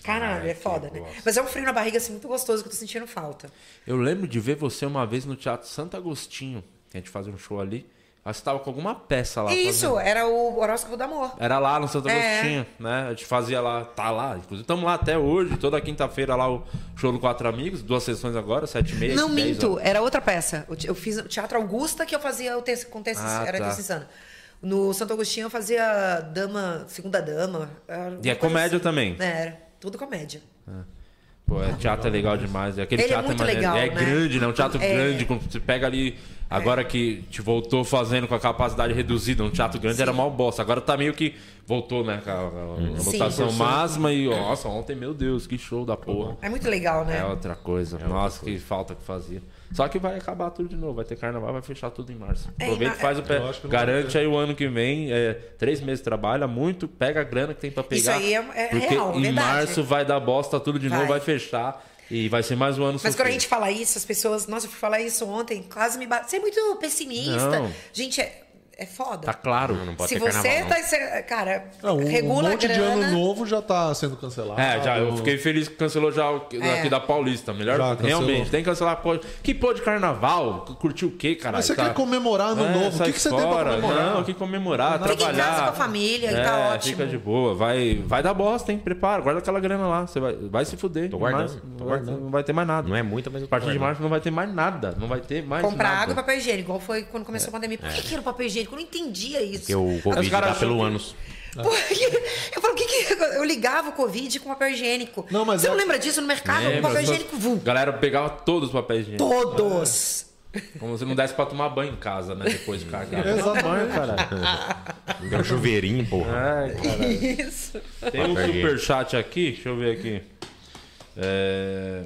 S4: Caralho,
S1: Ai,
S4: é foda,
S1: que
S4: né?
S1: bosta.
S4: Mas é um frio na barriga, assim, muito gostoso, que eu tô sentindo falta.
S1: Eu lembro de ver você uma vez no Teatro Santo Agostinho. que A gente fazia um show ali. Aí Você tava com alguma peça lá.
S4: Isso,
S1: fazendo.
S4: era o horóscopo do amor.
S1: Era lá no Santo
S4: É.
S1: Agostinho, né? A gente fazia lá, tá lá. Inclusive, estamos lá até hoje. Toda quinta-feira lá o show do Quatro Amigos. Duas sessões agora, sete e meia.
S4: Não,
S1: dez
S4: minto,
S1: horas.
S4: era outra peça. Eu te- Eu fiz o Teatro Augusta que eu fazia o texto com texto,
S1: Ah,
S4: era
S1: tá.
S4: texto insano. No Santo Agostinho eu fazia dama, segunda dama. era
S1: E é
S4: uma coisa
S1: comédia também.
S4: É, era tudo comédia.
S1: Pô, é, teatro é legal demais. é Aquele
S4: Ele é
S1: teatro
S4: muito
S1: maneiro.
S4: legal,
S1: É
S4: né?
S1: grande, né? Um teatro
S4: É.
S1: grande. quando Você pega ali. Agora que te voltou fazendo com a capacidade reduzida, um teatro grande era mal bosta. Agora tá meio que voltou, né? Com a, a- a
S4: Sim.
S1: lotação máxima e, nossa, ontem, meu Deus, que show da porra.
S4: É muito legal, né?
S1: É outra coisa. Nossa, que falta que fazia. Só que vai acabar tudo de novo. Vai ter carnaval, vai fechar tudo em março.
S4: É,
S1: Aproveita e
S4: e-
S1: faz o pé.
S2: Eu acho que não vai
S1: Garante aí o ano que vem. é, três meses trabalha muito, pega a grana que tem pra pegar.
S4: Isso aí é- é
S1: porque
S4: real,
S1: Em
S4: verdade.
S1: março vai dar bosta tudo de novo, vai
S4: Vai.
S1: fechar. E vai ser mais um ano
S4: Mas
S1: sofrido.
S4: quando a gente fala isso, as pessoas. Nossa, eu fui falar isso ontem, quase me bate. Você é muito pessimista.
S1: Não.
S4: Gente, é, é foda.
S1: Tá claro.
S3: Não, não pode
S4: Se
S3: ter
S4: você
S3: carnaval,
S1: né?
S4: tá. se- Cara,
S2: É, um, um
S4: regula
S2: monte
S4: a
S2: de
S4: grana.
S2: ano novo já tá sendo cancelado.
S1: É, já, eu fiquei feliz que cancelou já o que-
S4: É.
S1: aqui da Paulista. Melhor
S2: Ah, Já cancelou.
S1: realmente. Tem que cancelar. Pô, que pô de carnaval? Curtiu o quê, cara?
S2: Mas você quer comemorar ano
S1: É,
S2: novo? O
S1: sai
S2: que, que você tem pra
S1: fora.
S2: comemorar?
S1: Não, o que comemorar,
S4: Fica em casa
S1: trabalhar.
S4: com a família e tá ótimo.
S1: É, Fica de boa, vai, vai dar bosta, hein? Prepara, guarda aquela grana lá. Você vai, vai se fuder.
S3: Tô
S1: Não vai-
S3: guardando,
S1: não
S3: tô
S1: vai-
S3: guardando.
S1: Não vai ter mais nada.
S3: Não é muita, mas eu
S1: A
S3: tô
S1: partir de
S3: guardando.
S1: março não vai ter mais nada. Não vai ter mais
S4: Comprar
S1: nada. É,
S4: água e papel higiênico, igual foi quando começou a pandemia. Por que, que era o papel higiênico? Eu não entendia isso.
S3: Porque o
S1: caras
S3: Covid dá
S1: acham
S3: pelo
S1: que-
S3: ânus.
S4: Porque eu falo, o que que. Eu ligava o Covid com papel higiênico.
S2: Não, mas
S4: Você
S2: é-
S4: não lembra disso no mercado?
S1: É,
S4: com um papel
S1: mas-
S4: higiênico vum.
S1: Galera pegava todos os papéis higiênicos.
S4: Todos!
S1: Como se não desse pra tomar banho em casa, né? Depois de cagar.
S2: Exatamente.
S3: É um chuveirinho, porra.
S4: É.
S1: Ai, cara.
S4: Isso.
S1: Tem um
S3: Papel higiênico.
S1: superchat aqui, deixa eu ver aqui. É,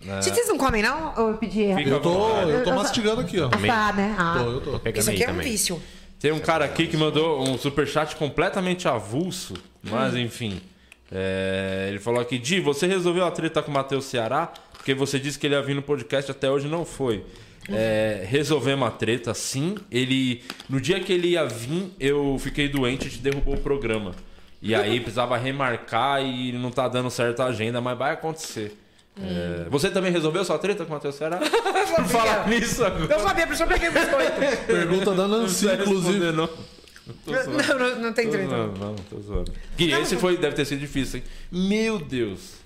S4: Gente, vocês não comem, não? Ou eu pedi errado?
S1: Fica-
S2: Eu tô, eu tô
S5: Eu- eu-
S2: mastigando aqui, ó.
S5: Tá, né? Ah.
S2: Tô, eu tô.
S3: pegando
S4: Isso
S3: aí
S4: aqui é um
S3: também.
S4: vício.
S1: Tem um cara aqui que mandou um superchat completamente avulso, mas enfim. É, ele falou aqui, Di, você resolveu a treta com o Matheus Ceará? Porque você disse que ele ia vir no podcast, até hoje não foi. É, resolvemos a treta, sim. Ele. No dia que ele ia vir, eu fiquei doente e te derrubou o programa. E aí precisava remarcar e não tá dando certo a agenda, mas vai acontecer. É, você também resolveu sua treta com o Matheus Ceará? Por falar nisso agora.
S4: Eu sabia, por isso eu peguei o biscoito.
S2: Pergunta da Nancy,
S1: Não precisa
S2: inclusive.
S1: responder, não. Tô zoando.
S4: não, não, não tem
S1: Tô
S4: treta.
S1: zoando, não, tô zoando. Que esse foi, deve ter sido difícil, hein? Meu Deus.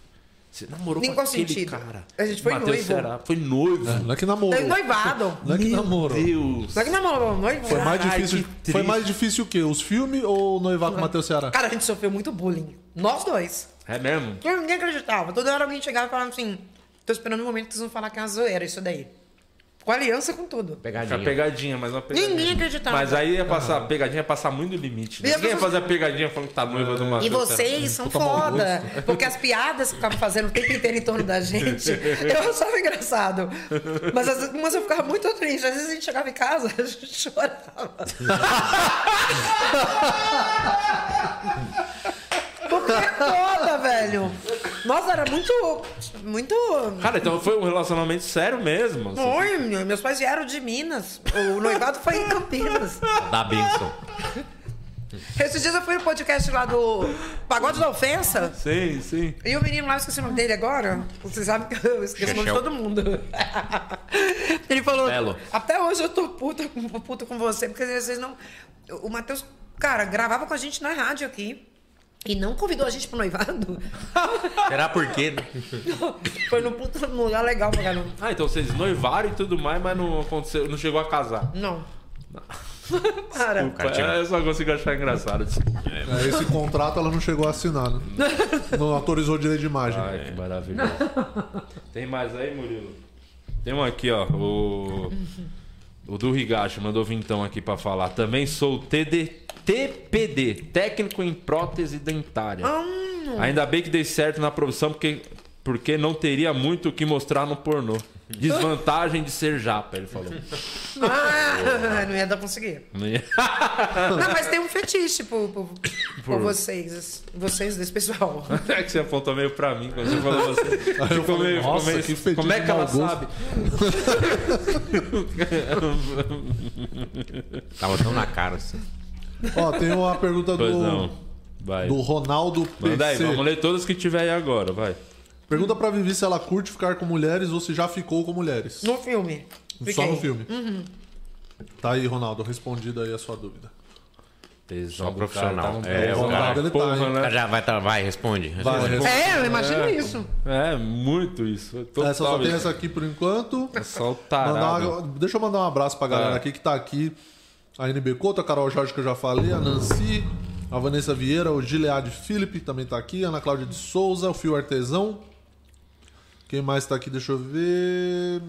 S1: Você namorou
S4: Nem
S1: com
S4: qual
S1: aquele
S4: sentido?
S1: cara.
S4: A gente foi
S1: Mateus
S4: noivo.
S1: Ceará. Foi noivo.
S2: Não é que namorou.
S4: Tem um Noivado.
S2: Não é que namorou.
S1: Deus.
S4: Só que namorou, noivo.
S2: Foi mais
S1: Caralho,
S2: difícil.
S1: que triste.
S2: Foi mais difícil o quê? Os filmes ou noivar com o Matheus Ceará?
S4: Cara, a gente sofreu muito bullying. Nós dois.
S1: É mesmo?
S4: Eu ninguém acreditava. Toda hora alguém chegava e falava assim: tô esperando o momento que vocês vão falar que é uma zoeira isso daí. Com aliança, com tudo.
S1: Foi
S3: Pegadinha.
S1: uma pegadinha, mas uma pegadinha.
S4: Ninguém acreditava.
S1: Mas aí ia passar,
S2: Ah.
S1: a pegadinha ia passar muito do limite. Né?
S4: E as
S1: Ninguém ia
S4: pessoas-
S1: fazer a pegadinha falando que tá noiva
S2: É.
S1: do Matheus
S4: E
S1: Ceará.
S4: vocês são
S2: Puta mau
S4: foda. Porque as piadas que ficavam fazendo o tempo inteiro em torno da gente, eu achava engraçado. Mas, às vezes- mas eu ficava muito triste. Às vezes a gente chegava em casa, a gente chorava. Porque é foda, velho. Nossa, era muito. Muito.
S1: Cara, então foi um relacionamento sério mesmo. assim.
S4: Oi, meus pais vieram de Minas. O noivado foi em Campinas.
S3: Dá benção.
S4: Esses dias eu fui no podcast lá do Pagode da Ofensa.
S1: Sim, sim.
S4: E o menino lá, eu esqueci o nome dele agora. Vocês sabem que eu esqueço o nome de
S3: Chechel.
S4: todo mundo. Ele falou:
S3: Belo.
S4: Até hoje eu tô puta, com- puta com você, porque vocês não. O Matheus, cara, gravava com a gente na rádio aqui. E não convidou a gente pro noivado.
S3: Será por quê? né?
S4: Foi num puta num lugar legal pra caramba.
S1: Ah, então vocês noivaram e tudo mais, mas não aconteceu, não chegou a casar. É,
S4: Não. Para.
S3: Cartinha.
S1: Eu só consigo achar engraçado. desculpa.
S2: É, Esse contrato ela não chegou a assinar, né? Não autorizou direito de imagem.
S1: Ai, que maravilhoso. É. Tem mais aí, Murilo? Tem um aqui, ó. O, o do Higashi mandou vintão aqui pra falar. Também sou TD, TPD, técnico em prótese dentária. Ainda bem que dei certo na profissão, porque, porque não teria muito o que mostrar no pornô. Desvantagem de ser japa, ele falou.
S4: Ah, não ia dar pra conseguir. Não, mas tem um fetiche por, por, por vocês. assim, Vocês desse pessoal.
S1: É que você apontou meio pra mim quando você falou você. Ficou
S2: falei,
S1: meio- ficou
S2: nossa,
S1: meio-
S2: que fedido um
S1: Como é que
S2: de mau
S1: ela
S2: gosto.
S1: sabe?
S3: Tava tão na cara assim.
S2: Ó, tem uma pergunta
S1: Pois
S2: do,
S1: não. Vai.
S2: do Ronaldo
S1: Manda aí, vamos
S2: PC.
S1: ler todas que tiver aí agora, vai.
S2: Pergunta pra Vivi se ela curte ficar com mulheres ou se já ficou com mulheres.
S4: No filme.
S2: Só no
S4: Fiquei.
S2: filme. Tá aí, Ronaldo, respondido aí a sua dúvida.
S1: Tesão
S3: do profissional.
S1: Cara, tá num
S3: É,
S1: tesão
S3: o cara-
S1: da
S2: ele tá,
S1: porra,
S2: hein?
S1: né?
S3: Já vai, tá, vai, responde.
S2: Vai,
S3: responde.
S2: responde.
S4: É, eu imagino isso.
S1: É, muito isso. Total
S2: Essa É, só tem
S1: isso.
S2: essa aqui por enquanto.
S1: Só o
S2: Mandar
S1: tarado.
S2: uma- deixa eu mandar um abraço pra galera
S1: É.
S2: aqui que tá aqui. A NB Couto, a Carol Jorge, que eu já falei, a Nancy, a Vanessa Vieira, o Gilead Felipe também tá aqui, a Ana Cláudia de Souza, o Fio Artesão. Quem mais tá aqui? Deixa eu ver.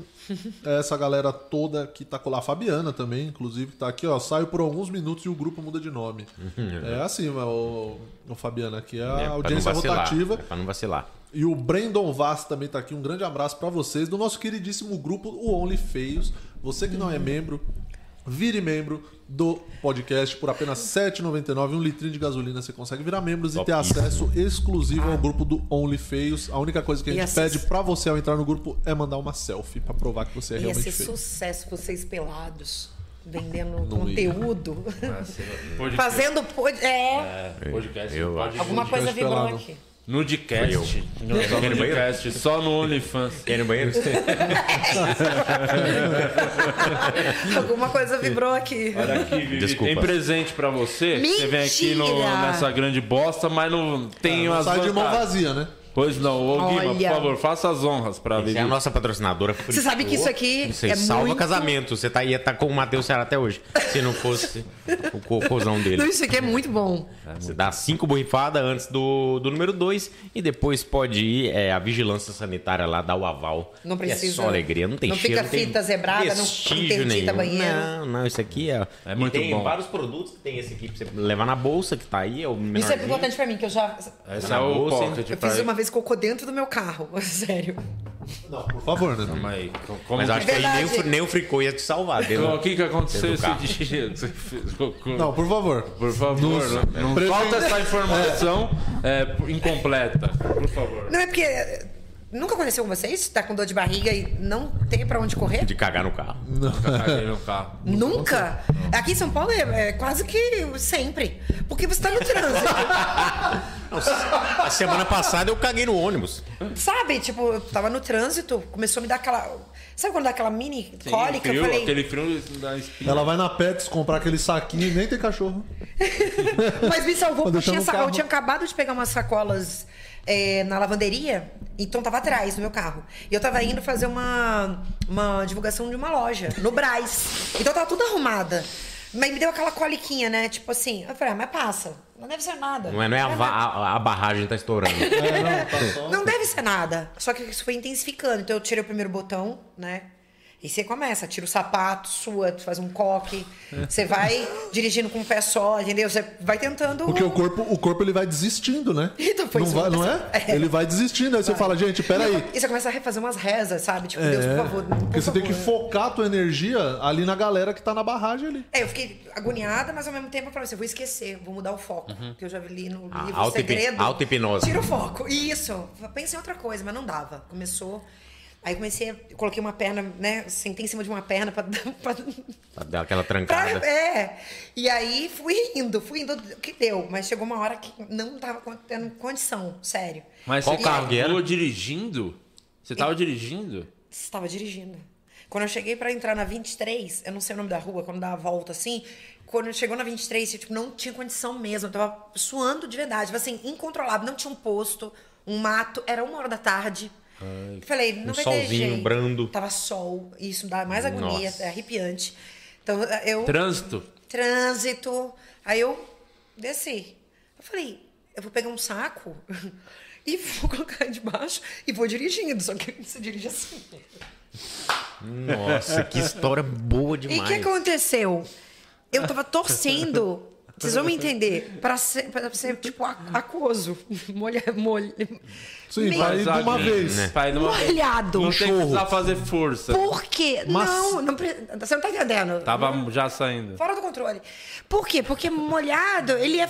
S2: Essa galera toda que tá colar. A Fabiana também, inclusive, que tá aqui, ó. Saio por alguns minutos e o grupo muda de nome. é assim, o, o Fabiana, aqui é a
S3: É, pra não
S2: audiência
S3: vacilar,
S2: rotativa.
S3: é pra não vacilar.
S2: E o Brandon Vaz também tá aqui. Um grande abraço para vocês do nosso queridíssimo grupo, o Only Feios. Você que não é membro, vire membro do podcast por apenas R$ 7,99. Um litrinho de gasolina você consegue virar membros e ter
S3: Topíssimo.
S2: acesso exclusivo ao grupo do Only Feios. A única coisa que a
S4: E
S2: gente
S4: acess-
S2: pede para você ao entrar no grupo é mandar uma selfie para provar que você é
S4: Ia
S2: realmente
S4: ser
S2: feio.
S4: sucesso vocês pelados, vendendo
S2: Não ia.
S4: conteúdo,
S1: Podcast.
S4: fazendo pod... é,
S1: Podcast.
S3: Eu
S1: pode-
S3: acho.
S4: alguma coisa
S2: podcast pelado.
S4: vibrante.
S1: Nudecast. Não, só
S3: Quer ir no banheiro?
S1: Nudecast, só no OnlyFans.
S3: Quer ir no banheiro?
S4: Alguma coisa vibrou aqui.
S1: Olha aqui, Vivi,
S3: Desculpa.
S1: tem presente pra você. Você vem aqui no-
S4: Mentira!
S1: nessa grande bosta, mas não tem
S2: Ah, Não
S1: as
S2: Sai de mão
S1: vantagens.
S2: vazia, né?
S1: Pois não, ô Guima, por
S4: Olha.
S1: favor, faça as honras pra
S3: Você
S1: Vivi.
S3: é a nossa patrocinadora.
S4: Você sabe que isso aqui
S3: Você
S4: é
S3: salva
S4: muito-
S3: casamento. Você tá, ia estar com o Matheus Ceará até hoje. Se não fosse o cocôzão
S4: Não,
S3: dele.
S4: isso aqui é muito bom.
S3: Você dá cinco borrifadas antes do, do número dois e depois pode ir é, a vigilância sanitária lá dar o aval.
S4: Não
S3: E É
S4: precisa-
S3: só alegria, não tem
S4: não
S3: cheiro,
S4: fica
S3: não tem
S4: fita zebrada, não- não
S3: vestígio
S4: tem tinta
S3: nenhum.
S4: banheiro.
S3: Não, não, isso aqui é...
S1: É
S3: E
S1: muito
S3: tem
S1: bom.
S3: vários produtos que tem esse aqui pra você levar na bolsa, que tá aí, é o menorzinho.
S4: Isso é importante pra mim, que eu já.
S1: Essa é o
S3: Nossa, hein?
S1: pocket
S4: Eu
S1: pra-
S4: fiz uma vez cocô dentro do meu carro, sério.
S2: Não, por favor, né?
S1: Mas co- como
S3: Mas
S1: que-
S3: acho que aí nem o, fri-
S4: Verdade.
S3: nem o Fricô ia te salvar.
S1: Então, o
S3: Dentro...
S1: que, que aconteceu
S3: Dentro do
S1: esse
S3: carro.
S1: dia? Você fez- co- co-
S2: Não, por favor.
S1: Por favor,
S2: Não-
S1: não,
S2: Prefiro-
S1: falta essa informação é, incompleta. Por favor.
S4: Não é porque. é, Nunca aconteceu com vocês? Tá com dor de barriga e não tem pra onde correr?
S3: De cagar no carro.
S1: Caguei no carro.
S4: Nunca? Aqui em São Paulo é, é quase que sempre. Porque você tá no trânsito.
S3: A semana passada eu caguei no ônibus.
S4: Sabe? Tipo, eu tava no trânsito, começou a me dar aquela. Sabe quando dá aquela mini
S1: Sim,
S4: cólica?
S1: frio,
S4: eu falei,
S1: Aquele frio da espinha.
S2: Ela vai na Pets comprar aquele saquinho e nem tem cachorro.
S4: Mas me salvou
S2: Vou
S4: porque
S2: deixar
S4: eu tinha,
S2: no
S4: sa-
S2: carro.
S4: eu tinha acabado de pegar umas sacolas é, na lavanderia, então tava atrás no meu carro. E eu tava indo fazer uma, uma divulgação de uma loja, no Braz. Então tava tudo arrumada. Mas me deu aquela coliquinha, né? Tipo assim, eu falei, ah, mas passa. Não deve ser nada.
S3: Não é, não é a, va- a- a barragem tá estourando.
S2: É, não, tá só.
S4: Não deve ser nada. Só que isso foi intensificando. Então eu tirei o primeiro botão, né? E você começa, tira o sapato, sua, tu faz um coque.
S2: É.
S4: Você vai dirigindo com um pé só, entendeu? Você vai tentando.
S2: Porque o corpo, o corpo ele vai desistindo, né?
S4: Então, foi
S2: não,
S4: isso
S2: vai,
S4: que
S2: não é?
S4: aconteceu. É.
S2: Ele vai desistindo. Aí você fala, gente, peraí.
S4: E você começa a refazer umas rezas, sabe? Tipo, Deus, por favor. Por
S2: É, Porque você tem que
S4: favor.
S2: focar a tua energia ali na galera que tá na barragem ali.
S4: É, eu fiquei agoniada, mas ao mesmo tempo eu falei assim, eu vou esquecer, vou mudar o foco.
S2: Uhum.
S4: Porque eu já li no
S3: Ah,
S4: livro
S3: auto-hipi-
S4: Segredo.
S3: auto-hipnose.
S4: Tira o foco. Isso. Pensa em outra coisa, mas não dava. Começou... Aí comecei, a- eu coloquei uma perna, né? Sentei em cima de uma perna pra, pra,
S3: Pra dar aquela trancada.
S4: pra- É. E aí fui indo, fui indo, o que deu. Mas chegou uma hora que não tava con- tendo condição, sério.
S1: Mas
S3: Qual
S1: você
S3: carro que era?
S1: tava dirigindo? Você
S4: É.
S1: tava dirigindo?
S4: estava dirigindo. Quando eu cheguei pra entrar na 23, eu não sei o nome da rua, quando dá a volta assim, quando chegou na 23, eu tipo, não tinha condição mesmo, eu tava suando de verdade, tipo assim, incontrolável, não tinha um posto, um mato, era uma hora da tarde. Falei, não
S3: um
S4: vai ter
S3: solzinho
S4: jeito.
S3: brando.
S4: Tava sol, isso dá mais agonia,
S3: Nossa.
S4: é arrepiante. Então eu
S1: Trânsito?
S4: trânsito. Aí eu desci. Eu falei, eu vou pegar um saco e vou colocar aí debaixo e vou dirigindo. Só que você dirige assim.
S3: Nossa, que história boa
S4: E o
S3: demais.
S4: que aconteceu? Eu tava torcendo. Vocês vão me entender. Pra ser, pra ser tipo, a- aquoso. Molha, molha,
S2: Sim,
S4: meio
S2: vai de uma
S1: Pesadinho,
S2: vez.
S1: né? Vai de uma vez.
S3: Ah,
S4: molhado.
S1: Não tem que precisar fazer força.
S4: Por quê?
S2: Mas-
S4: Não, não, pre- você não tá entendendo.
S1: Tava já saindo.
S4: Fora do controle. Por quê? Porque molhado, ele ia,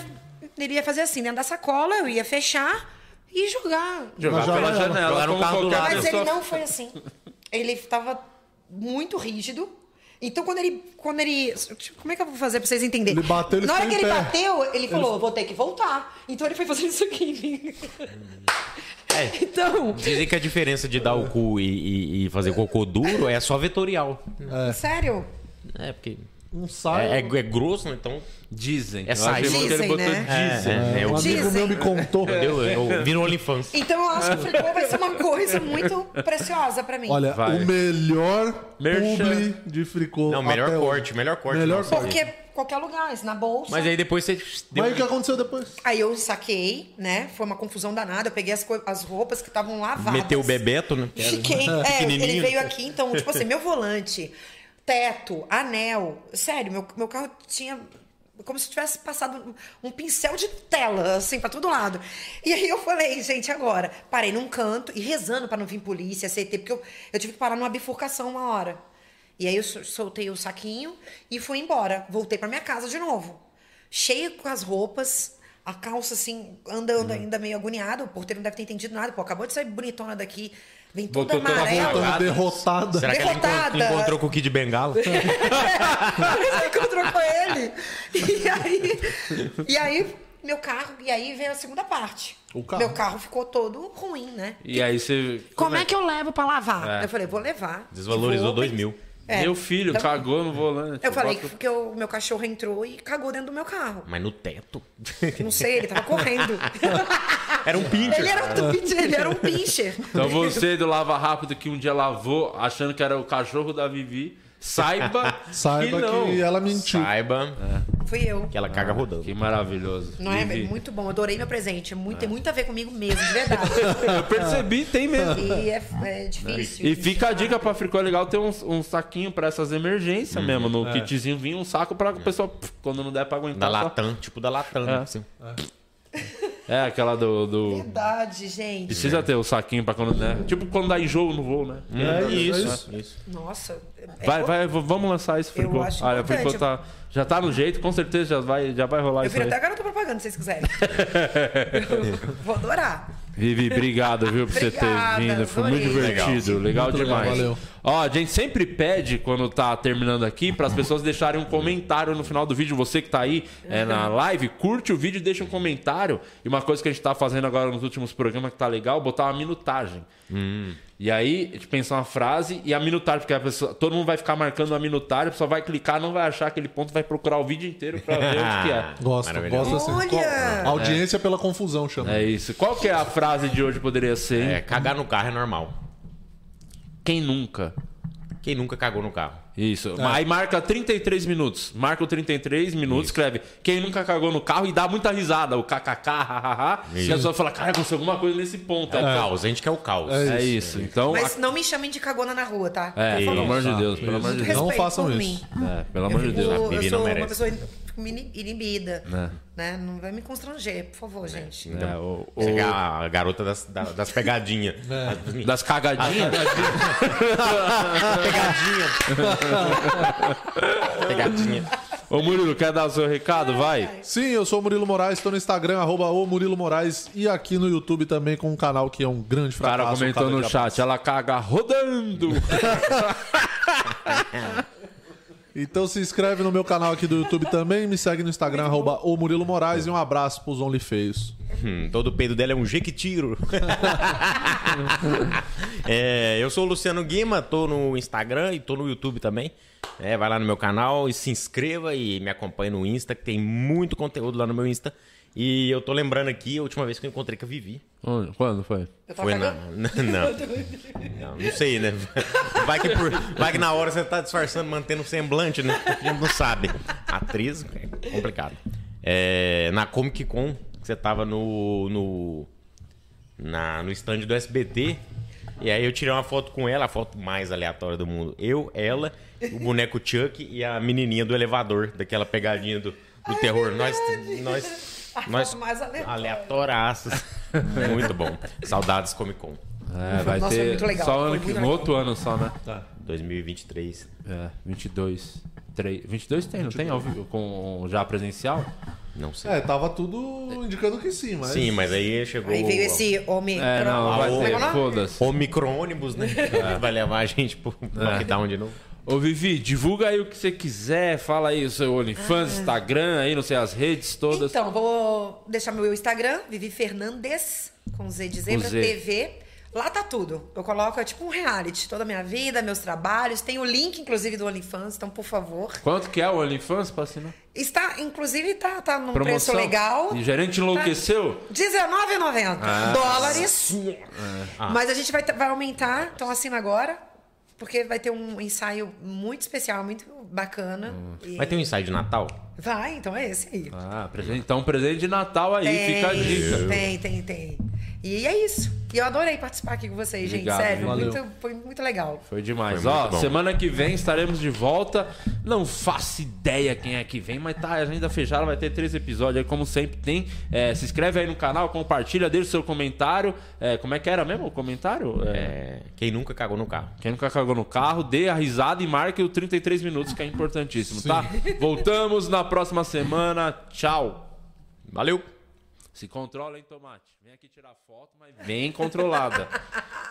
S4: ele ia fazer assim, dentro da sacola, eu ia fechar e jogar.
S1: Jogar
S2: Mas já
S1: pela
S2: era.
S1: janela,
S3: Jogar no
S1: como
S3: carro do
S1: qualquer
S3: lado.
S4: Mas
S1: pessoa
S4: ele não foi assim. Ele tava muito rígido. Então, quando ele. Quando ele. tipo, Como é que eu vou fazer pra vocês entenderem?
S2: Ele bateu, ele
S4: Na hora
S2: ficou
S4: que
S2: em
S4: ele
S2: pé.
S4: bateu, ele falou, vou ter que voltar. Então ele foi fazendo isso aqui em mim.
S3: É.
S4: Então,
S3: Dizem que a diferença de dar o cu e, e- e fazer cocô duro é só vetorial.
S4: sério.
S3: É, porque.
S2: Um saio.
S3: É, é- é grosso, né? então.
S1: Dizem.
S3: É
S1: Eu achei
S3: saída.
S1: bom que ele
S4: Dizem,
S1: botou
S4: né?
S1: dizem.
S3: É, é, eu,
S2: um amigo
S4: Dizem.
S2: meu me contou.
S3: eu, eu vi no OnlyFans.
S4: Então eu acho que o Fricô vai ser uma coisa muito preciosa pra mim.
S2: Olha,
S1: Vai.
S2: o melhor
S1: Merchan.
S2: publi de fricô.
S3: Não, melhor
S2: até hoje.
S3: corte, melhor corte.
S2: Melhor
S3: nossa.
S4: Porque qualquer lugar, isso na bolsa.
S3: Mas aí depois você. Deu...
S2: Mas o que aconteceu depois?
S4: Aí eu saquei, né? Foi uma confusão danada. Eu peguei as, coi- as roupas que estavam lavadas.
S3: Meteu o Bebeto, né?
S4: Fiquei. É, ele
S3: Pequenininho.
S4: veio aqui, então, tipo assim, meu volante, teto, anel. Sério, meu, meu carro tinha. Como se tivesse passado um um pincel de tela, assim, pra todo lado. E aí eu falei, gente, agora. Parei num canto e rezando pra não vir polícia, CT, porque eu, eu tive que parar numa bifurcação uma hora. E aí eu sol- soltei o saquinho e fui embora. Voltei pra minha casa de novo. Cheia com as roupas, a calça assim, andando ainda meio agoniada. O porteiro não deve ter entendido nada. Pô, acabou de sair bonitona daqui. Vem toda
S1: Botou toda
S4: amarela.
S1: Cagada.
S2: Tava derrotada.
S3: Tá Será que ela encont-
S4: Derrotada.
S3: encontrou com o Kid Bengala?
S4: Por isso que encontrou com ele. E aí, e aí, meu carro, e aí veio a segunda parte.
S2: O carro.
S4: Meu carro ficou todo ruim, né?
S1: E aí você.
S4: Como é que eu levo pra lavar?
S1: É.
S4: Eu falei, vou levar.
S3: Desvalorizou
S4: Vou-
S3: dois mil.
S4: É.
S1: Meu filho
S4: Então,
S1: cagou no volante.
S4: Eu falei
S1: Bota-
S4: que, que o meu cachorro entrou e cagou dentro do meu carro.
S3: Mas no teto.
S4: Não sei, ele tava correndo.
S3: Era um pincher.
S4: ele, era um, pincher, ele era um pincher.
S1: Então você do Lava Rápido que um dia lavou achando que era o cachorro da Vivi, saiba,
S2: Saiba
S1: que
S2: que,
S1: não.
S2: ela mentiu.
S3: Saiba
S2: É.
S4: Fui eu.
S3: que ela
S2: Ah,
S3: caga rodando.
S1: Que maravilhoso.
S4: Não é?
S1: Vivi.
S4: Muito bom, adorei meu presente. É Muito, Tem muito a ver comigo mesmo, de verdade.
S1: Eu percebi, tem mesmo.
S4: e é, é difícil.
S1: E fica a dica pra Fricó Legal ter um, um saquinho pra essas emergências
S2: Uhum.
S1: mesmo.
S2: É.
S1: No kitzinho
S2: Tá
S1: vinha um saco pra pessoa, pff, quando não der pra
S3: Da
S1: aguentar. só-
S2: É.
S3: Latam, tipo da Latam. né?
S1: É.
S3: Assim.
S1: É aquela do. do-
S4: Verdade, gente.
S1: Precisa ter o saquinho pra quando. Né? Tipo quando dá enjoo no voo, né?
S2: É
S3: Hum,
S2: isso,
S3: né? isso.
S4: Nossa. é-
S1: Vai, vai, v- vamos lançar isso,
S4: Eu
S1: Fricô.
S4: acho
S1: Olha, Fricô
S4: importante.
S1: tá, já tá no jeito, com certeza já vai, já vai rolar
S4: Eu
S1: isso
S4: viro
S1: aí.
S4: até a garota propaganda, se vocês quiserem. Eu Vou adorar.
S1: Vivi, obrigado, viu, por você ter
S4: Obrigada,
S1: vindo. Foi muito
S4: adorei.
S1: divertido, legal,
S2: Muito legal,
S1: demais.
S2: valeu.
S1: Ó, a gente sempre pede, quando tá terminando aqui, para as pessoas deixarem um comentário no final do vídeo. Você que tá aí é,
S4: Uhum.
S1: na live, curte o vídeo e deixa um comentário. E uma coisa que a gente tá fazendo agora nos últimos programas que tá legal, botar uma minutagem.
S4: Hum.
S1: E aí, a gente pensa uma frase e a minutagem, porque a pessoa, todo mundo vai ficar marcando a minutagem, a pessoa vai clicar, não vai achar aquele ponto, vai procurar o vídeo inteiro pra ver onde que é.
S2: Gosto,
S3: Ah, Maravilhoso.
S2: gosto assim.
S4: Olha!
S2: Co- Audiência pela confusão chama.
S1: É isso. Qual que é a frase de hoje poderia ser? hein?
S3: É, cagar no carro é normal.
S1: Quem nunca?
S3: Quem nunca cagou no carro?
S1: Isso. Aí marca 33 minutos. Marca o 33 minutos, escreve quem nunca cagou no carro e dá muita risada, o kkk, hahaha. E a pessoa fala, cara, aconteceu alguma coisa nesse ponto.
S3: É o
S1: É,
S3: caos, a gente quer o caos.
S1: é isso. Então,
S4: Mas
S1: a-
S4: não me chamem de cagona na rua, tá?
S1: é,
S4: Por
S1: pelo
S4: favor.
S1: amor de Deus,
S2: Isso.
S1: pelo amor de
S4: Muito
S1: Deus.
S2: Não
S4: respeito
S2: façam
S4: por
S2: isso.
S4: mim.
S1: É, pelo amor de
S4: Eu,
S1: Deus.
S4: eu
S3: Bibi não
S4: sou uma
S3: merece.
S4: pessoa in- fico ini- inibida. Né? Não vai me constranger, por favor, gente.
S1: É, o- o-
S3: Você quer a a garota das, da- das pegadinhas. As-
S1: das cagadinhas.
S3: Pegadinha.
S1: Ô Murilo, quer dar o seu recado? Vai.
S2: Sim, eu sou o Murilo Moraes, tô no Instagram, arroba o Murilo Moraes e aqui no YouTube também com um canal que é um grande
S1: O cara
S2: fracasso.
S1: comentou
S2: Cada
S1: no
S2: dia
S1: chat, ela caga rodando.
S2: Então se inscreve no meu canal aqui do YouTube também, me segue no Instagram, arroba o Murilo Moraes e um abraço pros Only Feios.
S3: Hum, todo peido dela é um jequitiro. É, eu sou o Luciano Guima, tô no Instagram e tô no YouTube também. É, vai lá no meu canal e se inscreva e me acompanhe no Insta, que tem muito conteúdo lá no meu Insta. E eu tô lembrando aqui, a última vez que eu encontrei com a Vivi.
S1: Onde? Quando foi?
S4: Eu tava
S3: Foi na.
S4: cagando.
S3: Não, não, não sei, né? Vai que, por- vai que na hora você tá disfarçando, mantendo o semblante, né? A gente não sabe. Atriz, é complicado. É, na Comic Con, que você tava no. no, na, no stand do SBT. E aí eu tirei uma foto com ela, a foto mais aleatória do mundo. Eu, ela, o boneco Chuck e a menininha do elevador, daquela pegadinha do, do terror. Nós,
S4: verdade.
S3: nós,
S4: A foto
S3: nós
S4: mais aleatória.
S3: aleatoraças. Muito bom. Saudades Comic Con.
S1: É, vai
S4: Nossa,
S1: ter
S4: muito legal.
S1: só
S4: Foi
S1: ano que,
S4: muito
S1: no outro ano só, né?
S3: 2023.
S1: É, 22. 3, 22 tem, não tem? Ao vivo, com, já presencial?
S3: Não sei.
S2: É, tava tudo indicando que sim, mas.
S3: Sim, mas aí chegou.
S4: Aí veio esse homem.
S1: É, não,
S4: Como
S1: vai
S4: é que é o
S1: ter,
S4: nome?
S1: foda-se.
S3: O micro-ônibus, né?
S4: É.
S3: Vai levar a gente pro lockdown de novo.
S1: Ô Vivi, divulga aí o que você quiser, fala aí o seu OnlyFans, Instagram, aí, não sei, as redes todas.
S4: Ah. Então, vou deixar meu Instagram, Vivi Fernandes, com Z de zebra,
S1: Com Z.
S4: TV. Lá tá tudo. Eu coloco, é tipo um reality. Toda a minha vida, meus trabalhos. Tem o link, inclusive, do OnlyFans, então, por favor.
S1: Quanto que é o OnlyFans pra assinar?
S4: Está, inclusive, tá, tá num
S1: Promoção?
S4: preço legal.
S1: E gerente enlouqueceu?
S4: R$19,90
S1: Ah,
S4: dólares.
S1: É.
S4: Mas a gente vai, t- vai aumentar, então assina agora. Porque vai ter um ensaio muito especial, muito bacana.
S1: Hum.
S4: E-
S3: Vai ter um ensaio de Natal?
S4: Vai, então é esse aí.
S1: Ah, presente, então presente de Natal aí,
S4: Tem,
S1: fica a dica.
S4: Tem, tem, tem. E é isso. E eu adorei participar aqui com vocês,
S1: Obrigado,
S4: gente. Sério,
S1: valeu.
S4: muito- foi muito legal.
S1: Foi demais.
S3: Foi muito
S1: Ó,
S3: bom.
S1: semana que vem estaremos de volta. Não faço ideia quem é que vem, mas tá, a agenda fechada, vai ter três episódios aí, como sempre tem. É, se inscreve aí no canal, compartilha, deixa o seu comentário. É, como é que era mesmo o comentário? É,
S3: É, quem nunca cagou no carro?
S1: Quem nunca cagou no carro, dê a risada e marque o 33 minutos, que é importantíssimo, tá? Voltamos na próxima semana. Tchau.
S3: Valeu!
S1: Se controla, hein, Tomate? Vem aqui tirar foto, mas vem controlada.